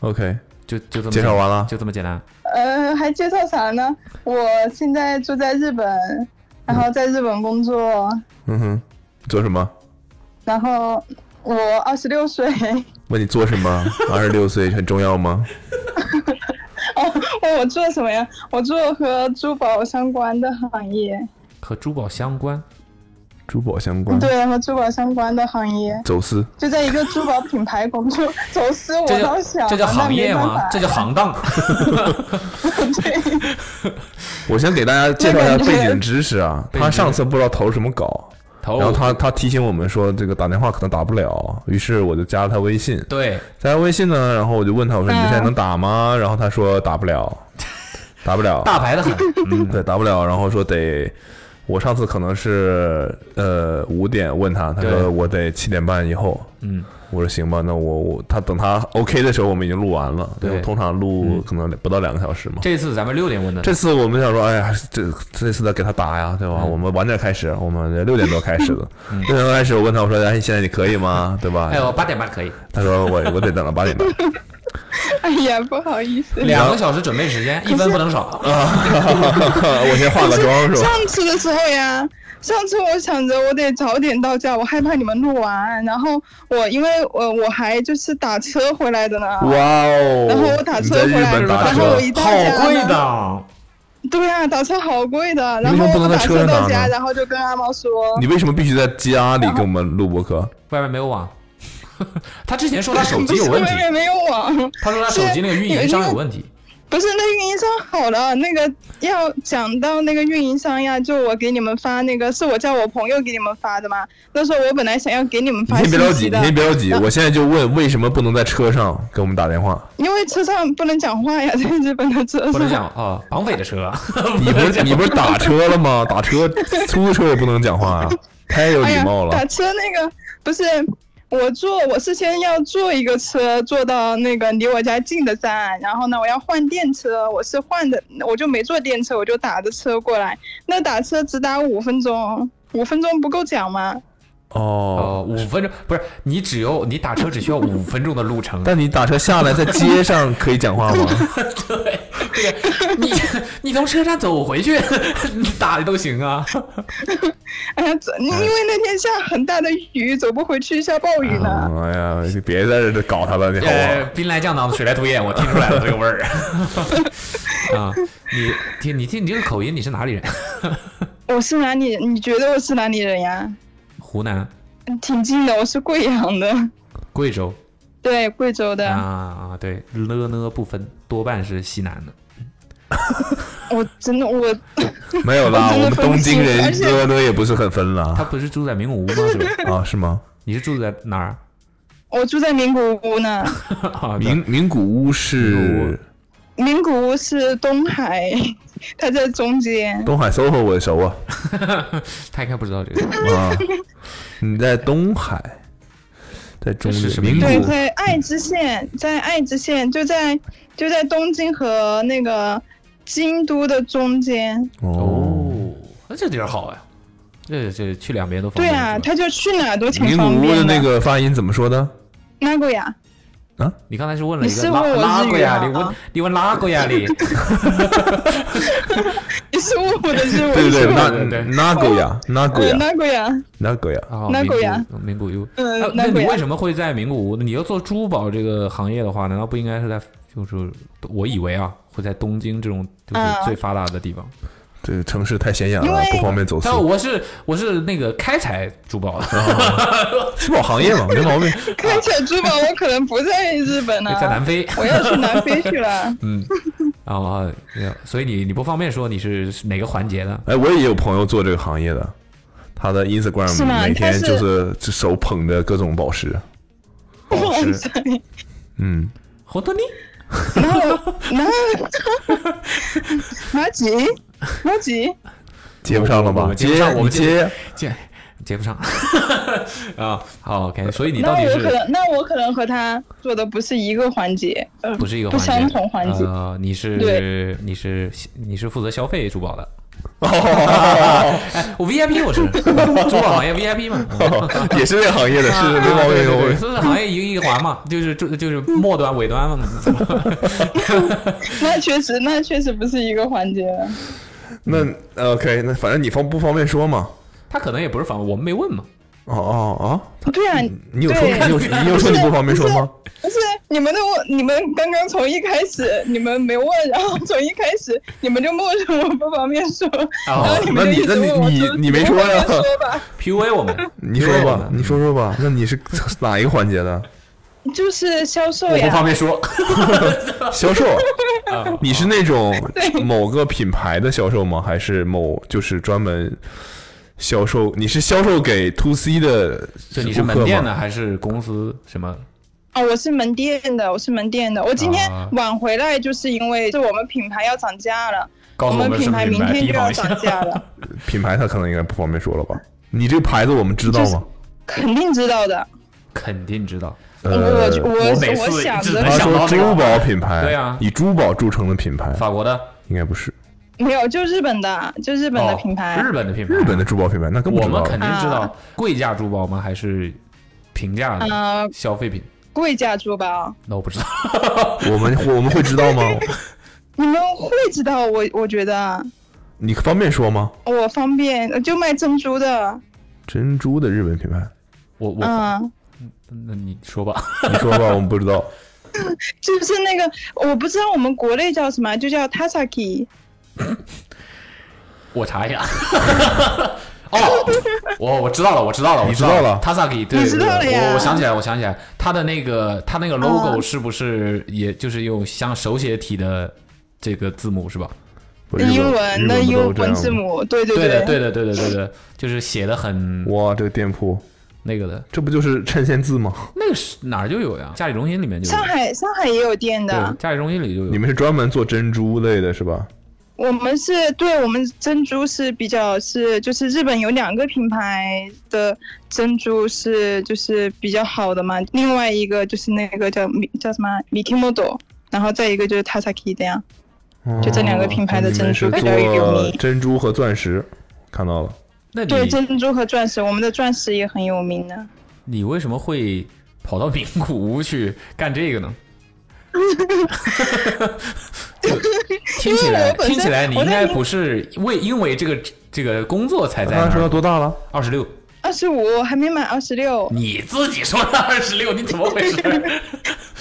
S3: ，OK，
S2: 就就这么
S3: 介绍完了。
S2: 就这么简单。
S6: 呃，还介绍啥呢？我现在住在日本，然后在日本工作，
S3: 嗯哼，做什么？
S6: 然后我二十六岁， (laughs) 哎
S3: 问你做什
S2: (laughs)
S3: 么？二十六岁很重要吗？
S6: 哦，问我做什么呀？我做和珠宝相关的行业，
S2: 和珠宝相关，
S3: 珠宝相关，
S6: 对和珠宝相关的行业，
S3: 走私，
S6: 就在一个珠宝品牌工作，走私我
S2: 这
S6: 倒
S2: 叫
S6: 想，
S2: 这叫行业
S6: 那没办
S2: 吗
S6: 法？
S2: 这叫行
S3: (laughs)
S2: 当。
S6: 对，
S3: 我先给大家介绍一下背景知识啊，
S2: 景知
S3: 他
S2: 识
S3: 上次不知道投什么稿，
S2: 投
S3: 然后他他提醒我们说这个打电话可能打不了，于是我就加了他微信，
S2: 对，
S3: 加他微信呢，然后我就问他我说你现在能打吗？然后他说打不了，打不了，
S2: (laughs) 大牌
S3: (laughs)
S2: 的很，
S3: 对，打不了，然后说得。我上次可能是呃五点问他，他
S2: 对
S3: 说我得七点半以后，
S2: 嗯，
S3: 我说行吧，那我我他等他 OK 的时候，我们已经录完了，
S2: 对
S3: 因为通常
S6: 嗯
S3: 录可能不到两个小时嘛。
S2: 这次咱们六点问的，
S3: 这次我们想说，哎呀，这这次得给他打呀，对吧？
S2: 嗯
S3: 我们晚点开始，我们六点多开
S6: (laughs)
S3: 始的，
S6: 嗯
S3: 六点多开始，我问他，我说，哎，现在你可以吗？对吧？
S2: 哎呦，八点半可以，
S3: 他说我我得等到八
S6: (laughs)
S3: 点半。 (laughs)
S6: 哎呀，不好意思。
S2: 两个小时准备时间，一分不能少。
S3: 我先化个妆
S6: (laughs)
S3: 是吧？
S6: 上次的时候呀，上次我想着我得早点到家，我害怕你们录完，然后我因为我我还就是打车回来的呢。
S3: 哇哦！
S6: 然后我打
S3: 你
S6: 车
S3: 在
S6: 回
S3: 日
S6: 来
S3: 本打
S6: 然后
S3: 车
S6: 我，一到家呢
S2: 的，
S6: 对啊，打车好贵的，然
S3: 你为什
S6: 后
S3: 么不
S6: 我
S3: 能在
S6: 打
S3: 车上
S6: 车
S3: 打
S6: 到
S3: 呢
S6: 家，然后就跟阿猫说， (laughs)
S3: 你为什么必须在家里给我们录播客？
S2: 外面没有网。 (laughs) 他之前说他手
S6: 不
S2: 机有
S6: 是
S2: 问
S6: 外
S2: 题，
S6: 面没有网，
S2: 他说他
S3: 啊
S2: 手机那个运营商有问题。
S6: 不是那运营商好了，那个要讲到那个运营商呀，就我给你们发那个是我叫我朋友给你们发的嘛，那时候我本来想要给你们
S3: 你
S6: 发
S3: 先别着
S6: 信
S3: 急，
S6: 息
S3: 你
S6: 的，
S3: 先别着急，我现在就问 (laughs) 为什么不能在车上给我们打电 (laughs) 话？
S6: 因为车上不能讲话呀，在日本的车
S2: 不能
S6: 上。
S2: 讲啊，绑匪的
S3: (laughs)
S2: 车，
S3: 你不是你不是打车了吗？打车出租车也不能讲话呀、啊
S6: (laughs)
S3: 太有
S6: 哎
S3: 礼
S6: 呀
S3: 貌，了
S6: 打。车那个不是我坐，我是先要坐一个车坐到那个离我家近的站，然后呢，我要换电车，我是换的，我就没坐电车，我就打着车过来。那打车只打五分钟，五分钟不够讲吗？
S3: 哦，
S2: 哦，五分钟不是你只有你打车只需要五分钟的路
S3: (laughs)
S2: 程，
S3: 但你打车下来在街上可以讲话
S6: (laughs)
S3: 吗？
S2: 对对，你 (laughs) 你从车站走回去， (laughs) 你打的都行啊。
S3: 哦
S6: 哎呀，这因为那天下很大的雨，走不回去，下暴雨呢。
S3: 哎呀，你别在这搞他了，你好啊
S2: 呃
S3: 吧？，
S2: 兵来将挡，水来土掩，我听出来了这个味
S3: (laughs)
S2: 儿。啊，你听你听你这个口音，你是哪里人？
S6: 我是哪里？你觉得我是哪里人呀？
S2: 湖南、
S6: 挺近的，我是贵阳的，
S2: 贵州
S6: 对，贵州的。
S2: 啊啊，对，了呢不分，多半是西南的。
S6: 我真的我
S3: 没有啦，
S6: 我
S3: 我
S6: 真的
S3: 们东京
S6: 分哎
S3: 人
S6: 不清而且
S3: 呢呢也不是很分
S2: 他
S3: 啦。
S2: 不是住在名古屋吗？是吧？
S3: 啊，是吗？
S2: 你是住在哪儿？
S6: 我住在名古屋呢。
S2: 啊，对
S3: 名名古屋
S2: 名
S3: 是
S6: 名古屋是东海， (laughs) 它在中间。
S3: 东海 SOHO，我也熟啊。
S2: 他应该不知道这个。
S3: (laughs) 啊，你在东海，在中
S2: 这是什么
S3: 名
S2: 意思
S6: 对，
S3: 古
S6: 在爱知县，在爱知县就在就在东京和那个京都的中间。
S3: 哦，，
S2: 那这地儿好呀，这这去两边都方
S6: 对
S2: 便。
S6: 啊，
S2: 是吧
S6: 它就去哪儿都挺
S3: 名
S6: 方
S3: 古屋
S6: 便
S3: 的那个发音怎么说的？
S6: 名古屋，
S2: 你刚才是问了一
S6: 你
S2: 个
S6: 是
S2: 拉
S6: 问我
S2: 拉
S6: 日语
S2: 过呀？
S6: 啊
S2: 你问你问拉过呀？
S6: (laughs)
S2: 你
S6: (laughs) 你是问我的日文？
S3: 对对对，那
S2: 对对对
S3: 那古雅，那古雅，
S6: 名古屋，
S3: 那古雅。
S2: 哦名
S6: 名古屋
S2: 古屋。
S6: 嗯
S2: 哎，那
S6: 名古
S2: 你为
S6: 屋。
S2: 什么会在名古屋呢？你要做珠宝这个行业的话，难道不应该是在就是我以为啊，会在东京这种就是
S6: 啊
S2: 最发达的地方？
S3: 这个城市太显眼
S6: 因
S3: 了
S6: 为，
S3: 不方便走私
S2: 但。我是我是那个开采珠宝的，
S6: 啊
S3: 珠宝行业嘛，没毛病。
S6: 开采珠宝，我可能不在日本呢，
S2: (laughs) 在南非。
S6: 我要去南非去
S2: (laughs)
S6: 了。
S2: 嗯，啊、哦，呃所以你你不方便说你是哪个环节的？
S3: 哎，我也有朋友做这个行业的，他的
S6: 是
S3: Instagram
S6: 吗
S3: 每天
S6: 他是
S3: 就是手捧着各种宝石。
S2: 宝
S6: 哇
S2: 石，
S6: 塞！
S3: 嗯，
S2: 红托尼，
S6: 然后然后 (laughs) 马吉马吉。
S3: 接不上了
S2: 我
S3: 吧？
S2: 们接不上我
S3: 你
S2: 们接
S3: 接。
S2: 接接不上 (laughs) 啊。好，OK，所以你到
S6: 那
S2: 底
S6: 我可
S2: 是
S6: 能，那我可能和他做的不是一个环节，呃，
S2: 不是一个
S6: 不
S2: 环节？
S6: 相同环节。
S2: 呃，你是
S6: 对
S2: 你是你是负责消费珠宝的。
S3: 哦，
S2: 哎，我
S6: (laughs)
S2: VIP 我是珠宝行业 VIP 嘛。
S3: 哦也是这个行业的，是没
S2: 哦
S3: 毛病，
S2: 对
S3: 没毛
S2: 对对， (laughs)
S3: 病。
S2: 所以行业一个一个环嘛，就是就就是末端尾端嘛。 (laughs)
S6: 那确实，那确实不是一个环节。
S3: 那呃 OK，那反正你方不方便说嘛？
S2: 他可能也不是访，我们没问嘛。
S3: 哦哦哦，
S6: 对啊，
S2: 嗯
S3: 你有说
S6: 对
S3: 你有你有说你不方便说吗？
S6: 不是你们的问，你们刚刚从一开始你们没问，然后从一开始你们就默认我不方便说，
S2: 哦
S6: 然后你
S3: 那
S6: 们就
S3: 你
S6: 一
S3: 那
S6: 直问
S3: 你
S6: 我
S3: 你
S6: 说
S3: 你没说呀
S6: 我没说吧？
S2: PUA 我们，
S3: 你说吧，你说说吧，那你是哪一个环节的？
S6: 就是销售
S2: 我不
S6: 呀，
S2: 方便说。
S3: 销售？啊你是那种
S6: 对
S3: 某个品牌的销售吗？还是某就是专门销售？你是销售给 to C 的
S2: 就你是
S3: 顾客
S2: 门店啊
S3: 吗
S2: 的还是公司什么？
S6: 哦，我是门店的，我是门店的。我今天
S2: 啊
S6: 晚回来就是因为是我们品牌要涨价了，
S2: 告
S6: 我
S2: 诉哦我
S6: 们
S2: 们
S6: 品
S2: 什么
S6: 牌明
S2: 品牌？
S6: 天
S2: 提
S6: 就要
S2: 防一
S6: 涨
S2: 下。
S3: (laughs)
S6: 价了，
S2: (laughs)
S3: 品牌，他可能应该不方便说了吧？你这个牌子我们知道吗？
S6: 肯定知道的。
S2: 肯定知道，
S6: 我
S3: 呃，
S6: 我
S2: 每次
S6: 我想
S2: 一直
S6: 着
S2: 能
S3: 他
S2: 想
S3: 说
S2: 到这个
S3: 珠宝品牌，
S2: 对啊
S3: 以珠宝著称的品牌
S2: 法国的
S3: 应该不是
S6: 没有，就日本的，就日本的
S2: 哦
S6: 品牌。
S2: 日本的品牌，
S3: 日本的珠宝品牌，那更不
S2: 我
S3: 知道
S2: 们
S3: 了
S2: 肯定知道
S6: 啊
S2: 贵价珠宝吗？还是平价的
S6: 呃，
S2: 消费品？
S6: 贵价珠宝，
S2: 那我不知道，
S3: 我们我们会知道吗？
S6: 你们会知道我？我觉得
S3: 你方便说吗？
S6: 我方便，就卖珍珠的，
S3: 珍珠的日本品 (laughs) 牌，
S2: 我我
S6: 嗯，
S2: 那你说吧，
S3: 你说吧，我们不知
S6: (laughs)
S3: 道。
S6: 就是那个，我不知道我们国内叫什么，就叫 Tasaki。
S2: 我查一下。 (laughs) 哦，我我知道了，我知道了，我
S3: 你知道
S2: 道
S3: 了
S2: Tasaki，对，
S6: 你知道了呀
S2: 我我想起来，我想起来，它的那个它那个 logo
S6: 啊
S2: 是不是也就是用像手写体的这个字母是吧？
S3: 不日本
S6: 英文
S3: 日
S6: 的
S3: 本不都
S6: 英
S3: 这样
S6: 文
S3: 吗
S6: 字母，对对
S2: 对的，对的，对的，对的，就是写的很
S3: 哇，这个店铺，
S2: 那个的，
S3: 这不就是衬线字吗？
S2: 那个是哪儿就有呀？嘉里中心里面就有
S6: 上，海上海也有店的
S2: 对，，嘉里中心里就有。
S3: 你们是专门做珍珠类的是吧？
S6: 我们是对我们珍珠是比较是就是日本有两个品牌的珍珠是就是比较好的嘛，另外一个就是那个叫米叫什么啊 Mikimoto，然后再一个就是 Tasaki 这样。就这两个品牌的珍珠
S3: 哦
S6: 比
S3: 你
S6: 较
S3: 们是
S6: 有
S3: 做
S6: 名
S3: 珍珠和钻石，看到了。
S2: 那你
S6: 对，珍珠和钻石，我们的钻石也很有名的。
S2: 你为什么会跑到名古屋去干这
S6: (laughs)
S2: 个呢？听起
S6: 因为
S2: 来
S6: 我本身
S2: 听起来你
S6: 我
S2: 应
S6: 在
S2: 该
S6: 名
S2: 不是为因为这个这个工作才在
S3: 刚才
S2: 那
S3: 说到
S2: 儿。
S3: 多大了？
S2: 二十六，
S6: 二十五还没满二十六，
S2: 你自己说的二 (laughs) 十六，你怎么回事？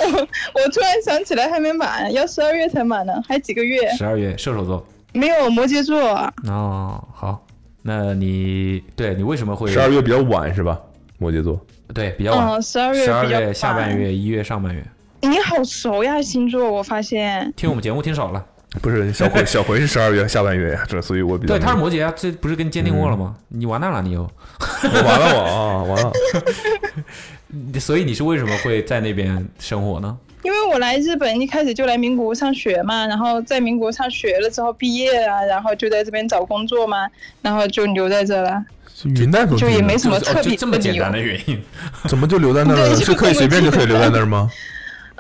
S6: 我突然想起来还没满，要十二月才满呢，还几个月？
S2: (laughs) 十二月射手座
S6: 没有摩羯座，
S2: 哦，好，那你对你为什么会
S3: 十二月比较晚是吧？摩羯座，
S2: 对比较晚？
S6: 嗯，十二月
S2: 十二
S6: 比较
S2: 月下半
S6: 晚。
S2: 月，一月上半月。
S6: 你好熟呀，星座，我发现。
S2: 听我们节目听少了，
S3: 不是小 (laughs) 葵，小葵是十二月下半月呀，这所以我比较
S2: 对，他是摩羯啊，这不是跟你鉴定过了吗？你完蛋了，你又。
S3: 我 (laughs) 完了我啊完了，
S2: 所以你是为什么会在那边生活呢？
S6: 因为我来日本一开始就来名古屋上学嘛，然后在名古屋上学了之后毕业了，然后就在这边找工作嘛，然后就留在这了，
S3: 云南怎么
S6: 就也没
S2: 就
S6: 什么
S2: 是哦
S6: 特
S2: 就
S6: 别
S2: 这么
S6: 的
S2: 简
S6: 理由
S2: 单。的原因。
S3: 怎么就留在那儿了？
S6: (laughs) 对
S3: 是可以随便就可以留在那儿吗？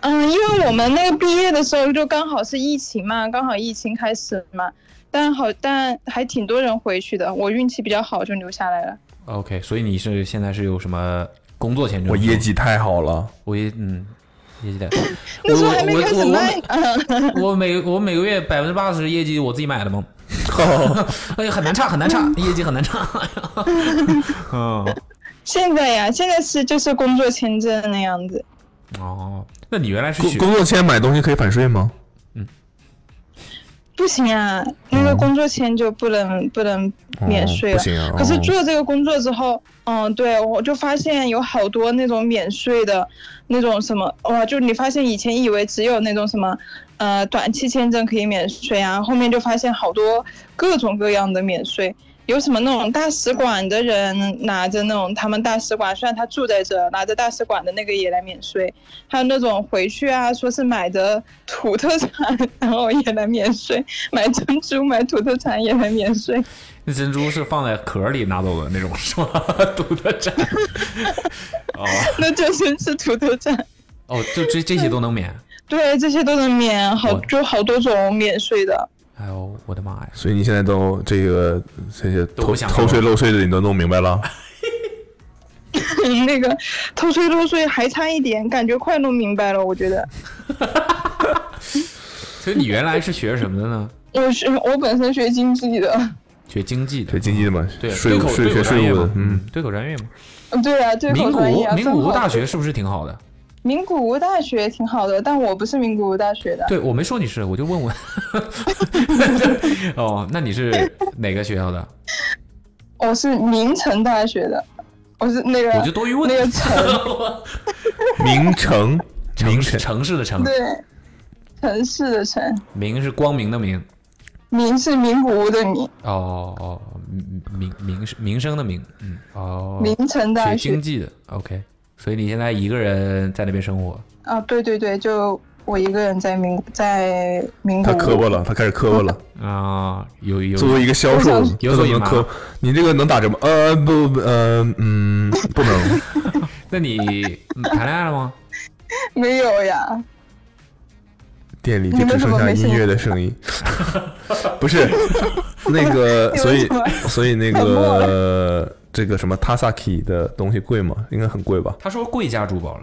S6: 嗯，因为我们那个毕业的时候就刚好是疫情嘛，刚好疫情开始嘛，但好但还挺多人回去的，我运气比较好就留下来了。
S2: OK，所以你是现在是有什么工作签证？
S3: (laughs) 我业，绩太好了，
S2: 我业嗯，业绩太。
S6: (coughs) 那时候还没开始卖嗯呢，
S2: 我每我每个月百分之八十业绩我自己买的嘛，
S3: 哦
S2: (laughs) 哎呀很难差很难差，
S6: (laughs)
S2: 业绩很难
S3: (laughs)
S2: 差。嗯，
S6: (laughs) 现在呀，现在是就是工作签证那样子。
S2: 哦，那你原来是
S3: 工
S2: 学
S3: 工作签买东西可以返税吗？
S6: 不行啊，那个工作签就不能、不能免
S3: 哦
S6: 税了
S3: 不。行啊。
S6: 可是
S3: 哦
S6: 做这个工作之后，嗯，对我就发现有好多那种免税的，那种什么哇，就你发现以前以为只有那种什么，呃，短期签证可以免税啊，后面就发现好多各种各样的免税，有什么那种大使馆的人拿着那种他们大使馆，虽然他住在这，拿着大使馆的那个也来免税，还有那种回去啊，说是买的土特产， (laughs) 然后也来免税，买珍珠买土特产也来免税。
S2: 那珍珠是放在壳里拿走的那种是吗？赌的债。
S3: (laughs)
S2: 哦
S6: (laughs) 那就先是土特产。
S2: 哦，就这这些都能免。
S6: 对，这些都能免，好
S2: 我
S6: 就好多种免税的。 (laughs)
S2: 哎呦，我的妈呀！
S3: 所以你现在都这个这些
S2: 都
S3: 偷
S2: 不想说
S3: 偷税漏税的你都弄明白了？
S6: 那个偷税漏税还差一点，感觉快弄明白了。我觉得
S2: 所以你原来是学什么的呢？ (laughs)
S6: 我是我本身学经济的，
S2: 学经济的
S3: 这。经济的嘛，
S2: 对，啊
S3: 税
S2: 对
S3: 务
S2: 口
S3: 税
S2: 对
S3: 学
S2: 口专
S3: 税
S2: 业
S3: 务
S2: 嘛
S3: 的，嗯，，
S2: 对口专业嘛。
S6: 对啊，对
S2: 名
S6: 口
S2: 古
S6: 专业
S2: 屋
S6: 啊，
S2: 名古
S6: 正
S2: 屋
S6: 好
S2: 大学是不是挺好的？
S6: 名古屋大学挺好的，但我不是名古屋大学的，
S2: 对我没说你是，我就问 (laughs) 问。哦，那你是哪个学校的？
S6: 我是名城大学的，我是那个
S2: 我就多余问
S6: 呃那。个城，
S3: 名城，
S2: (laughs)
S3: 名
S2: 城市
S3: 城，
S2: 城市的城，
S6: 对，城市的城，
S2: 明是光明的明。
S6: 名是名古屋的名，
S2: 哦哦，明明明是民生的民，嗯，哦，
S6: 名城大
S2: 学
S6: 学
S2: 经济的，OK。所以你现在一个人在那边生活，
S6: 啊，对对对，就我一个人在名在名古
S3: 他
S6: 屋，
S3: 磕巴了，他开始磕巴了。
S2: 啊、有 (laughs) 有
S3: 作为一个销售
S6: 我，
S3: 有怎么能磕？你这个能打折吗？呃，不，不呃，
S6: (laughs)
S3: 嗯，不能。
S2: 那你嗯谈恋爱了吗？
S6: 没有呀，
S3: 店里就
S6: 你们
S3: 只
S6: 怎
S3: 剩
S6: 么
S3: 下
S6: 没
S3: 音
S6: 信
S3: 乐的声音， (laughs) 不是
S6: (laughs)
S3: 那个，
S6: 你
S3: 所
S6: 们
S3: 以
S6: 怎么
S3: 所以那
S6: 沉默
S3: 个这个什么 Tasaki 的东西贵吗？应该很贵吧？
S2: 他说贵价珠宝了，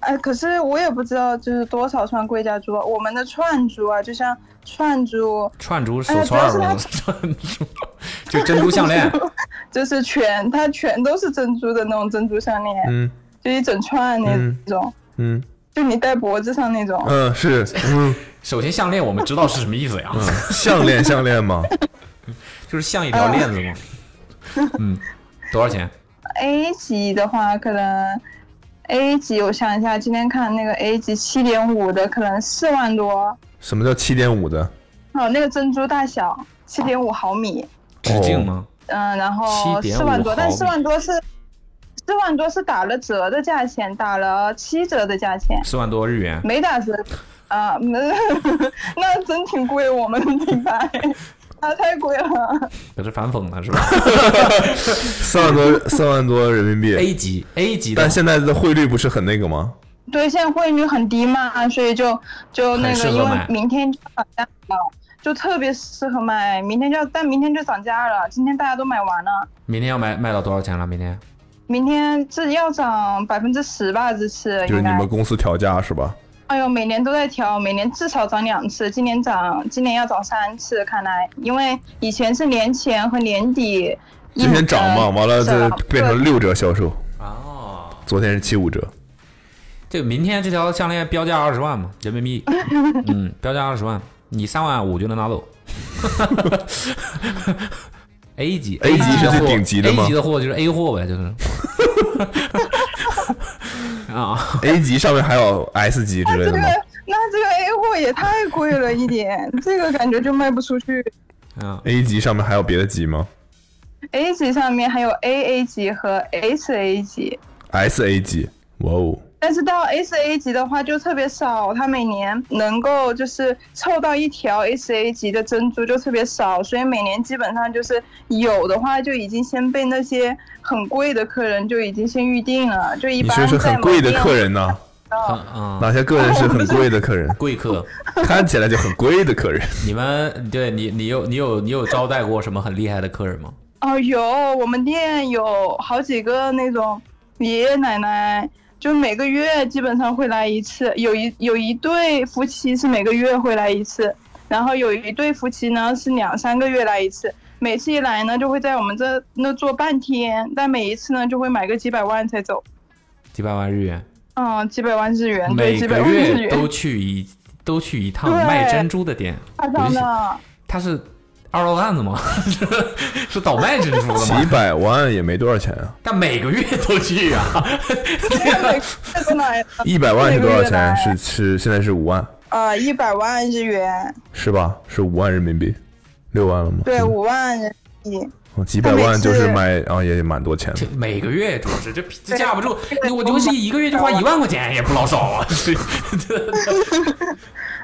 S6: 哎，可是我也不知道，就是多少串贵价珠啊，我们的串珠啊，就像串珠，
S2: 串珠
S6: 哎
S2: 手
S6: 呀
S2: 串儿
S6: 主要
S2: 吧，
S6: 是
S2: (laughs) 串珠就珍珠项链，
S6: 就是全它全都是珍珠的那种珍珠项链，
S3: 嗯
S6: 就一整串那
S3: 嗯
S6: 种，
S3: 嗯
S6: 就你戴脖子上那种。
S3: 嗯，是嗯，
S2: 首先项链我们知道是什么意思呀，
S3: 项链项链嘛，
S2: 就是像一条链子嘛。嗯，多少钱？
S6: A 级的话，可能 A 级，我想一下，今天看那个 A 级七点五的，可能四万多。
S3: 什么叫七点五的？
S6: 哦，那个珍珠大小七点五毫米，
S2: 直径吗？
S6: 嗯，然后
S2: 7.5
S6: 四万多，但
S2: 毫米
S6: 四万多是四万多是打了折的价钱，打了七折的价钱，
S2: 四万多日元。
S6: 没打折。啊，没 (laughs) 那真挺贵，我们品牌啊太贵了。
S2: 可是反讽呢是吧
S3: 三万多三万多人民币，
S2: ？A 级 A 级的
S3: 但，现在的汇率不是很那个吗？
S6: 对，现在汇率很低嘛，所以就就那
S2: 很适
S6: 个，
S2: 合
S6: 因为
S2: 买
S6: 明天就涨价了，就特别适合买。明天就要，但明天就涨价了，今天大家都买完了，
S2: 明天要卖卖到多少钱了？明天
S6: 明天这要涨百分之十吧，这次
S3: 就是
S6: 应
S3: 你
S6: 该
S3: 们。公司调价是吧？
S6: 哎呦，每年都在调，每年至少涨两次，今年涨，今年要涨三次，看来，因为以前是年前和年底。
S3: 之前涨嘛，
S6: 嗯
S3: 完了
S6: 是
S3: 再
S6: 吧
S3: 变成六折销售，
S2: 哦，
S3: 昨天是七五折。
S2: 这明天这条项链标价二十万嘛，人民
S6: (laughs)
S2: 币，嗯，标价二十万，你三万五就能拿走。A 级
S3: A 级是
S2: 的
S3: 最
S2: 货
S3: 顶级的吗
S2: ？A 级的货就是 A 货呗，就是。 (laughs) 啊，
S3: A 级上面还有 S 级之类
S6: 这
S3: 的
S6: 个
S3: 吗？
S6: 那这个 A 货也太贵了一点， (laughs) 这个感觉就卖不出去。
S2: 啊，
S3: A 级上面还有别的级吗
S6: A 级上面还有 AA 级和 SA 级，
S3: ？S A 级，哇哦，
S6: 但是到 SA 级的话就特别少，它每年能够就是凑到一条 SA 级的珍珠就特别少，所以每年基本上就是有的话就已经先被那些很贵的客人就已经先预定了，就一
S3: 你
S6: 般
S3: 说是
S6: 在
S3: 很
S6: 某
S3: 贵的
S6: 店
S3: 客人呐？
S2: 很啊，
S3: 哪些个人是很贵的客
S6: (laughs)
S3: 人？
S2: 贵客，
S3: 看起来就很贵的客人。
S2: 你们对你你有你有你有招待过什么很厉害的客人吗？
S6: 哦，有，我们店有好几个那种爷爷奶奶，就每个月基本上会来一次。有一有一对夫妻是每个月会来一次，然后有一对夫妻呢是两三个月来一次。每次一来呢，就会在我们这那坐半天，但每一次呢就会买个几百万才走。
S2: 几百万日元，
S6: 嗯，几百万日元，对，
S2: 每
S6: 几百
S2: 个
S6: 万日
S2: 月都
S6: 元，
S2: 去一都去一趟
S6: 对
S2: 卖珍珠的店，
S6: 夸
S3: (laughs)
S6: 张的。
S2: 他是二道贩子吗？ (laughs) 是倒卖珍珠的
S3: 几
S2: 吗？
S3: 百万也没多少钱啊，
S2: 但每个月都去啊，
S6: 每个月都来了
S3: (laughs) 一百万是多少
S6: 每个月
S3: 钱？
S6: 来
S3: 是是现在是五万，
S6: 啊，一百万日元，
S3: 是吧？是五万人民币，六万了吗？
S6: 对，
S3: 嗯
S6: 五万人民币。
S3: 哦几百万就是买啊，也蛮多钱的
S2: (laughs) 这。每个月主要是这这架不住，你我尤其一个月就花一万块钱也不老少 (laughs) 啊。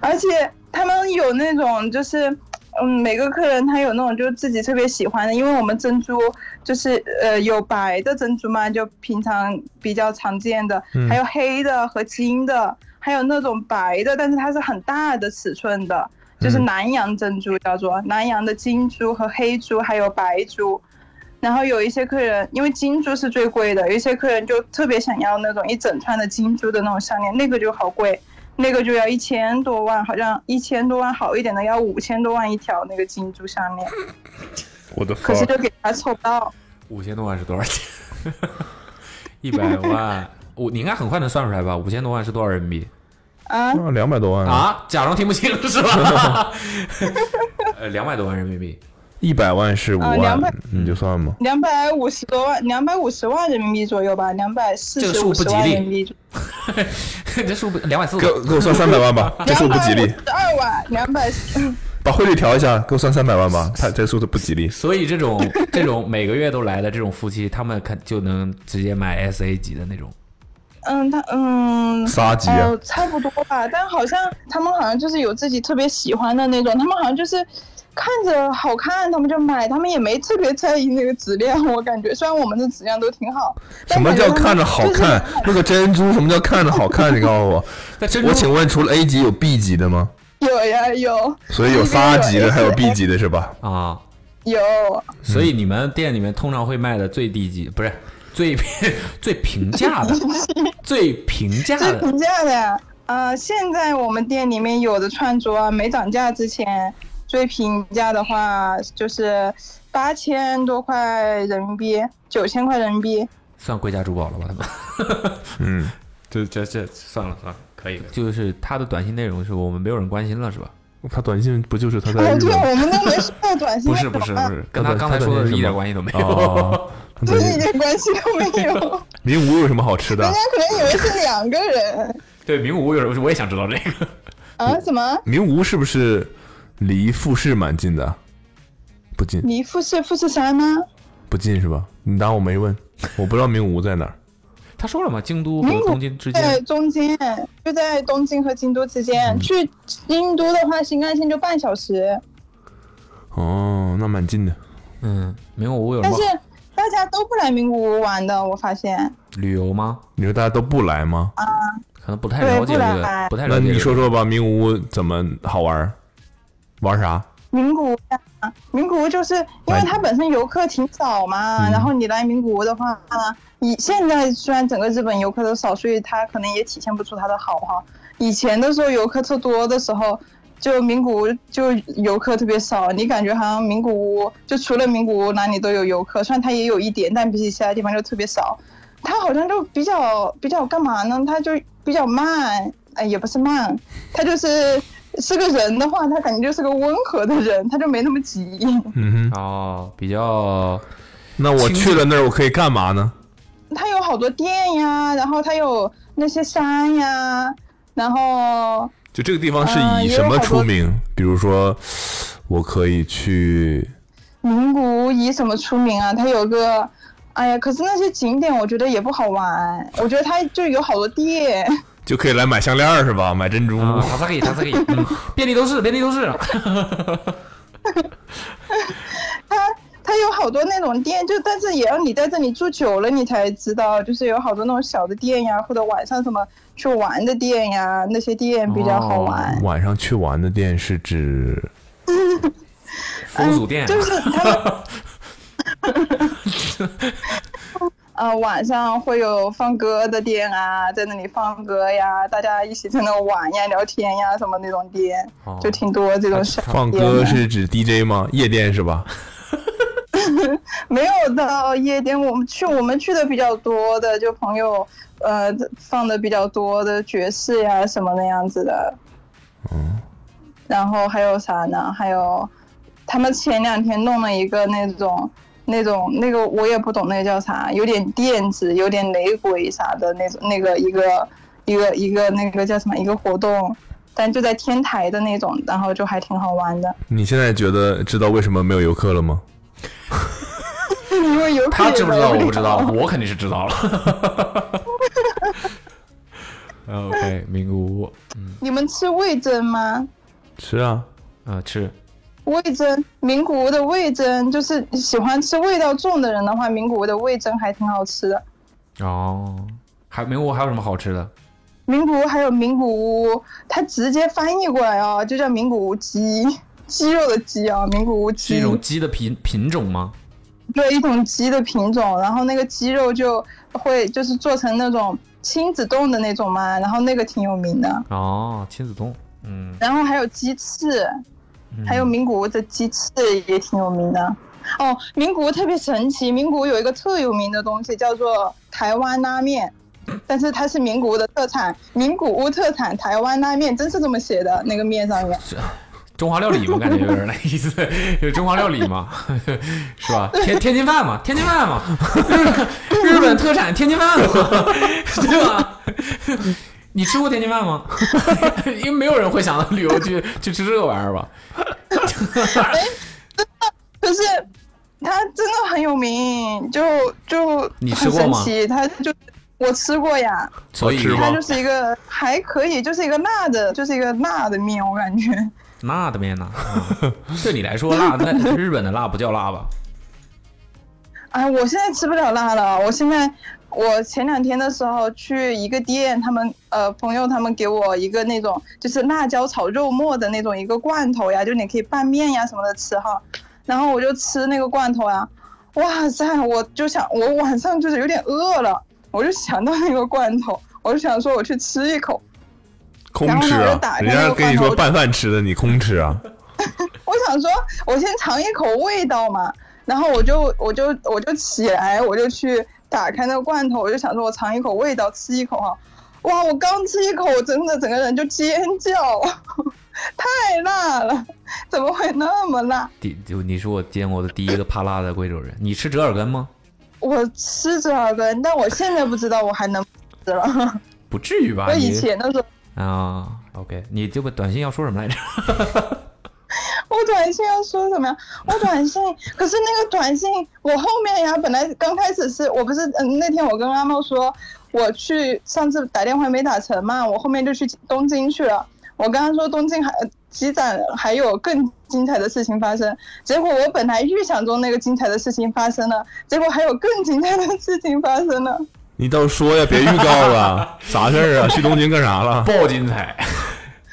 S6: 而且他们有那种就是。嗯，每个客人他有那种就是自己特别喜欢的，因为我们珍珠就是呃有白的珍珠嘛，就平常比较常见的，还有黑的和金的，还有那种白的，但是它是很大的尺寸的，就是
S3: 嗯
S6: 南洋珍珠叫做南洋的金珠和黑珠，还有白珠。然后有一些客人，因为金珠是最贵的，有一些客人就特别想要那种一整串的金珠的那种项链，那个就好贵，那个就要一千多万，好像一千多万好一点的要五千多万一条那个金珠项
S3: (laughs)
S6: 链，
S3: 我的
S6: 可是就给他凑不到。
S2: (laughs) 五千多万是多少钱？一百万我你应该很快能算出来吧？五千多万是多少人民币
S6: 啊，
S3: 两百多万，
S2: 啊？假装听不清是吧？ (laughs) 呃，两百多万人民币， (laughs)
S3: 一百万是五
S6: 啊
S3: 万
S6: 200，
S3: 你就算吧。
S6: 两百五十多万，两百五十万人民币左右吧，两百四
S2: 这个
S6: 十
S2: 数
S6: 五
S2: 不
S6: 十
S2: 吉
S6: 万
S2: 利
S6: 人民币左右。
S2: 这数不两百四
S3: 给我给我算三百万吧，这数不
S6: 两百
S3: 吉利，
S6: 十二万，两百
S3: 把汇率调一下，给我算三百万 (laughs) 吧，太这数字不吉利。
S2: 所以这种这种每个月都来的这种夫妻，他们肯就能直接买 S A 级的那种。
S6: 嗯，他嗯，
S3: 杀鸡啊
S6: 哦，差不多吧。但好像他们好像就是有自己特别喜欢的那种，他们好像就是看着好看，他们就买，他们也没特别在意那个质量。我感觉虽然我们的质量都挺好，
S3: 什
S6: 但
S3: 么
S6: 感觉
S3: 叫
S6: 他们
S3: 看着好
S6: 就是
S3: 看？那个珍珠什么叫看着好看？你告诉 (laughs) 我，
S2: 但珍珠
S3: 我请问除了 A 级有 B 级的吗？
S6: 有呀有
S3: 所以有仨级的，还有 B 级的是吧？
S2: 啊，
S6: 有，
S2: 所以你们店里面通常会卖的最低级，不是最 (laughs) 最平价
S6: (laughs)
S2: 的，最平价
S6: 最
S2: 的
S6: 平价的呀。呃，现在我们店里面有的串珠啊，没涨价之前，最平价的话就是八千多块人民币，九千块人民币。
S2: 算贵价珠宝了吧？他们。
S3: 嗯，
S2: (laughs) 这这这算了算了，可以。就是他的短信内容是我们没有人关心了，是吧？
S3: 他短信不就是他在
S6: 哦，
S3: 日
S6: 对，
S3: 本？
S6: 我们都没收到短信。
S2: 不是不是不是，跟他刚才说的一点关系都没有。
S3: 哦，
S6: (laughs) 对一点关系都
S3: (laughs)
S6: 没有，人
S3: 名无有什么好吃的
S6: 家？可能以为是两个人
S2: 对，名无有什么？我也想知道这个。
S6: 啊？什么？
S3: 名无是不是离富士蛮近的？不近，
S6: 离富士富士山吗？
S3: 不近是吧？你当我没问，我不知道名无在哪儿。
S2: (laughs) 他说了嘛，京都和东京之
S6: 在
S2: 间，
S6: 中间，就在东京和京都之间。
S2: 嗯
S6: 去京都的话，新干线就半小时，
S3: 哦，那蛮近的。
S2: 嗯，名无有什
S6: 但是
S2: 么
S6: 大家都不来名古屋玩的，我发现。
S2: 旅游吗？
S3: 你说大家都不来吗？
S6: 啊
S2: 可能不太了解这
S6: 对不
S2: 个
S6: 来，
S2: 不太
S3: 那
S2: 了解。
S3: 你说，说吧，名无怎么好玩儿？玩啥？
S6: 名古屋啊，名古屋就是因为它本身游客挺少嘛，
S3: 嗯
S6: 然后你来名古屋的话呢，以现在虽然整个日本游客都少，所以它可能也体现不出它的好哈。以前的时候游客特多的时候，就名古屋就游客特别少，你感觉好像名古屋就除了名古屋哪里都有游客，虽然它也有一点，但比起其他地方就特别少。它好像就比较比较干嘛呢？它就比较慢，哎，也不是慢，它就是是个人的话，他感觉就是个温和的人，他就没那么急。
S3: 嗯哼，
S2: 哦，比较
S3: 那我去了那儿，我可以干嘛呢？
S6: 他有好多店呀，然后他有那些山呀，然后
S3: 就这个地方是
S6: 呃
S3: 以
S6: 也有
S3: 什么
S6: 好
S3: 出
S6: 多
S3: 名？比如说，我可以去
S6: 名古屋以什么出名啊？他有个，哎呀，可是那些景点我觉得也不好玩，我觉得他就有好多店。
S3: 就可以来买项链儿是吧？买珍珠。
S2: 啊，塔萨克塔萨克，嗯遍地都是，遍地都是。
S6: 嗯它它有好多那种店，就但是也要你在这里住久了，你才知道，就是有好多那种小的店呀，或者晚上什么去玩的店呀，那些店比较好玩。
S3: 晚上去玩的店是指
S2: 风俗店，
S6: 就是他们。呃，晚上会有放歌的店啊，在那里放歌呀，大家一起在那玩呀、聊天呀，什么那种店，
S2: 哦
S6: 就挺多这种小
S3: 放
S6: 店
S3: 歌
S6: 的
S3: 是指 DJ 吗？ (laughs) 夜店是吧？
S6: 没有到夜店，我们去我们去的比较多的，就朋友呃放的比较多的爵士呀什么那样子的。然后还有啥呢？还有他们前两天弄了一个那种那种那个我也不懂那个叫啥，有点电子，有点雷鬼啥的那种那个一个一个一个那个叫什么一个活动，但就在天台的那种，然后就还挺好玩
S2: (laughs)
S6: 的，
S3: 你现在觉得知道为什么没有游客了吗？
S6: 因为有
S2: 他
S6: 可
S2: 知不知
S6: 能
S2: 道
S6: 有
S2: 我不知道
S6: 可能，
S2: 我肯定是知道了。OK，名 (laughs) 古屋，
S6: 你们吃味噌吗？
S3: 是啊，
S7: 呃
S2: 啊，吃
S6: 味噌，名古屋的味噌，就是喜欢吃味道重的人的话，名古屋的味噌还挺好吃的。
S2: 哦，还名古屋还有什么好吃的？
S6: 名古屋还有名古屋，它直接翻译过来啊，就叫名古屋鸡，鸡肉的鸡啊，名古屋
S2: 是一
S6: 鸡，
S2: 种鸡的品品种吗？
S6: 对，一种鸡的品种。然后那个鸡肉就会就是做成那种亲子冻的那种嘛，然后那个挺有名的。
S2: 哦，亲子冻，嗯，
S6: 然后还有鸡翅，
S7: 嗯
S6: 还有名古屋的鸡翅也挺有名的。哦，名古屋特别神奇，名古屋有一个特有名的东西叫做台湾拉面，但是它是名古屋的特产，名古屋特产台湾拉面，真是这么写的那个面上面。
S7: 中华料理嘛，感觉有点那意思， (laughs) 有中华料理嘛， (laughs) 是吧？天天津饭嘛，天津饭嘛，日日本特产天津饭嘛， (laughs) 对吧？你吃过天津饭吗？ (laughs) 因为没有人会想到旅游去去吃这个玩意儿吧？
S6: 可是它真的很有名，就就
S7: 你吃
S6: 很
S7: 过
S6: 神
S7: 吗
S6: 奇，它就我吃过呀，
S7: 所以
S3: 好吃吗
S6: 它就是一个还可以，就是一个辣的，就是一个辣的面，我感觉。
S7: 辣的面呢， (laughs) 嗯对你来说辣，那日本的辣不叫辣吧？
S6: 哎，我现在吃不了辣了。我现在，我前两天的时候去一个店，他们呃朋友他们给我一个那种就是辣椒炒肉末的那种一个罐头呀，就你可以拌面呀什么的吃哈。然后我就吃那个罐头呀，哇塞，我就想我晚上就是有点饿了，我就想到那个罐头，我就想说我去吃一口。
S3: 空
S6: 然后
S3: 吃
S6: 呢我
S3: 啊
S6: 就打！开
S3: 人
S6: 那
S3: 家
S6: 个
S3: 跟你
S6: 罐头
S3: 说拌饭吃的，你空吃啊？
S6: 我想说，我先尝一口味道嘛，然后我就我就我就起来，我就去打开那个罐头，我就想说，我尝一口味道，吃一口哈。哇，我刚吃一口，我真的整个人就尖叫， (laughs) 太辣了，怎么会那么辣？
S7: 第就你是我见过的第一个怕辣的贵州人。你吃折耳根吗？
S6: 我吃折耳根，但我现在不知道我还能不吃了。
S7: 不至于吧？
S6: (laughs) 我以
S7: 你
S6: 前的时候，
S7: 啊，OK，你这个短信要说什么来着？
S6: 我短信要说什么呀？我短信，可是那个短信，我后面呀，本来刚开始是我不是，嗯，那天我跟阿茂说，我去上次打电话没打成嘛，我后面就去东京去了。我刚刚说东京还呃机展还有更精彩的事情发生，结果我本来预想中那个精彩的事情发生了，结果还有更精彩的事情发生了。
S3: 你倒说呀，别预告了， (laughs) 啥事儿啊？去东京干啥了？
S7: 爆精彩！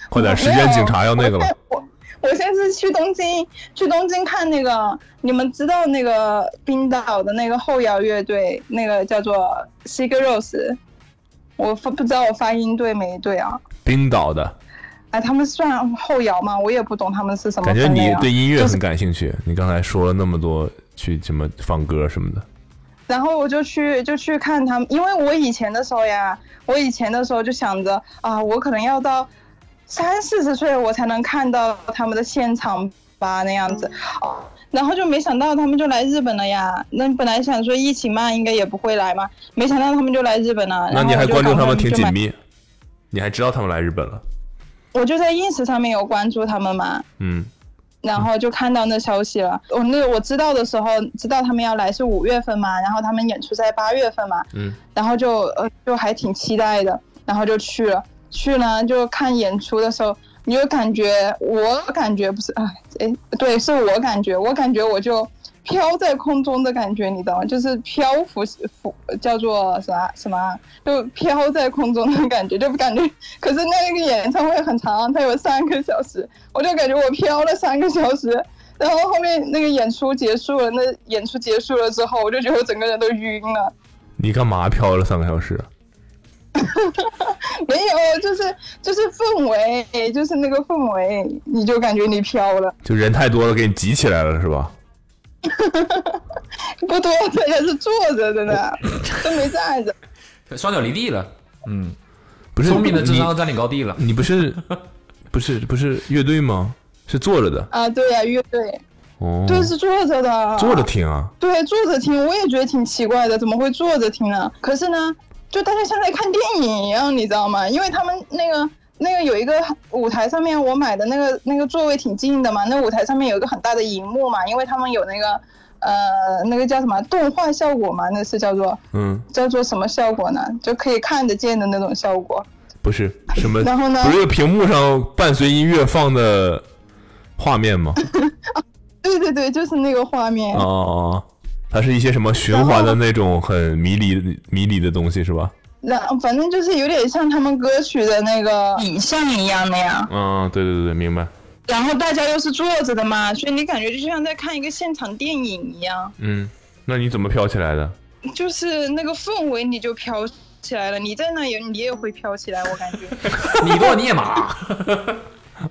S3: 快点，时间警察要那个 (laughs) 了。
S6: 我我现在是去东京，去东京看那个，你们知道那个冰岛的那个后摇乐队，那个叫做 Sigur Rós，我发不知道我发音对没对啊？
S3: 冰岛的，
S6: 哎，他们算后摇吗？我也不懂他们是什么
S3: 感觉
S6: 分类
S3: 你
S6: 啊。
S3: 对音乐很感兴趣。你刚才说了那么多去什么放歌什么的，
S6: 然后我就去就去看他们，因为我以前的时候呀，我以前的时候就想着啊，我可能要到三四十岁我才能看到他们的现场吧那样子，哦，然后就没想到他们就来日本了呀。那本来想说疫情嘛，应该也不会来嘛，没想到他们就来日本了。
S3: 那
S6: 然后
S3: 你还
S6: 我就
S3: 关注
S6: 赶
S3: 他们
S6: 快
S3: 挺
S6: 就
S3: 紧
S6: 买
S3: 密，你还知道他们来日本了？
S6: 我就在 ins 上面有关注他们嘛，
S3: 嗯，
S6: 然后就看到那消息了。我那我知道的时候，知道他们要来是五月份嘛，然后他们演出在八月份嘛，
S3: 嗯，
S6: 然后就呃就还挺期待的，然后就去了。去呢就看演出的时候，你就感觉我感觉不是啊，哎，对，是我感觉，我感觉我就飘在空中的感觉，你知道吗？就是漂浮浮叫做什么什么啊，就飘在空中的感觉，就感觉。可是那个演唱会很长，啊它有三个小时，我就感觉我飘了三个小时。 (laughs) 然后后面那个演出结束了，那演出结束了之后，我就觉得我整个人都晕了。 (laughs)
S3: 你干嘛飘了三个小时？
S6: 没有，就是就是氛围，就是那个氛围，你就感觉你飘了。 (laughs)
S3: 就人太多了，给你挤起来了是吧？
S6: 不多，这也是坐着的
S3: (laughs)
S6: 呢，都没站着。
S7: 双脚离地了，嗯，
S3: 不是，
S7: 聪明的智
S3: 你
S7: 商占领高
S3: (laughs)
S7: 地了。
S3: 你不是不是不是乐队吗？是坐着的
S6: 啊，对呀、乐队，
S3: 哦，
S6: 对，是坐着的，
S3: 坐着听啊。
S6: 对，坐着听，我也觉得挺奇怪的，怎么会坐着听呢？可是呢，就大家像在看电影一样，你知道吗？因为他们那个那个有一个舞台上面，我买的那个那个座位挺近的嘛，那舞台上面有一个很大的荧幕嘛，因为他们有那个呃那个叫什么动画效果嘛，那是叫做
S3: 嗯，
S6: 叫做什么效果呢？就可以看得见的那种效果。
S3: 不是什么，
S6: (laughs) 然后呢
S3: 不是屏幕上伴随音乐放的画面
S6: (laughs)
S3: 吗？
S6: 对对对，就是那个画面。
S3: 哦哦，哦它是一些什么循环的那种很迷离迷离的东西是吧？
S6: 那反正就是有点像他们歌曲的那个影像一样的呀。
S3: 嗯，对对对对，明白。
S6: 然后大家又是坐着的嘛，所以你感觉就像在看一个现场电影一样，
S3: 嗯，那你怎么飘起来的？
S6: 就是那个氛围你就飘起来了。你在那也你也会飘起来，我感
S3: (laughs)
S6: 觉。
S7: 你多你也马，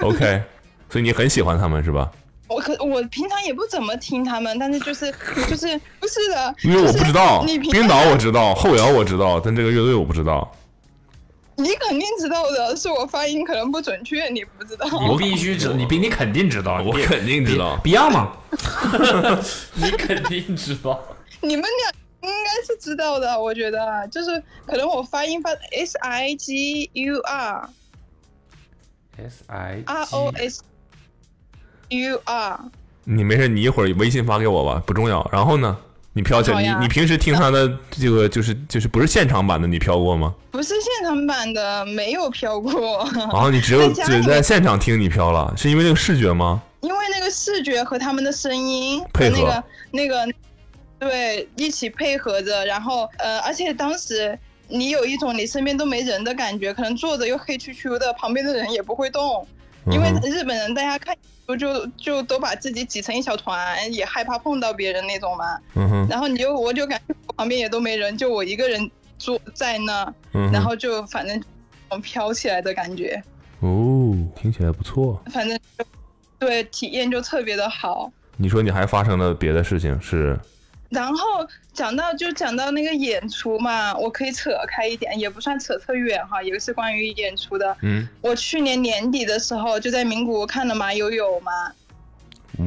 S3: OK，所以你很喜欢他们是吧？
S6: 我可我平常也不怎么听他们，但是就是 (laughs) 就是不是的，
S3: 因为我
S6: 就
S3: 不
S6: 是
S3: 知道
S6: 你平
S3: 冰岛我知道，后摇我知道，但这个乐队我不知道。
S6: 你肯定知道的，是我发音可能不准确，你
S3: (laughs)
S6: 不知道。
S7: 你必须知，你比你肯定知道，
S3: 我肯定知道
S7: Beyond 嘛，你肯定知道。
S6: 你们俩应该是知道的，我觉得啊就是可能我发音发 S I G U R
S7: S I
S6: R O
S7: (laughs)
S6: S U R，
S3: 你没事，你一会儿微信发给我吧，不重要。然后呢，你飘起来，
S6: 好呀
S3: 你你平时听他
S6: (laughs)
S3: 的这个就是就是不是现场版的，你飘过吗？
S6: 不是现场版的，没有飘过， (laughs)
S3: 然后你只有
S6: 在家里
S3: 只在现场听你飘了，是因为那个视觉吗？
S6: 因为那个视觉和他们的声音和
S3: 配合
S6: 那个那个对一起配合着，然后呃，而且当时。你有一种你身边都没人的感觉，可能坐着又黑黢黢的，旁边的人也不会动，因为
S3: 嗯哼
S6: 日本人大家看就就就都把自己挤成一小团，也害怕碰到别人那种嘛。
S3: 嗯哼，
S6: 然后你就我就感觉旁边也都没人，就我一个人坐在那，
S3: 嗯哼，
S6: 然后就反正飘起来的感觉，
S3: 哦，听起来不错。
S6: 反正就对体验就特别的好。
S3: 你说你还发生了别的事情是？
S6: 然后讲到就讲到那个演出嘛，我可以扯开一点，也不算扯特远哈，也是关于演出的。
S3: 嗯
S6: 我去年年底的时候就在名古屋看了马友友嘛，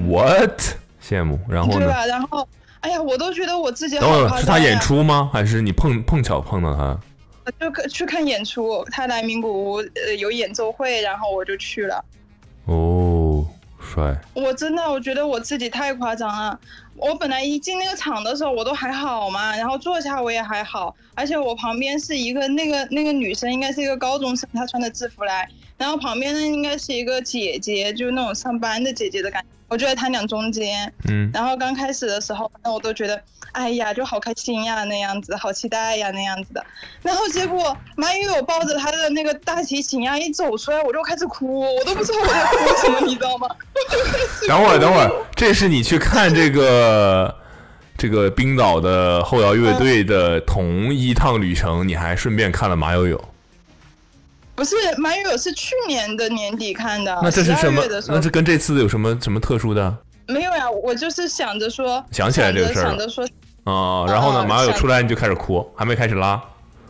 S3: ，what 羡慕。然后
S6: 对
S3: 呢？
S6: 吧？然后哎呀，我都觉得我自己
S3: 等
S6: 好
S3: 会儿
S6: 夸
S3: 是
S6: 张啊
S3: 他
S6: 呀
S3: 演出吗？还是你碰碰巧碰到他？
S6: 我就可去看演出，他来名古屋呃有演奏会，然后我就去了。
S3: 哦，帅。
S6: 我真的我觉得我自己太夸张了。我本来一进那个场的时候我都还好嘛，然后坐下我也还好，而且我旁边是一个那个那个女生，应该是一个高中生，她穿的制服来，然后旁边呢应该是一个姐姐，就是那种上班的姐姐的感觉。我就在他俩中间，
S3: 嗯
S6: 然后刚开始的时候，反正我都觉得，哎呀，就好开心呀，那样子，好期待呀，那样子的。然后结果马友友抱着他的那个大提琴呀，一走出来我就开始哭，我都不知道我在哭什么，你知道吗？我就开始
S3: (laughs)
S6: 哭
S3: 等会儿，等会儿，这是你去看这个这个冰岛的后摇乐队的同一趟旅程，你还顺便看了马友友。
S6: 不是马友友是去年的年底看的，
S3: 那这是
S6: 12
S3: 什么
S6: 啊月的？时候
S3: 那这跟这次有什么什么特殊的啊
S6: 没有呀，我就是想着说，
S3: 想起来这个事儿了
S6: 想着说，
S3: 啊、然后呢，
S6: 哦
S3: 马友友
S6: 想
S3: 出来你就开始哭，还没开始拉。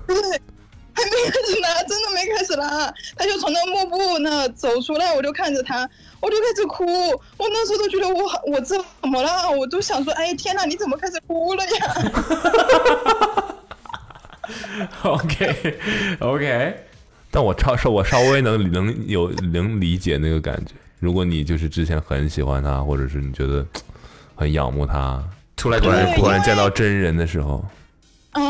S6: 还没开始拉，真的没开始拉，他就从那幕布那走出来，我就看着他，我就开始哭，我那时候都觉得我好我怎么了？我都想说，哎天呐，你怎么开始哭了呀？
S7: OK OK，
S3: 但我超稍我稍微能能有能理解那个感觉。如果你就是之前很喜欢他，或者是你觉得很仰慕他，
S7: 出来
S3: 突
S7: 就
S3: 然
S6: 对
S3: 突然
S6: 因为
S3: 见到真人的时候，
S6: 嗯，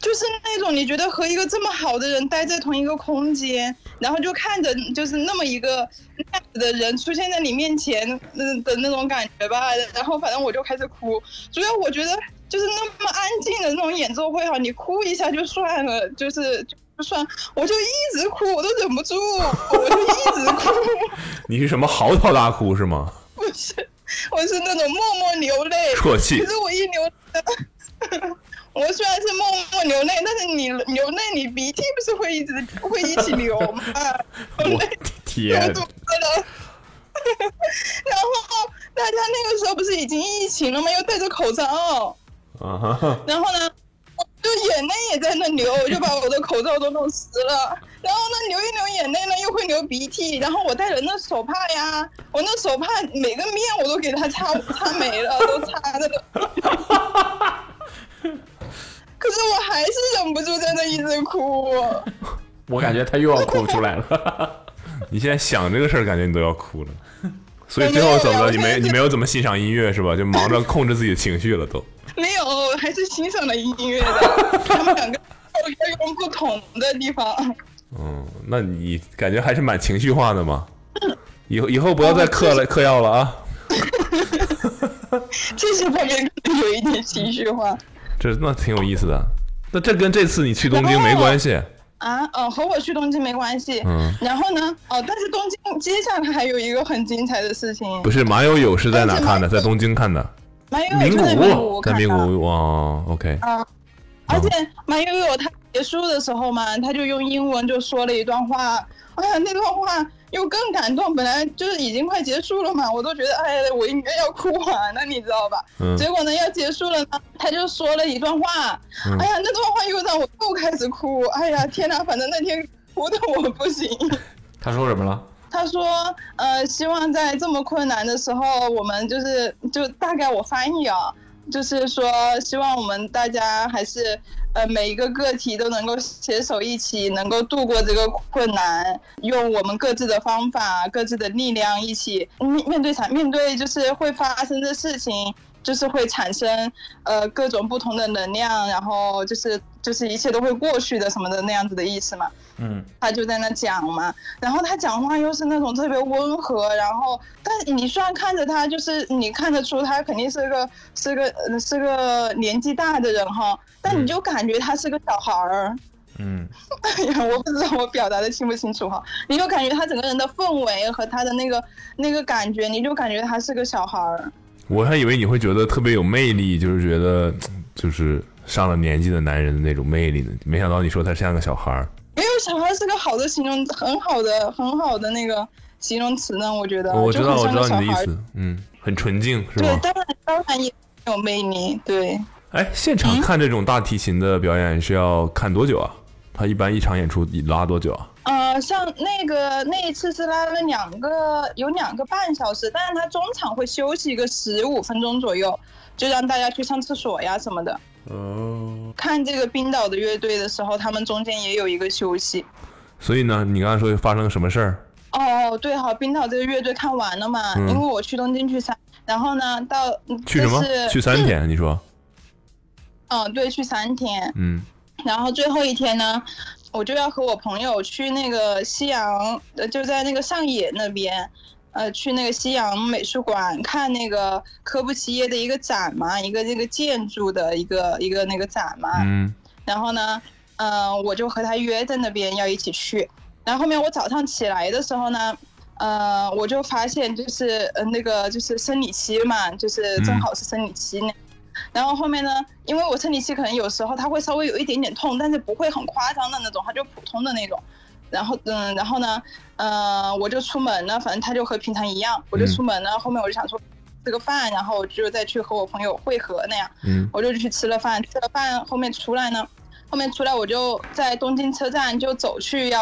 S6: 就是那种你觉得和一个这么好的人待在同一个空间，然后就看着就是那么一个那样子的人出现在你面前，嗯的那种感觉吧。然后反正我就开始哭，主要我觉得就是那么安静的那种演奏会哈，你哭一下就算了，就是。就算我就一直哭，我都忍不住，我就一直哭，
S3: 你是什么嚎啕大哭是
S6: (laughs)
S3: 吗？
S6: 不是，我是那种默默流泪，
S3: 啜泣
S6: (laughs) 可。是我一流泪， (laughs) 我虽然是默默流泪，但是你流泪，你鼻涕不是会一直会一起流吗？流泪
S7: 天
S6: 流出来了。 (laughs) 然后大家那个时候不是已经疫情了吗？又戴着口罩，
S3: 啊哈！
S6: 然后呢，我就眼泪也在那流，我就把我的口罩都弄湿了。然后呢，流一流眼泪呢，又会流鼻涕。然后我戴着那手帕呀，我那手帕每个面我都给它擦擦没了，都擦的。可是我还是忍不住在那一直哭。
S7: 我感觉他又要哭出来了。
S3: (laughs) 你现在想这个事儿，感觉你都要哭了。
S7: (laughs)
S3: 所以
S6: 我
S3: 最
S6: 没有
S3: 后怎么
S6: 呀
S3: 了？
S6: 我
S3: 你
S6: 现在
S3: 没你
S6: 就
S3: 没有怎么欣赏音乐是吧？就忙
S7: (laughs)
S3: 着控制自己的情绪了都。
S6: 没有，还是欣赏了音乐的。他们两个有用不同的地方。
S3: 嗯，那你感觉还是蛮情绪化的
S7: (laughs)
S3: 嘛？以后以后不要
S7: 哦
S3: 再嗑了嗑药了啊！
S6: 这些方面可能有一点情绪化
S3: 这那挺有意思的。那这跟这次你去东京没关系。
S6: 啊，呃，和我去东京没关系。
S3: 嗯，
S6: 然后呢，哦，但是东京接下来还有一个很精彩的事情，
S3: 不是马友友是在哪看的？在东京看的，
S6: 马友友
S7: 名
S6: 就在
S7: 古
S6: 名古屋
S3: 在
S6: 看
S3: 名
S6: 的，
S3: 古屋哦。OK，
S6: 而且马友友他结束的时候嘛，他就用英文就说了一段话，哎呀，那段话又更感动。本来就是已经快结束了嘛，我都觉得哎呀，我应该要哭完了，你知道吧？
S3: 嗯
S6: 结果呢，要结束了呢，他就说了一段话，
S3: 嗯
S6: 哎呀，那段话又让我又开始哭，哎呀，天哪，反正那天哭的我不行。
S7: 他说什么了？
S6: 他说，呃，希望在这么困难的时候，我们就是就大概我翻译啊，就是说希望我们大家还是呃每一个个体都能够携手一起，能够度过这个困难，用我们各自的方法、各自的力量一起面面对产面对就是会发生的事情。就是会产生呃各种不同的能量，然后就是就是一切都会过去的什么的那样子的意思嘛。
S7: 嗯，
S6: 他就在那讲嘛，然后他讲话又是那种特别温和，然后但你虽然看着他，就是你看得出他肯定是个是个呃是个年纪大的人哈，
S3: 嗯
S6: 但你就感觉他是个小孩儿。 (laughs)
S2: 嗯，
S6: 哎呀，我不知道我表达的清不清楚哈，你就感觉他整个人的氛围和他的那个那个感觉，你就感觉他是个小孩儿。
S3: 我还以为你会觉得特别有魅力，就是觉得就是上了年纪的男人的那种魅力呢，没想到你说他像个小孩儿。
S6: 因为小孩是个好的形容，很好的很好的那个形容词呢，我觉得。
S3: 我知道，
S6: 呃
S3: 我
S6: 就很
S3: 知道
S6: 像个小
S3: 你的
S6: 孩
S3: 意
S6: 儿
S3: 思，嗯，很纯净是
S6: 对
S3: 吗，？
S6: 当然当然也有魅力，对。
S3: 哎，现场看这种大提琴的表演是要看多久啊？他一般一场演出拉多久啊？
S6: 呃，像那个那一次是拉了两个，有两个半小时，但是他中场会休息一个十五分钟左右，就让大家去上厕所呀什么的。
S3: 哦，
S6: 看这个冰岛的乐队的时候，他们中间也有一个休息。
S3: 所以呢，你刚才说发生了什么事儿？
S6: 哦，对哈，冰岛这个乐队看完了嘛，
S3: 嗯
S6: 因为我去东京去三，然后呢到
S3: 去什么
S6: 就？是
S3: 去三天？你说，
S6: 嗯、对，去三天，
S3: 嗯
S6: 然后最后一天呢，我就要和我朋友去那个西洋，呃，就在那个上野那边，呃，去那个西洋美术馆看那个科布奇耶的一个展嘛，一个那个建筑的一个一个那个展嘛。
S3: 嗯
S6: 然后呢，呃，我就和他约在那边要一起去。然后后面我早上起来的时候呢，呃，我就发现就是呃那个就是生理期嘛，就是正好是生理期那。然后后面呢，因为我生理期可能有时候它会稍微有一点点痛，但是不会很夸张的那种，它就普通的那种。然后嗯，然后呢，呃，我就出门了，反正他就和平常一样，我就出门了。后面我就想说吃个饭，然后我就再去和我朋友会合那样。
S3: 嗯
S6: 我就去吃了饭，吃了饭后面出来呢，后面出来我就在东京车站就走去要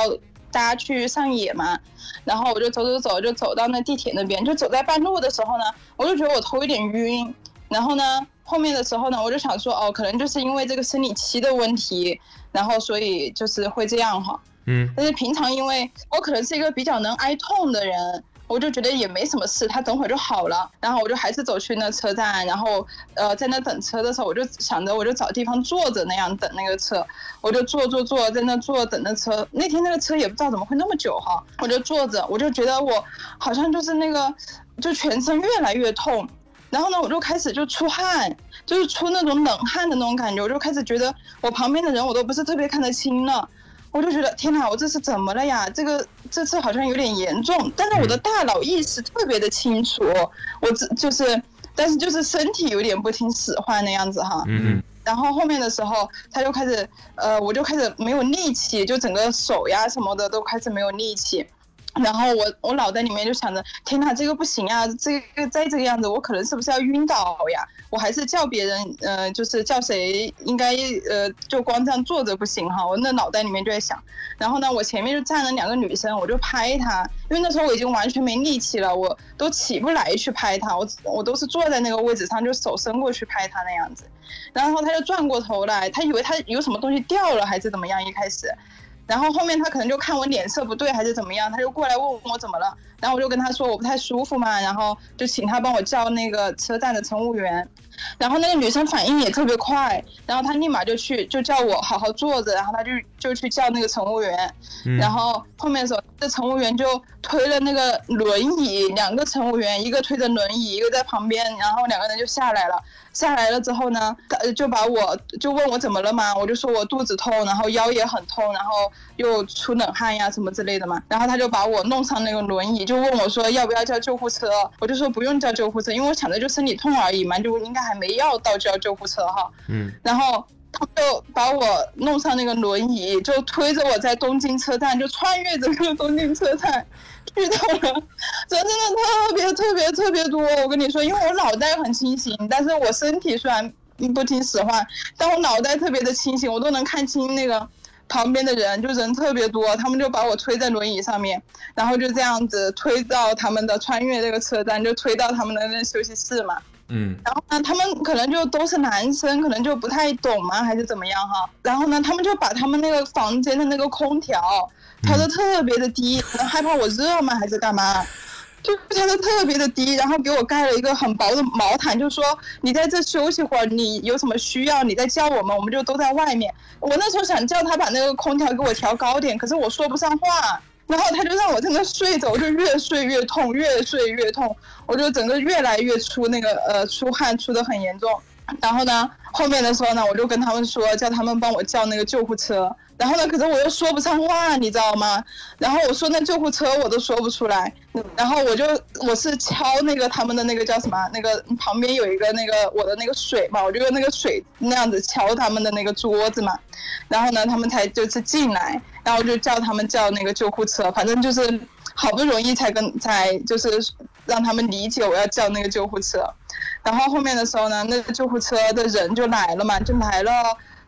S6: 搭去上野嘛，然后我就走走走，就走到那地铁那边，就走在半路的时候呢，我就觉得我头有点晕，然后呢后面的时候呢，我就想说哦，可能就是因为这个生理期的问题，然后所以就是会这样哈，
S3: 嗯
S6: 但是平常因为我可能是一个比较能挨痛的人，我就觉得也没什么事，他等会儿就好了。然后我就还是走去那车站，然后呃在那等车的时候，我就想着我就找地方坐着那样等那个车，我就坐坐坐在那坐等那车。那天那个车也不知道怎么会那么久哈，我就坐着，我就觉得我好像就是那个就全身越来越痛。然后呢，我就开始就出汗，就是出那种冷汗的那种感觉，我就开始觉得我旁边的人我都不是特别看得清了，我就觉得天哪，我这是怎么了呀？这个这次好像有点严重，但是我的大脑意识特别的清楚，我只就是，但是就是身体有点不听使唤那样子哈。
S3: 嗯
S6: 然后后面的时候，他就开始，呃，我就开始没有力气，就整个手呀什么的都开始没有力气。然后我我脑袋里面就想着，天哪，这个不行啊，这个再这个样子，我可能是不是要晕倒呀？我还是叫别人，呃，就是叫谁应该，呃，就光这样坐着不行哈。我那脑袋里面就在想，然后呢，我前面就站了两个女生，我就拍她，因为那时候我已经完全没力气了，我都起不来去拍她，我我都是坐在那个位置上，就手伸过去拍她那样子。然后他就转过头来，他以为他有什么东西掉了还是怎么样，一开始，然后后面他可能就看我脸色不对还是怎么样，他就过来问我怎么了，然后我就跟他说我不太舒服嘛，然后就请他帮我叫那个车站的乘务员，然后那个女生反应也特别快，然后她立马就去就叫我好好坐着，然后她就就去叫那个乘务员，
S3: 嗯
S6: 然后后面的时候，这乘务员就推了那个轮椅，两个乘务员，一个推着轮椅，一个在旁边，然后两个人就下来了。下来了之后呢，他呃就把我就问我怎么了嘛，我就说我肚子痛，然后腰也很痛，然后又出冷汗呀什么之类的嘛。然后他就把我弄上那个轮椅，就问我说要不要叫救护车，我就说不用叫救护车，因为我想着就生理痛而已嘛，就应该还没要到叫救护车哈。
S3: 嗯
S6: 然后。就把我弄上那个轮椅，就推着我在东京车站就穿越整个东京车站， (laughs) 遇到了真的特别特别特别多。我跟你说，因为我脑袋很清醒，但是我身体虽然嗯不听使唤，但我脑袋特别的清醒，我都能看清那个旁边的人，就人特别多，他们就把我推在轮椅上面，然后就这样子推到他们的穿越这个车站，就推到他们的那休息室嘛。
S2: 嗯，
S6: 然后呢，他们可能就都是男生，可能就不太懂嘛，还是怎么样哈。然后呢，他们就把他们那个房间的那个空调调的特别的低，可能害怕我热嘛，还是干嘛？就调的特别的低，然后给我盖了一个很薄的毛毯，就说你在这休息会儿，你有什么需要你再叫我们，我们就都在外面。我那时候想叫他把那个空调给我调高点，可是我说不上话。然后他就让我在那睡着，我就越睡越痛，越睡越痛，我就整个越来越出那个呃出汗，出的很严重。然后呢，后面的时候呢，我就跟他们说，叫他们帮我叫那个救护车。然后呢，可是我又说不上话，你知道吗？然后我说那救护车我都说不出来。然后我就我是敲那个他们的那个叫什么？啊那个旁边有一个那个我的那个水嘛，我就用那个水那样子敲他们的那个桌子嘛。然后呢，他们才就是进来，然后就叫他们叫那个救护车，反正就是好不容易才跟才就是让他们理解我要叫那个救护车。然后后面的时候呢，那个救护车的人就来了嘛，就来了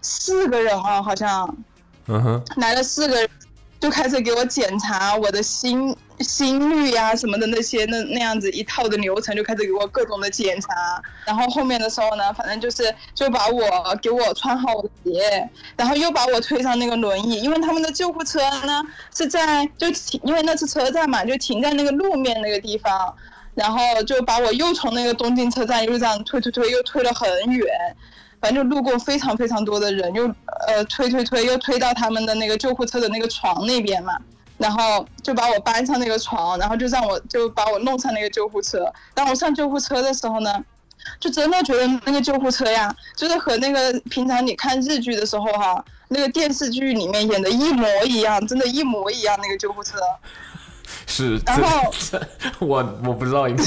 S6: 四个人啊，好像
S3: 嗯哼，
S6: 来了四个人，就开始给我检查我的心心率呀、什么的那些那那样子一套的流程，就开始给我各种的检查。然后后面的时候呢，反正就是就把我给我穿好我的鞋，然后又把我推上那个轮椅，因为他们的救护车呢是在就停，因为那是车站嘛，就停在那个路面那个地方。然后就把我又从那个东京车站又这样推推推，又推了很远，反正就路过非常非常多的人，又呃推推推，又推到他们的那个救护车的那个床那边嘛，然后就把我搬上那个床，然后就让我就把我弄上那个救护车。当我上救护车的时候呢，就真的觉得那个救护车呀，就是和那个平常你看日剧的时候哈、那个电视剧里面演的一模一样，真的一模一样那个救护车。
S2: 是，
S6: 然后
S2: (laughs) 这这我我不知道应
S6: (laughs)
S2: 该，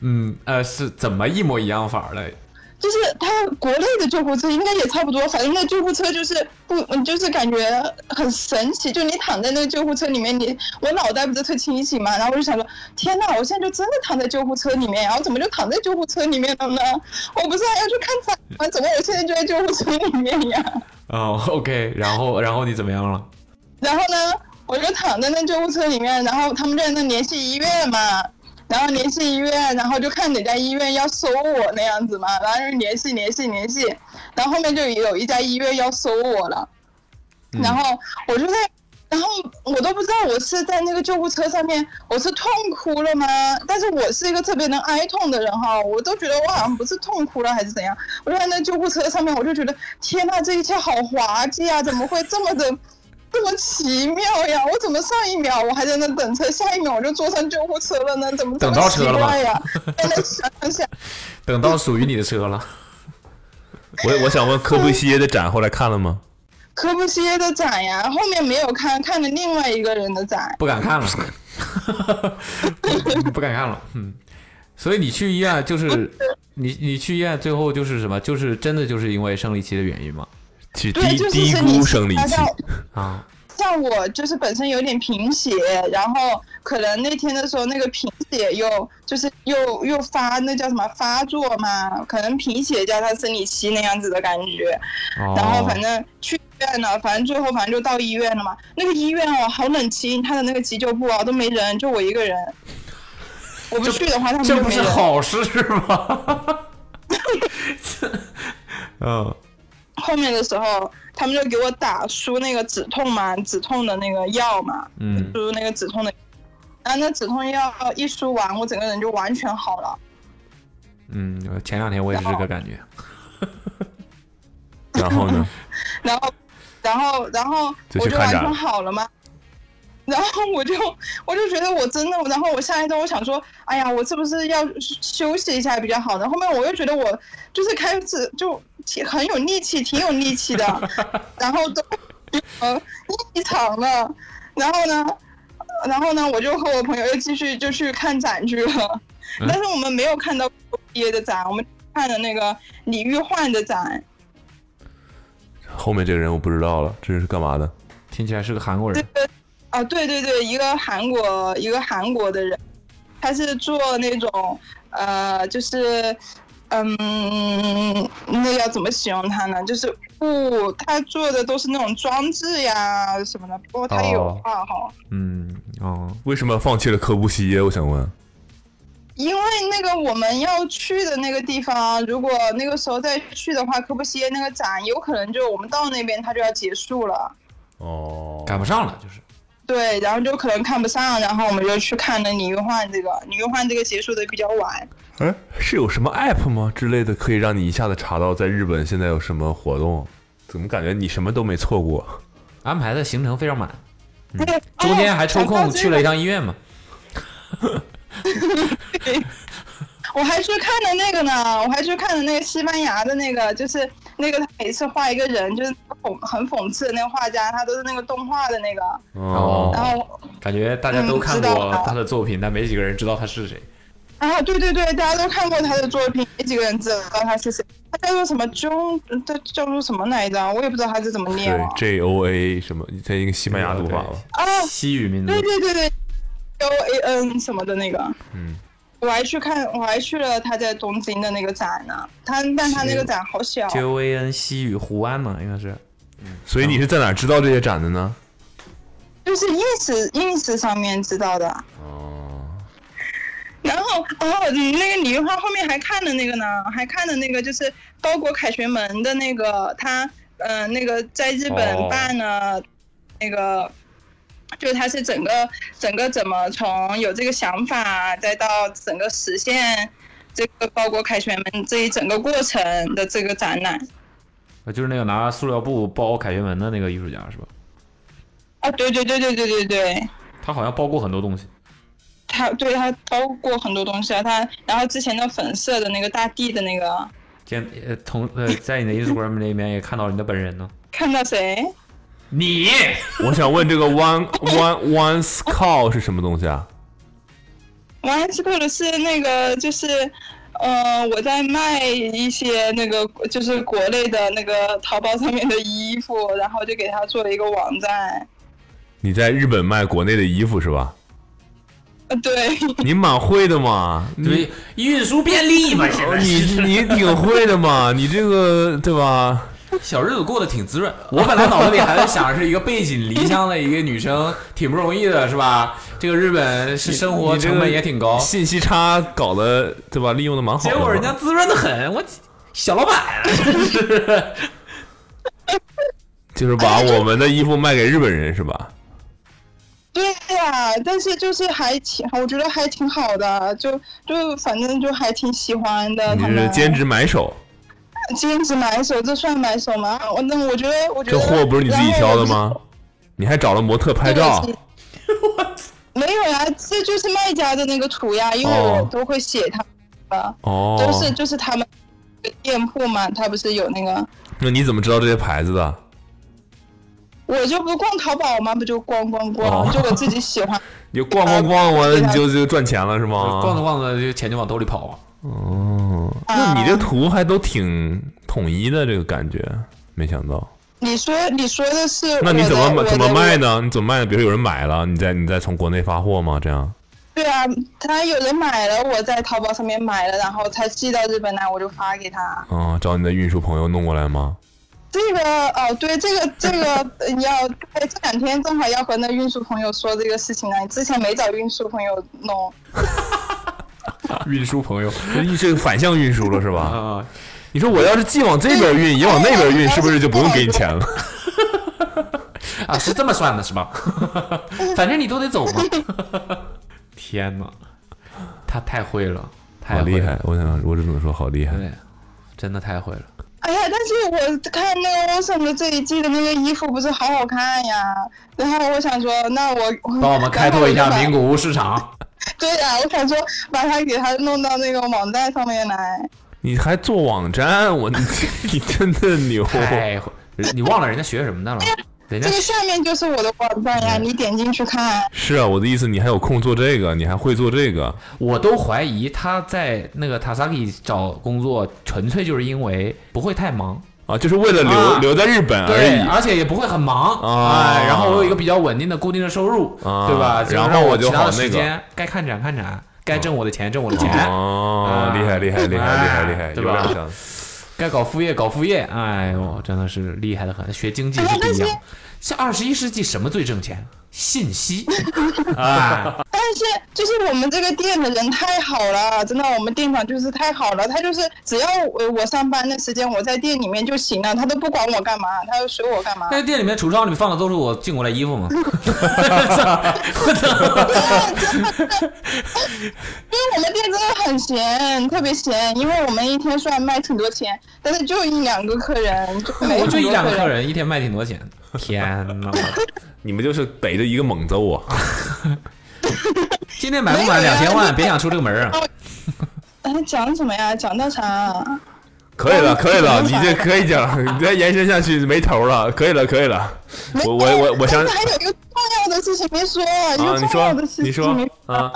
S2: 嗯呃是怎么一模一样法儿嘞？
S6: 就是他国内的救护车应该也差不多，反正那救护车就是不，嗯就是感觉很神奇。就你躺在那个救护车里面，你我脑袋不是特清醒嘛，然后我就想说，天呐，我现在就真的躺在救护车里面，然后怎么就躺在救护车里面了呢？我不是还要去看展吗？怎么我现在就在救护车里面呀？
S2: 哦，OK，然后然后你怎么样了？
S6: 然后呢，我就躺在那救护车里面，然后他们在那联系医院嘛，然后联系医院，然后就看哪家医院要收我那样子嘛，然后就联系联系联系，然后后面就有一家医院要收我了，
S2: 嗯
S6: 然后我就在。然后我都不知道我是在那个救护车上面，我是痛哭了吗？但是我是一个特别能哀痛的人哈，我都觉得我好像不是痛哭了还是怎样。我就在那救护车上面，我就觉得天呐，这一切好滑稽啊！怎么会这么的 (laughs) 这么奇妙呀！我怎么上一秒我还在那等车，下一秒我就坐上救护车了呢？怎么这
S2: 等
S6: 么
S2: 到
S6: 奇
S2: 车了吗
S6: 怪
S2: (laughs)
S6: 呀？在那想想，
S2: 等到属于你的车了，
S3: 我我想问科布西耶的展后来看了吗？
S6: 科布西耶的展呀，后面没有看，看了另外一个人的展。
S2: 不敢看了， (laughs) 不敢看了，嗯。所以你去医院就是你你去医院最后就是什么？就是真的就是因为生理期的原因吗？
S3: 去
S6: 对，
S3: 低
S6: 就是
S3: 低
S6: 生理
S3: 估
S6: 期
S3: 生理
S6: 它
S3: 期，
S6: 叫
S2: 啊，
S6: 像我就是本身有点贫血，然后可能那天的时候那个贫血又就是又又发那叫什么发作嘛，可能贫血加上生理期那样子的感觉，然后
S2: 哦
S6: 反正去医院了，反正最后反正就到医院了嘛。那个医院哦，好冷清，他的那个急救部啊都没人，就我一个人。我不去的话，他们就
S2: 这不
S6: 没
S2: 是
S6: 人。
S2: 好事吗？ (laughs) 这嗯
S6: 后面的时候，他们就给我打输那个止痛嘛，止痛的那个药嘛，
S2: 嗯
S6: 输那个止痛的。然后那止痛药一输完，我整个人就完全好了。
S2: 嗯，前两天我也是这个感觉。
S3: (laughs) 然后呢？
S6: 然后，然后，然后
S3: 就去
S6: 我就
S3: 看
S6: 完
S3: 展
S6: 全
S3: 了
S6: 好了嘛。 (laughs) 然后我就我就觉得我真的，然后我下一周我想说，哎呀，我是不是要休息一下比较好呢？后面我又觉得我就是开始就挺很有力气，挺有
S3: (laughs)
S6: 力气的，然后都呃异常了。然后呢，然后呢，我就和我朋友又继续就去看展去了，
S3: 嗯
S6: 但是我们没有看到毕业的展，我们看了那个李玉焕的展。
S3: 后面这个人我不知道了，这是干嘛的？
S2: 听起来是个韩国人，
S6: 啊，对对对，一个韩国一个韩国的人，他是做那种呃，就是嗯，那要怎么形容他呢？就是布，他做的都是那种装置呀什么的，不过他也有
S2: 哦
S6: 画哈。
S2: 嗯，哦，
S3: 为什么放弃了科布西耶？我想问。
S6: 因为那个我们要去的那个地方，如果那个时候再去的话，科布西耶那个展有可能就我们到那边它就要结束了，
S3: 哦，
S2: 赶不上了，就是
S6: 对，然后就可能看不上，然后我们就去看了李玉焕这个，李玉焕这个结束的比较晚，
S3: 哎，是有什么 app 吗之类的，可以让你一下子查到在日本现在有什么活动？怎么感觉你什么都没错过？
S2: 安排的行程非常满，
S6: 哎那个
S2: 中间还
S6: 哎
S2: 抽空去了一
S6: 趟，
S2: 趟医院嘛。
S6: 我还去看了那个呢，我还去看了那个西班牙的那个，就是那个他每次画一个人，就是讽很讽刺的那个画家，他都是那个动画的那个，
S2: 哦
S6: 然后
S2: 感觉大家都
S6: 嗯
S2: 看
S6: 知道
S2: 过
S6: 了
S2: 他的作品，但没几个人知道他是谁。
S6: 啊，对对对，大家都看过他的作品，没几个人知道他是谁。他叫做什么 Jun，他叫做什么来着？我也不知道他是怎么念
S3: 对
S6: 啊。
S3: ，J O A 什么，在一个西班牙读法吧。
S6: 啊，
S2: 西语名字
S6: 对对对对，O A N 什么的那个。
S3: 嗯。
S6: 我还去看，我还去了他在东京的那个展呢。他但他那个展好小，
S2: J O A N 西语胡安嘛，应该是。
S3: 所以你是在哪儿知道这些展的呢？
S6: 就是 ins ins 上面知道的。
S3: 哦，
S6: 然后哦，那个李玉花后面还看了那个呢，还看了那个就是包裹凯旋门的那个，他呃那个在日
S2: 哦
S6: 本办了、那个，就是他是整个整个怎么从有这个想法，再到整个实现这个包裹凯旋门这一整个过程的这个展览
S2: 呃就是那个拿塑料布包凯旋门的那个艺术家是吧？
S6: 啊，对对对对对对对。
S2: 他好像包过很多东西。
S6: 他对他包括很多东西啊，他然后之前的粉色的那个大地的那个，
S2: 见呃同呃，在你的 Instagram 里面也看到你的本人呢。
S6: 看到谁？
S2: 你
S3: 我想问这个 one one one call 是什么东西啊？
S6: 我还是克的是那个，就是，呃，我在卖一些那个，就是国内的那个淘宝上面的衣服，然后就给他做了一个网站。
S3: 你在日本卖国内的衣服是吧？
S6: 呃，对， (laughs)
S3: 你蛮会的嘛，你
S7: 对，运输便利嘛，现在
S3: 你你挺会的嘛，你这个对吧？
S7: 小日子过得挺滋润。我本来脑子里还在想是一个背井离乡的一个女生，挺不容易的，是吧？这个日本是生活
S3: 你这个
S7: 成本也挺
S6: 哦
S7: 高，
S3: 信息差搞得对吧？利用的蛮好
S7: 结
S3: 的嘛。
S7: 果人家滋润的很，我小老板啊真是。 (laughs)
S3: 就是把我们的衣服卖给日本人是
S6: (laughs)
S3: 吧？
S6: 对呀、但是就是还挺，我觉得还挺好的，就就反正就还挺喜欢的。
S3: 你
S6: 他
S3: 是
S6: 们
S3: 兼职买手，
S6: 兼职买手，这算买手吗？我那我觉得，我觉
S3: 这
S6: 得
S3: 货不是你自己挑的？吗？你还找了模特拍
S6: 然后
S3: 照
S6: 我就？ (laughs) 没有呀、这就是卖家的那个图呀，因为我
S3: 哦
S6: 都会写他的。
S3: 哦，
S6: 都是就是他们店铺嘛，他不是有那个，
S3: 那你怎么知道这些牌子的？
S6: 我就不逛淘宝嘛，不就逛逛逛，
S3: 哦
S6: 就我自己
S3: (laughs)
S6: 喜欢。
S3: 你就
S6: 啊
S3: 逛逛逛完了你就就赚钱了是吗？
S2: 逛着逛着就钱就往兜里跑啊。
S3: 哦，
S6: 啊
S3: 那你这图还都挺统一的，这个感觉，没想到。
S6: 你说你说的是
S3: 那你
S6: 我
S3: 怎
S6: 的
S3: 么
S6: 我的
S3: 怎么卖呢？你怎么卖呢？比如有人买了，你再你再从国内发货吗？这样？
S6: 对啊，他有人买了，我在淘宝上面买了，然后他寄到日本来，我就发给他。
S3: 啊、找你的运输朋友弄过来
S6: (laughs)
S3: 吗？
S6: 这个哦，对，这个这个呃要对这两天正好要和那运输朋友说这个事情呢，啊之前没找运输朋友弄。
S7: 啊
S2: 运输朋友
S3: 这个反向运输了是吧？
S2: 啊，
S3: 你说我要是既往这边
S7: 哎
S3: 运，也往那边运，是不是就不用给你钱了？
S7: 啊，是这么算的，是吧？反正你都得走嘛。
S2: 天哪，他太会了，太
S7: 哎
S3: 好
S2: 会
S3: 厉
S2: 了
S3: 害！！我想，我只能说好厉害。
S2: 对，真的太会了。
S6: 哎呀，但是我看那个 Wilson 的这一季的那个衣服不是好好看呀，然后我想说，那我
S7: 帮我们开拓一下名。古屋市场。
S6: 对呀、我想说把它给它弄到那个网站上面来。
S3: 你还做网站，我你真的牛！
S7: 太会，你忘了人家学什么的了？人家
S6: 这个下面就是我的网站
S7: 嗯
S6: 呀，你点进去看。
S3: 是啊，我的意思，你还有空做这个，你还会做这个，
S7: 我都怀疑他在那个塔萨基找工作，纯粹就是因为不会太忙，
S3: 啊，就是为了留、
S7: 啊
S3: 留在日本而
S7: 对，
S3: 已。
S7: 而且也不会很忙，
S3: 啊
S7: 哎，然后我有一个比较稳定的固定的收入，
S3: 啊
S7: 对吧？就
S3: 然
S7: 让
S3: 后
S7: 我
S3: 就
S7: 其他
S3: 好
S7: 的
S3: 那
S7: 时
S3: 个啊
S7: 间该看展看展，该挣我的钱挣我的钱，
S3: 哦，厉害厉害厉害厉害厉害，
S7: 哎
S3: 有
S7: 啊对吧
S3: 两张。
S7: 该搞副业搞副业，哎呦，真的是厉害的很，学经
S6: 哎
S7: 济是不一样。像二十一世纪什么最挣钱？
S3: (laughs)
S7: 信息，哎，
S6: 但是就是我们这个店的人太好了，真的，我们店长就是太好了，他就是只要我我上班的时间我在店里面就行了，他都不管我干嘛，他就随我干
S7: (laughs)
S6: 嘛。
S7: 那店里面橱窗里面放的都是我进过来衣
S3: (laughs)
S7: 服嘛，
S6: 因为我们店真的很闲，特别闲，因为我们一天虽然卖挺多钱，但是就一两个客人，就没
S7: 我就
S6: 很
S7: 一
S6: 多
S7: 两个
S6: 客
S7: 客。人，一天卖挺多钱，天哪！
S3: 你们就是逮着一个猛揍啊我，
S7: 啊今天买不满两千万，别想出这个门儿啊！
S6: 哎，讲什么呀？讲到啥啊？
S3: 可以了，可以
S7: (laughs)
S3: 了，你这可以讲了，你再延伸下去没头了，可以了，可以了。
S6: 没
S3: 我我我我
S6: 但
S3: 想
S6: 是还有一个重要的事情没说，一
S3: 啊，
S6: 个
S3: 你
S6: 重
S3: 说
S6: 要的事
S3: 你
S6: 情没
S3: 说啊，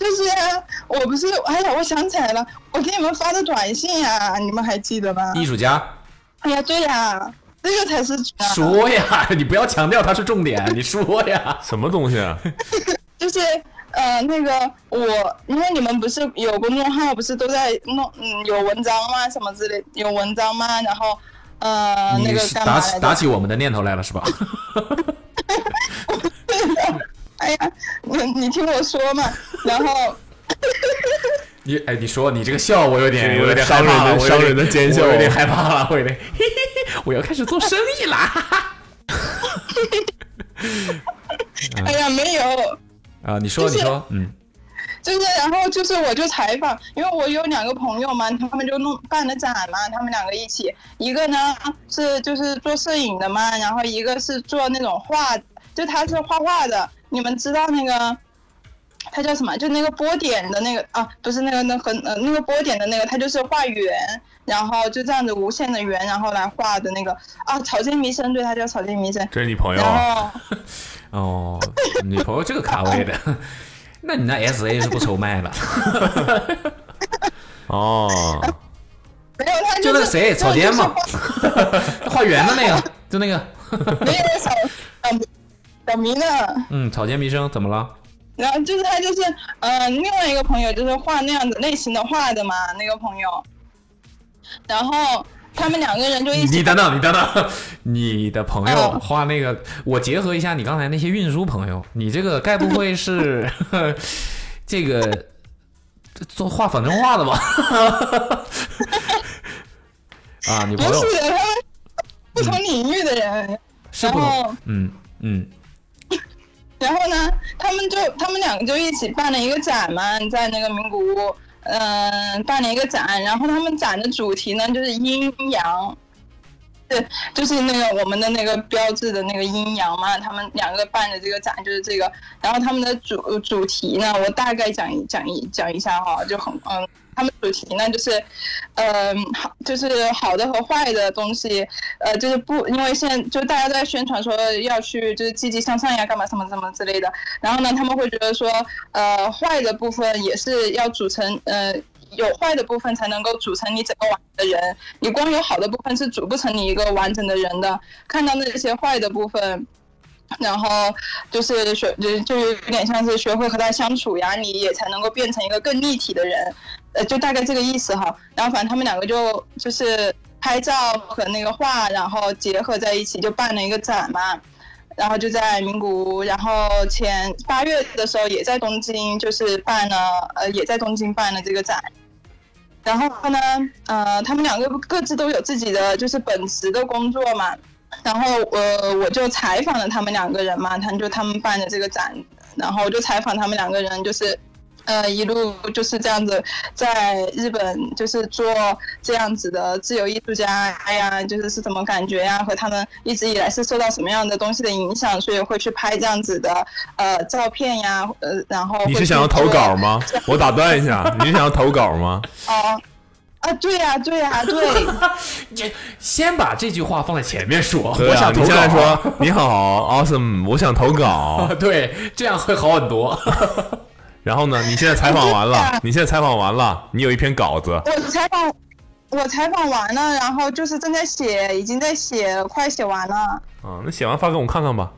S6: 就是啊，我不是，哎呀，我想起来了，我给你们发的短信呀、你们还记得吗？
S7: 艺术家，
S2: 啊
S6: 哎呀，对呀、这个才是主要的
S7: 说呀， (laughs) 你不要强调它是
S2: (laughs)
S7: 重点，你说呀。
S3: 什么东西啊？
S6: 就是呃，那个我，因为你们不是有公众号，不是都在弄嗯有文章吗？什么之类，有文章吗？然后
S2: 啊
S6: 呃，那
S7: 你
S6: 个
S7: 是
S6: 干嘛来
S7: 打起打
S6: 着？
S7: 起我们的念头来了是吧？
S2: (laughs)
S6: 哎呀，你你听我说嘛，
S3: (laughs)
S6: 然后
S7: 你哎，你说你这个笑，我有点我有点害
S3: 伤人
S7: 怕
S3: 的
S7: 了，我有
S3: 伤人
S7: 点
S3: 的尖笑
S7: 我，有点害怕了，我有点， (laughs) 嘿嘿嘿，我要开始做生意啦！
S2: (laughs)
S3: 嗯
S6: 哎呀没有，
S7: 啊，你说
S6: 就是
S7: 你说，嗯，
S6: 就是，然后就是我就采访，因为我有两个朋友嘛，他们就弄办了展嘛，他们两个一起，一个呢是就是做摄影的嘛，然后一个是做那种画，就他是画画的，你们知道那个。他叫什么？就那个波点的那个啊，不是那个那和呃那个波点的那个，他就是画圆，然后就这样子无限的圆，然后来画的那个啊，草间弥生，对，他叫草间弥生。
S3: 这是你朋友
S6: 然
S7: (laughs)
S3: 啊？
S6: 后
S7: 哦，女朋友这个卡位的， (laughs) 那你那 S A 是不愁卖了， (laughs)
S3: 哦，
S6: 没有他
S7: 就那
S6: 是
S7: 个谁草间嘛
S6: 就是画
S7: 画圆的那个，就那个，
S6: 没有小 (laughs) 小小迷呢。
S7: 嗯，草间弥生怎么了？
S6: 然后就是他就是呃另外一个朋友就是画那样子类型的画的嘛那个朋友，然后他们哎两个人就一
S7: 你
S6: 起
S7: 等等，你等等， (laughs) 你的朋友
S6: 哦
S7: 画那个，我结合一下你刚才那些运输朋友，你这个该不会是 (laughs) 这个这做画仿真画的吧？ (laughs) 啊，你
S6: 不
S7: 朋友
S6: 是的，他们不同领域的人，
S7: 是
S6: 然
S7: 不懂，
S6: 后
S7: 嗯嗯，
S6: 然后呢，他们就他们两个就一起办了一个展嘛，在那个名古屋，嗯、办了一个展，然后他们展的主题呢就是阴阳，对，就是那个我们的那个标志的那个阴阳嘛，他们两个办的这个展就是这个，然后他们的主主题呢，我大概讲一讲一讲一下哈，就很嗯。他们主题呢，就是，嗯、好，就是好的和坏的东西，呃，就是不，因为现在就大家都在宣传说要去就是积极向上呀，干嘛什么什么之类的。然后呢，他们会觉得说，呃，坏的部分也是要组成，呃，有坏的部分才能够组成你整个完整的人。你光有好的部分是组不成你一个完整的人的。看到那些坏的部分。然后就是学，就就有点像是学会和他相处呀，你也才能够变成一个更立体的人，呃，就大概这个意思哈。然后反正他们两个就就是拍照和那个画，然后结合在一起，就办了一个展嘛。然后就在名古屋，然后前八月的时候也在东京，就是办了，呃，也在东京办了这个展。然后呢，呃，他们两个各自都有自己的就是本职的工作嘛。然后呃，我就采访了他们两个人嘛，他们就他们办的这个展，然后我就采访他们两个人，就是呃一路就是这样子，在日本就是做这样子的自由艺术家呀，就是是怎么感觉呀，和他们一直以来是受到什么样的东西的影响，所以会去拍这样子的呃照片呀，呃，然后
S3: 你
S6: 会
S3: 是
S6: 去
S3: 想要投
S6: 做
S3: 稿吗？我打断一下，你是想要投稿吗？
S6: 哦，啊，对呀、对呀、对。
S7: 这先把这句话放在前面说，
S3: 对
S7: 我
S3: 啊，
S7: 想
S3: 你
S7: 投稿
S3: 现在说你好，awesome，我想投稿。
S7: 啊，对，这样会好很多。
S6: (laughs)
S3: 然后呢，你现在采访完了，你现在采访完了，你有一篇稿子，
S6: 我采访，我采访完了，然后就是正在写，已经在写了，快写完了。
S3: 啊，那写完发给我们看看吧。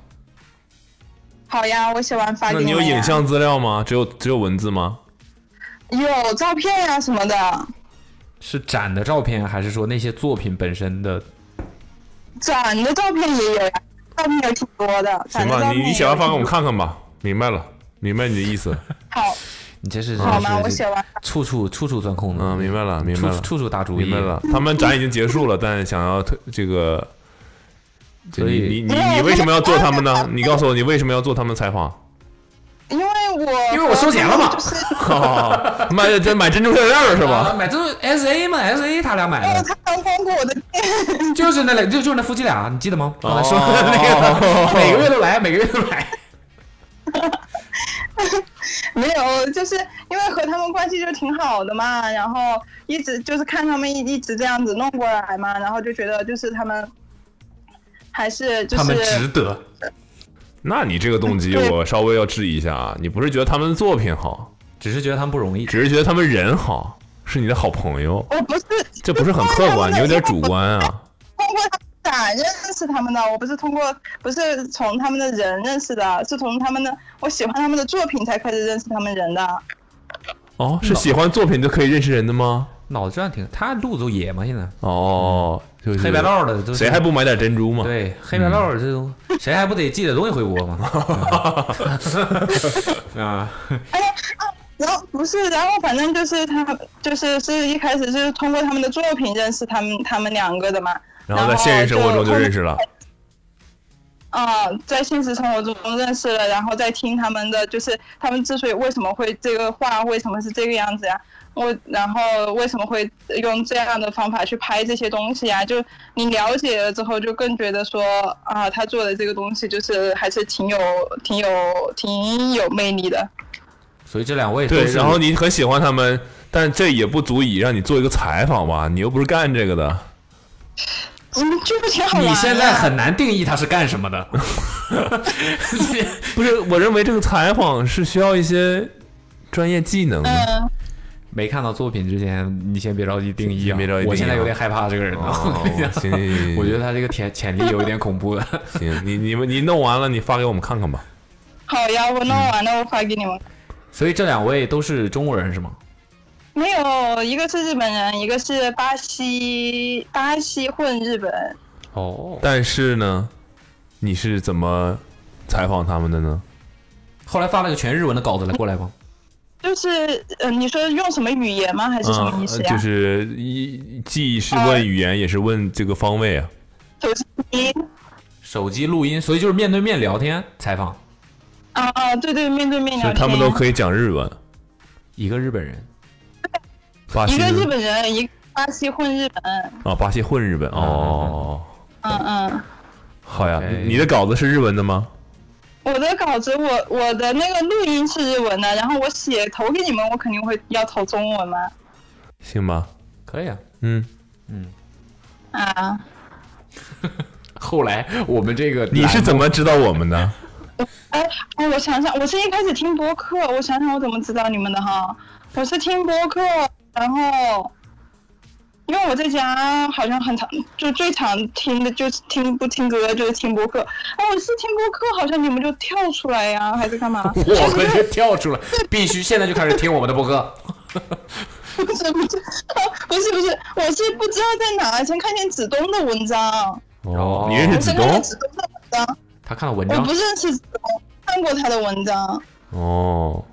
S6: 好呀，我写完发给
S3: 那你有
S6: 们哎呀
S3: 影像资料吗？只有只有文字吗？
S6: 有照片呀、什么的，
S2: (laughs) 是展的照片，还是说那些作品本身的？
S6: 展的照片也有呀，照片有挺多的。
S3: 行
S6: 展的
S3: 吧，
S6: 照片
S3: 你
S6: 也
S3: 你写完
S6: 有
S3: 发给我们看看吧。明白了，明白你的意思。
S6: 好，
S2: 你这嗯是
S6: 好吗？我写完。
S2: 处处处处钻空子。
S3: 嗯，明白了，明白
S2: 处
S3: 了，
S2: 处处打主意。
S3: 明白了。他们展已经结束了，但想要特这个，这
S2: 所以
S3: 你你你
S6: 没有
S3: 你为什么要做他们
S6: 我
S3: 呢
S6: 想？
S3: 你告诉我，你为什么要做他们采访？ (laughs)
S6: 因为我
S7: 因为我收钱了嘛
S6: 就是
S3: 哦买这买珍珠项链是
S7: 啊，
S3: 吧？
S7: 买这 S A 嘛，S A 他俩
S3: 哎
S7: 买的，
S6: 他刚光顾我的店，
S7: 就是那俩，就就是那夫妻俩，你记得吗？刚才说的那
S3: 哦 (laughs)
S7: 个，每个月都来，每个月都来。
S6: 没有，就是因为和他们关系就挺好的嘛，然后一直就是看他们一一直这样子弄过来嘛，然后就觉得就是他们还是就
S2: 他们值
S6: 是
S2: 得。
S3: 那你这个动机
S6: 对
S3: 我稍微要质疑一下啊，你不是觉得他们的作品好，
S2: 只是觉得他们不容易，
S3: 只是觉得他们人好，是你的好朋友，
S6: 我不是
S3: 这不是很客观，你有点主观啊。
S6: 通过他们展认识他们的，我不是通过不是从他们的人认识的，是从他们的我喜欢他们的作品才开始认识他们人的。
S3: 哦，是喜欢作品就可以认识人的吗？
S2: 脑子转挺，他路走野嘛，现在
S3: 哦，就是
S2: 黑白道的都是
S3: 谁还不买嗯点珍珠嘛？
S2: 对黑白道儿这种，谁还不得寄点东西回国嘛？
S3: (laughs)
S2: (laughs) 啊，
S6: 然后不是，然后反正就是他，就是是一开始是通过他们的作品认识他们他们两个的嘛。
S3: 然后在现实生活中就认识了。
S6: 啊、在现实生活中认识了，然后再听他们的，就是他们之所以为什么会这个画，为什么是这个样子呀、啊我然后为什么会用这样的方法去拍这些东西呀、啊就你了解了之后，就更觉得说啊，他做的这个东西就是还是挺有、挺有、挺有魅力的。
S2: 所以这两位都
S3: 对，
S2: 是
S3: 然后你很喜欢他们，但这也不足以让你做一个采访吧？你又不是干这个的。
S6: 嗯，就是挺好玩的。
S7: 你现在很难定义他是干什么的，
S3: 不是，我认为这个采访是需要一些专业技能的。
S6: 嗯，
S2: (laughs) 没看到作品之前，你先别着急定义啊，
S3: 先别着急定义啊
S2: 我现在有点害怕这个人了，
S3: 哦
S2: (laughs) 我跟你讲，
S3: 行行行行
S2: 我觉得他这个潜潜力有一点恐怖的。
S3: 行，你你们你弄完了，你发给我们看看吧。
S6: 好呀，我弄完了，我发给你们。
S2: (laughs) 所以这两位都是中国人是吗？
S6: 没有，一个是日本人，一个是巴西巴西混日本。
S2: 哦，
S3: 但是呢，你是怎么采访他们的呢？
S2: 后来发了个全日文的稿子来过来吗？
S6: 就是，呃，你说用什么语言吗？还是什么
S3: 嗯，
S6: 意思呀？
S3: 就是一既是
S6: 呃
S3: 问语言，也是问这个方位啊。
S6: 手机音
S2: 手机录音，所以就是面对面聊天采访，
S6: 啊啊，对对，面对面
S3: 所
S6: 聊
S3: 以
S6: 天。
S3: 他们都可以讲日文。
S2: 一个日本人，
S3: 巴
S6: 一
S3: 西
S6: 个日
S3: 人
S6: 本人，一个巴西混日本。
S3: 啊，巴西混日本哦。
S6: 嗯嗯，
S3: 好呀
S2: OK
S3: 你的稿子是日文的吗？
S6: 我的稿子我我的那个录音是日文的，然后我写投给你们，我肯定会要投中文嘛。
S3: 行吧，
S2: 可以啊。
S3: 嗯，
S6: 啊，
S2: 后来我们这个
S3: 你是怎么知道我们的？
S6: 哎，哎，我想想，我是一开始听播客，我想想我怎么知道你们的哈，我是听播客，然后，因为我在家好像很常就最常听的就是听不听歌就是听播客，哎，我是听播客，好像你们就跳出来呀，还是干嘛？ (laughs)
S2: (laughs)
S7: 我们就跳出来，必须现在就开始听我们的播客。
S6: 不是不是哦不是不是，我是不知道在哪先看见子东的文章，
S2: 哦
S3: 你认识
S6: 我是
S3: 哎子
S6: 看见
S3: 东？
S6: 子东的文章，
S2: 他看到文
S6: 我
S2: 章
S6: 不认识子东，看过他的文章。
S3: 哦，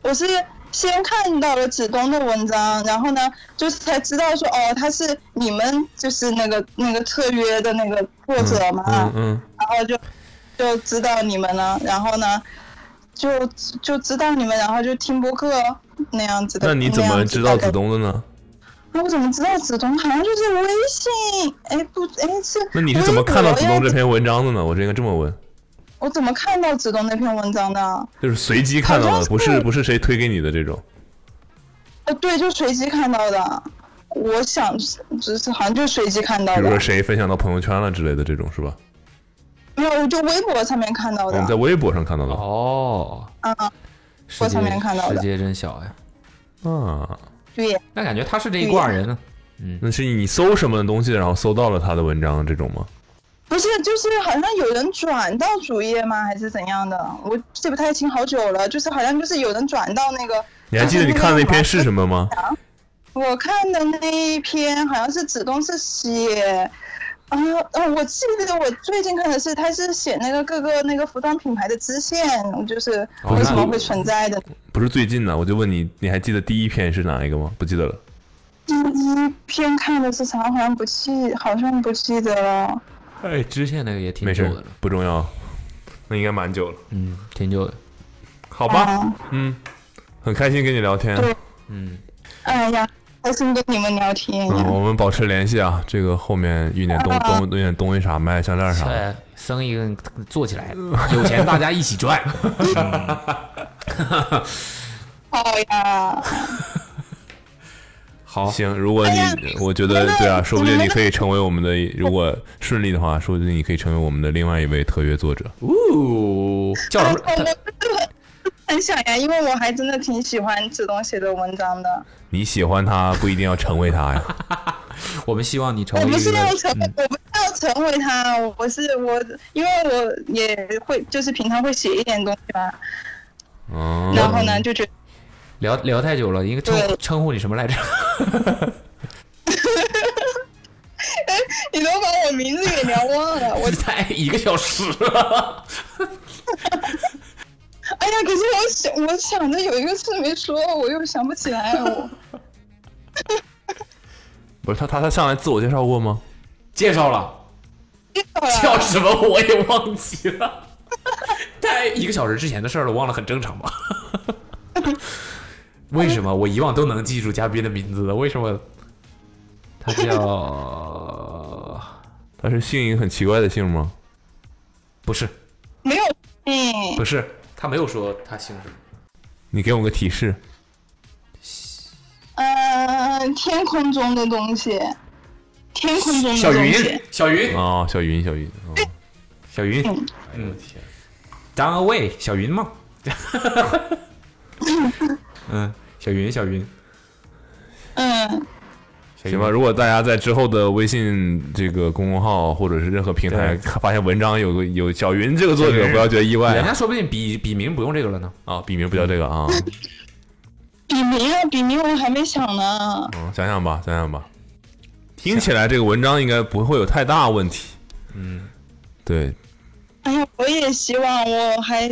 S6: 我是先看到了子东的文章，然后呢，就是才知道说哦，他是你们就是那个那个特约的那个作者嘛，
S3: 嗯嗯，
S6: 然后就就知道你们了，然后呢，就就知道你们，然后就听播客那样子的。
S3: 那你怎
S6: 那
S3: 么
S6: 样子
S3: 知
S6: 的
S3: 道
S6: 感
S3: 子？东的呢？
S6: 那我怎么知道子东？好像就是微信，哎不，哎是。
S3: 那你是怎么看到子东这
S6: 微博呀？
S3: 篇文章的呢？我这应该这么问，
S6: 我怎么看到子东那篇文章的？
S3: 就是随机看到
S6: 好
S3: 的，
S6: 像
S3: 不是
S6: 是
S3: 不是谁推给你的这种。
S6: 哦，对，就随机看到的。我想是，就是好像就随机看到
S3: 比
S6: 的。
S3: 如说谁分享到朋友圈了之类的这种是吧？
S6: 没有，我就微博上面看到
S3: 我
S6: 的
S3: 们。哦在微博上看到的
S2: 哦，
S6: 啊，
S2: 世
S6: 我
S2: 界
S6: 上面看到的
S2: 哎世界真小呀。
S3: 啊，
S6: 对，
S2: 那感觉他是这一挂人呢，嗯，
S3: 那是你搜什么东西，然后搜到了他的文章这种吗？
S6: 嗯不是，就是好像有人转到主页吗？还是怎样的？我记不太清，好久了。就是好像就是有人转到那个，
S3: 你还记得你看那篇是什么吗？
S6: 我看的那一篇好像是子东是写，啊、呃，我记得我最近看的是他是写那个各个那个服装品牌的支线，就是
S3: 哦
S6: 为什么
S3: 那
S6: 会存在的
S3: 不是最近的，我就问你，你还记得第一篇是哪一个吗？不记得了。
S6: 第一篇看的是啥？好像不记，好像不记得了。
S2: 哎，支线那个也挺
S3: 没
S2: 久
S3: 事
S2: 的了，，
S3: 不重要。那应该蛮久了，
S2: 嗯，挺久的，
S3: 好吧？
S6: 啊
S3: 嗯，很开心跟你聊天，
S6: 对
S2: 嗯，
S6: 哎呀，开心跟你们聊天呀。
S3: 嗯，我们保持联系啊。这个后面遇点东东遇点东西啥卖项链啥的，
S7: 呃，生意做起来，有钱大家一起
S3: (laughs)
S7: 赚。
S6: 好呀，
S2: 好，
S3: 行，如果你
S6: 哎呀
S3: 我觉得对啊，说不定你可以成为我们的，如果顺利的话，说不定你可以成为我们的另外一位特约作者。
S2: 哦，叫什么？
S6: 哎我很想呀，因为我还真的挺喜欢子东写的文章的。
S3: 你喜欢他不一定要成为他呀， (laughs)
S2: 我们希望你成
S6: 我
S2: 为
S6: 不
S2: 一
S6: 是
S2: 个
S6: 要成
S2: 嗯
S6: 为，我不是要成为他，我是我，因为我也会就是平常会写一点东西嘛。
S2: 哦
S3: 嗯，
S6: 然后呢，就觉得
S2: 聊聊太久了，应该称
S6: 对
S2: 称呼你什么来着？
S6: 你都把我名字给聊忘了，我
S2: (laughs) 才一个小时啊了，
S6: 哎呀，可是我想我想着有一个事没说，我又想不起来我。
S3: 不是他他他上来自我介绍过吗？
S7: 介绍了
S6: 好
S2: (laughs)
S6: 了
S2: 叫什么我也忘记了。太一个小时之前的事儿了，忘了很正常吧？ (laughs) 为什么我以往都能记住嘉宾的名字的？为什么？他
S6: (laughs)
S2: 叫
S3: 他是姓一个很奇怪的姓吗？
S2: 不是
S6: 没有，嗯，
S2: 不是，他没有说他姓什么。
S3: 你给我个提示，
S6: 呃，天空中的东西，天空中的
S2: 小
S6: 东
S2: 云
S6: 西，，
S2: 小云，
S3: 哦，小云，小云，哦、
S2: 小云，
S6: 嗯
S2: 嗯，Down Away，小云
S6: (laughs)
S2: 吗？嗯，小云，小云，
S6: 嗯，
S2: 小云
S3: 行吧。如果大家在之后的微信这个公众号或者是任何平台发现文章有个有小云这个作者，不要觉得意
S6: 哎
S3: 外
S2: 人
S3: 啊
S2: 家说不定笔笔名不用这个了呢。
S3: 啊，笔名不叫这个啊，
S6: 笔名啊，笔名我还没想呢。
S3: 嗯，想想吧，想想吧。听起来这个文章应该不会有太大问题。嗯，对，
S6: 哎呀，我也希望我还，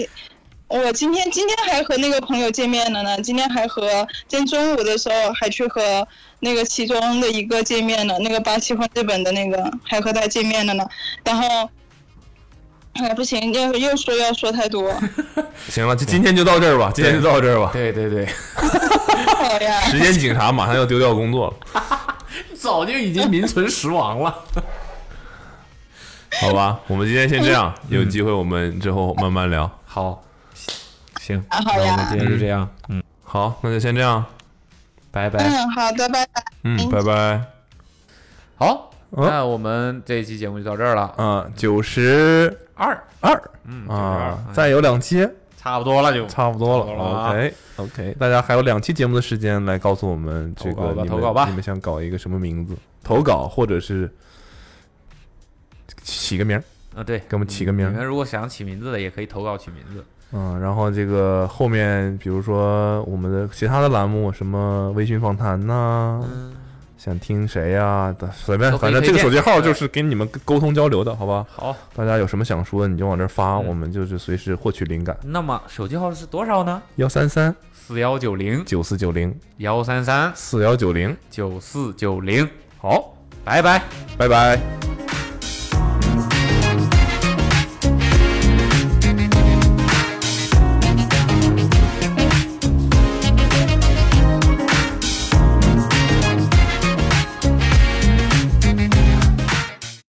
S6: 我今天今天还和那个朋友见面了呢，今天还和今天中午的时候还去和那个其中的一个见面了，那个巴西混日本的那个还和他见面了呢，然后。哎，不行，又又说要说太多，
S3: 行了，就今天就到这儿吧，今天就到这儿吧。
S2: 对
S7: (laughs)
S2: 对对，
S6: 好呀，
S3: 时间警察马上要丢掉工作了，
S2: 早就已经名存实亡了。
S3: 好吧？我们今天先这
S7: (laughs)
S3: 样，有机会我们之后慢慢聊。
S2: 好，行，
S6: 啊
S2: 那
S6: 好
S2: 我们
S6: 呀
S2: 今，天就这样，
S3: 好，那就先这样，
S2: 拜拜。
S6: 嗯，好的，拜拜。
S3: 嗯，拜拜。
S7: 好，
S3: 嗯
S7: 那我们这一期节目就到这儿了。
S3: 啊，九十
S7: 呃二
S3: 二
S7: 嗯
S3: 啊，
S7: 92
S3: 再有两期，
S7: 差不多了就
S3: 差不多了。
S7: 差不多了啊
S3: OK OK，大家还有两期节目的时间来告诉我们这
S7: 投
S3: 个
S7: 稿吧
S3: 你们
S7: 投稿吧
S3: 你们想搞一个什么名字？投稿或者是起个名儿，
S7: 啊，对，
S3: 给我们起个名
S7: 你们
S3: 儿。
S7: 如果想起名字的，也可以投稿起名字。
S3: 嗯，然后这个后面比如说我们的其他的栏目，什么微醺访谈呐、想听谁呀、的随便，
S7: 都可以
S3: 反正这
S7: 推
S3: 个
S7: 荐
S3: 手机号就是跟你们沟通交流的，好吧？
S7: 好，
S3: 大家有什么想说的，你就往这儿发，我们就是随时获取灵感。
S7: 那么手机号是多少呢？
S3: 幺三三
S7: 四幺九零
S3: 九四九零
S7: 幺三三
S3: 四幺九零，
S7: 九四九零。好，拜拜。
S3: 拜拜。
S6: 拜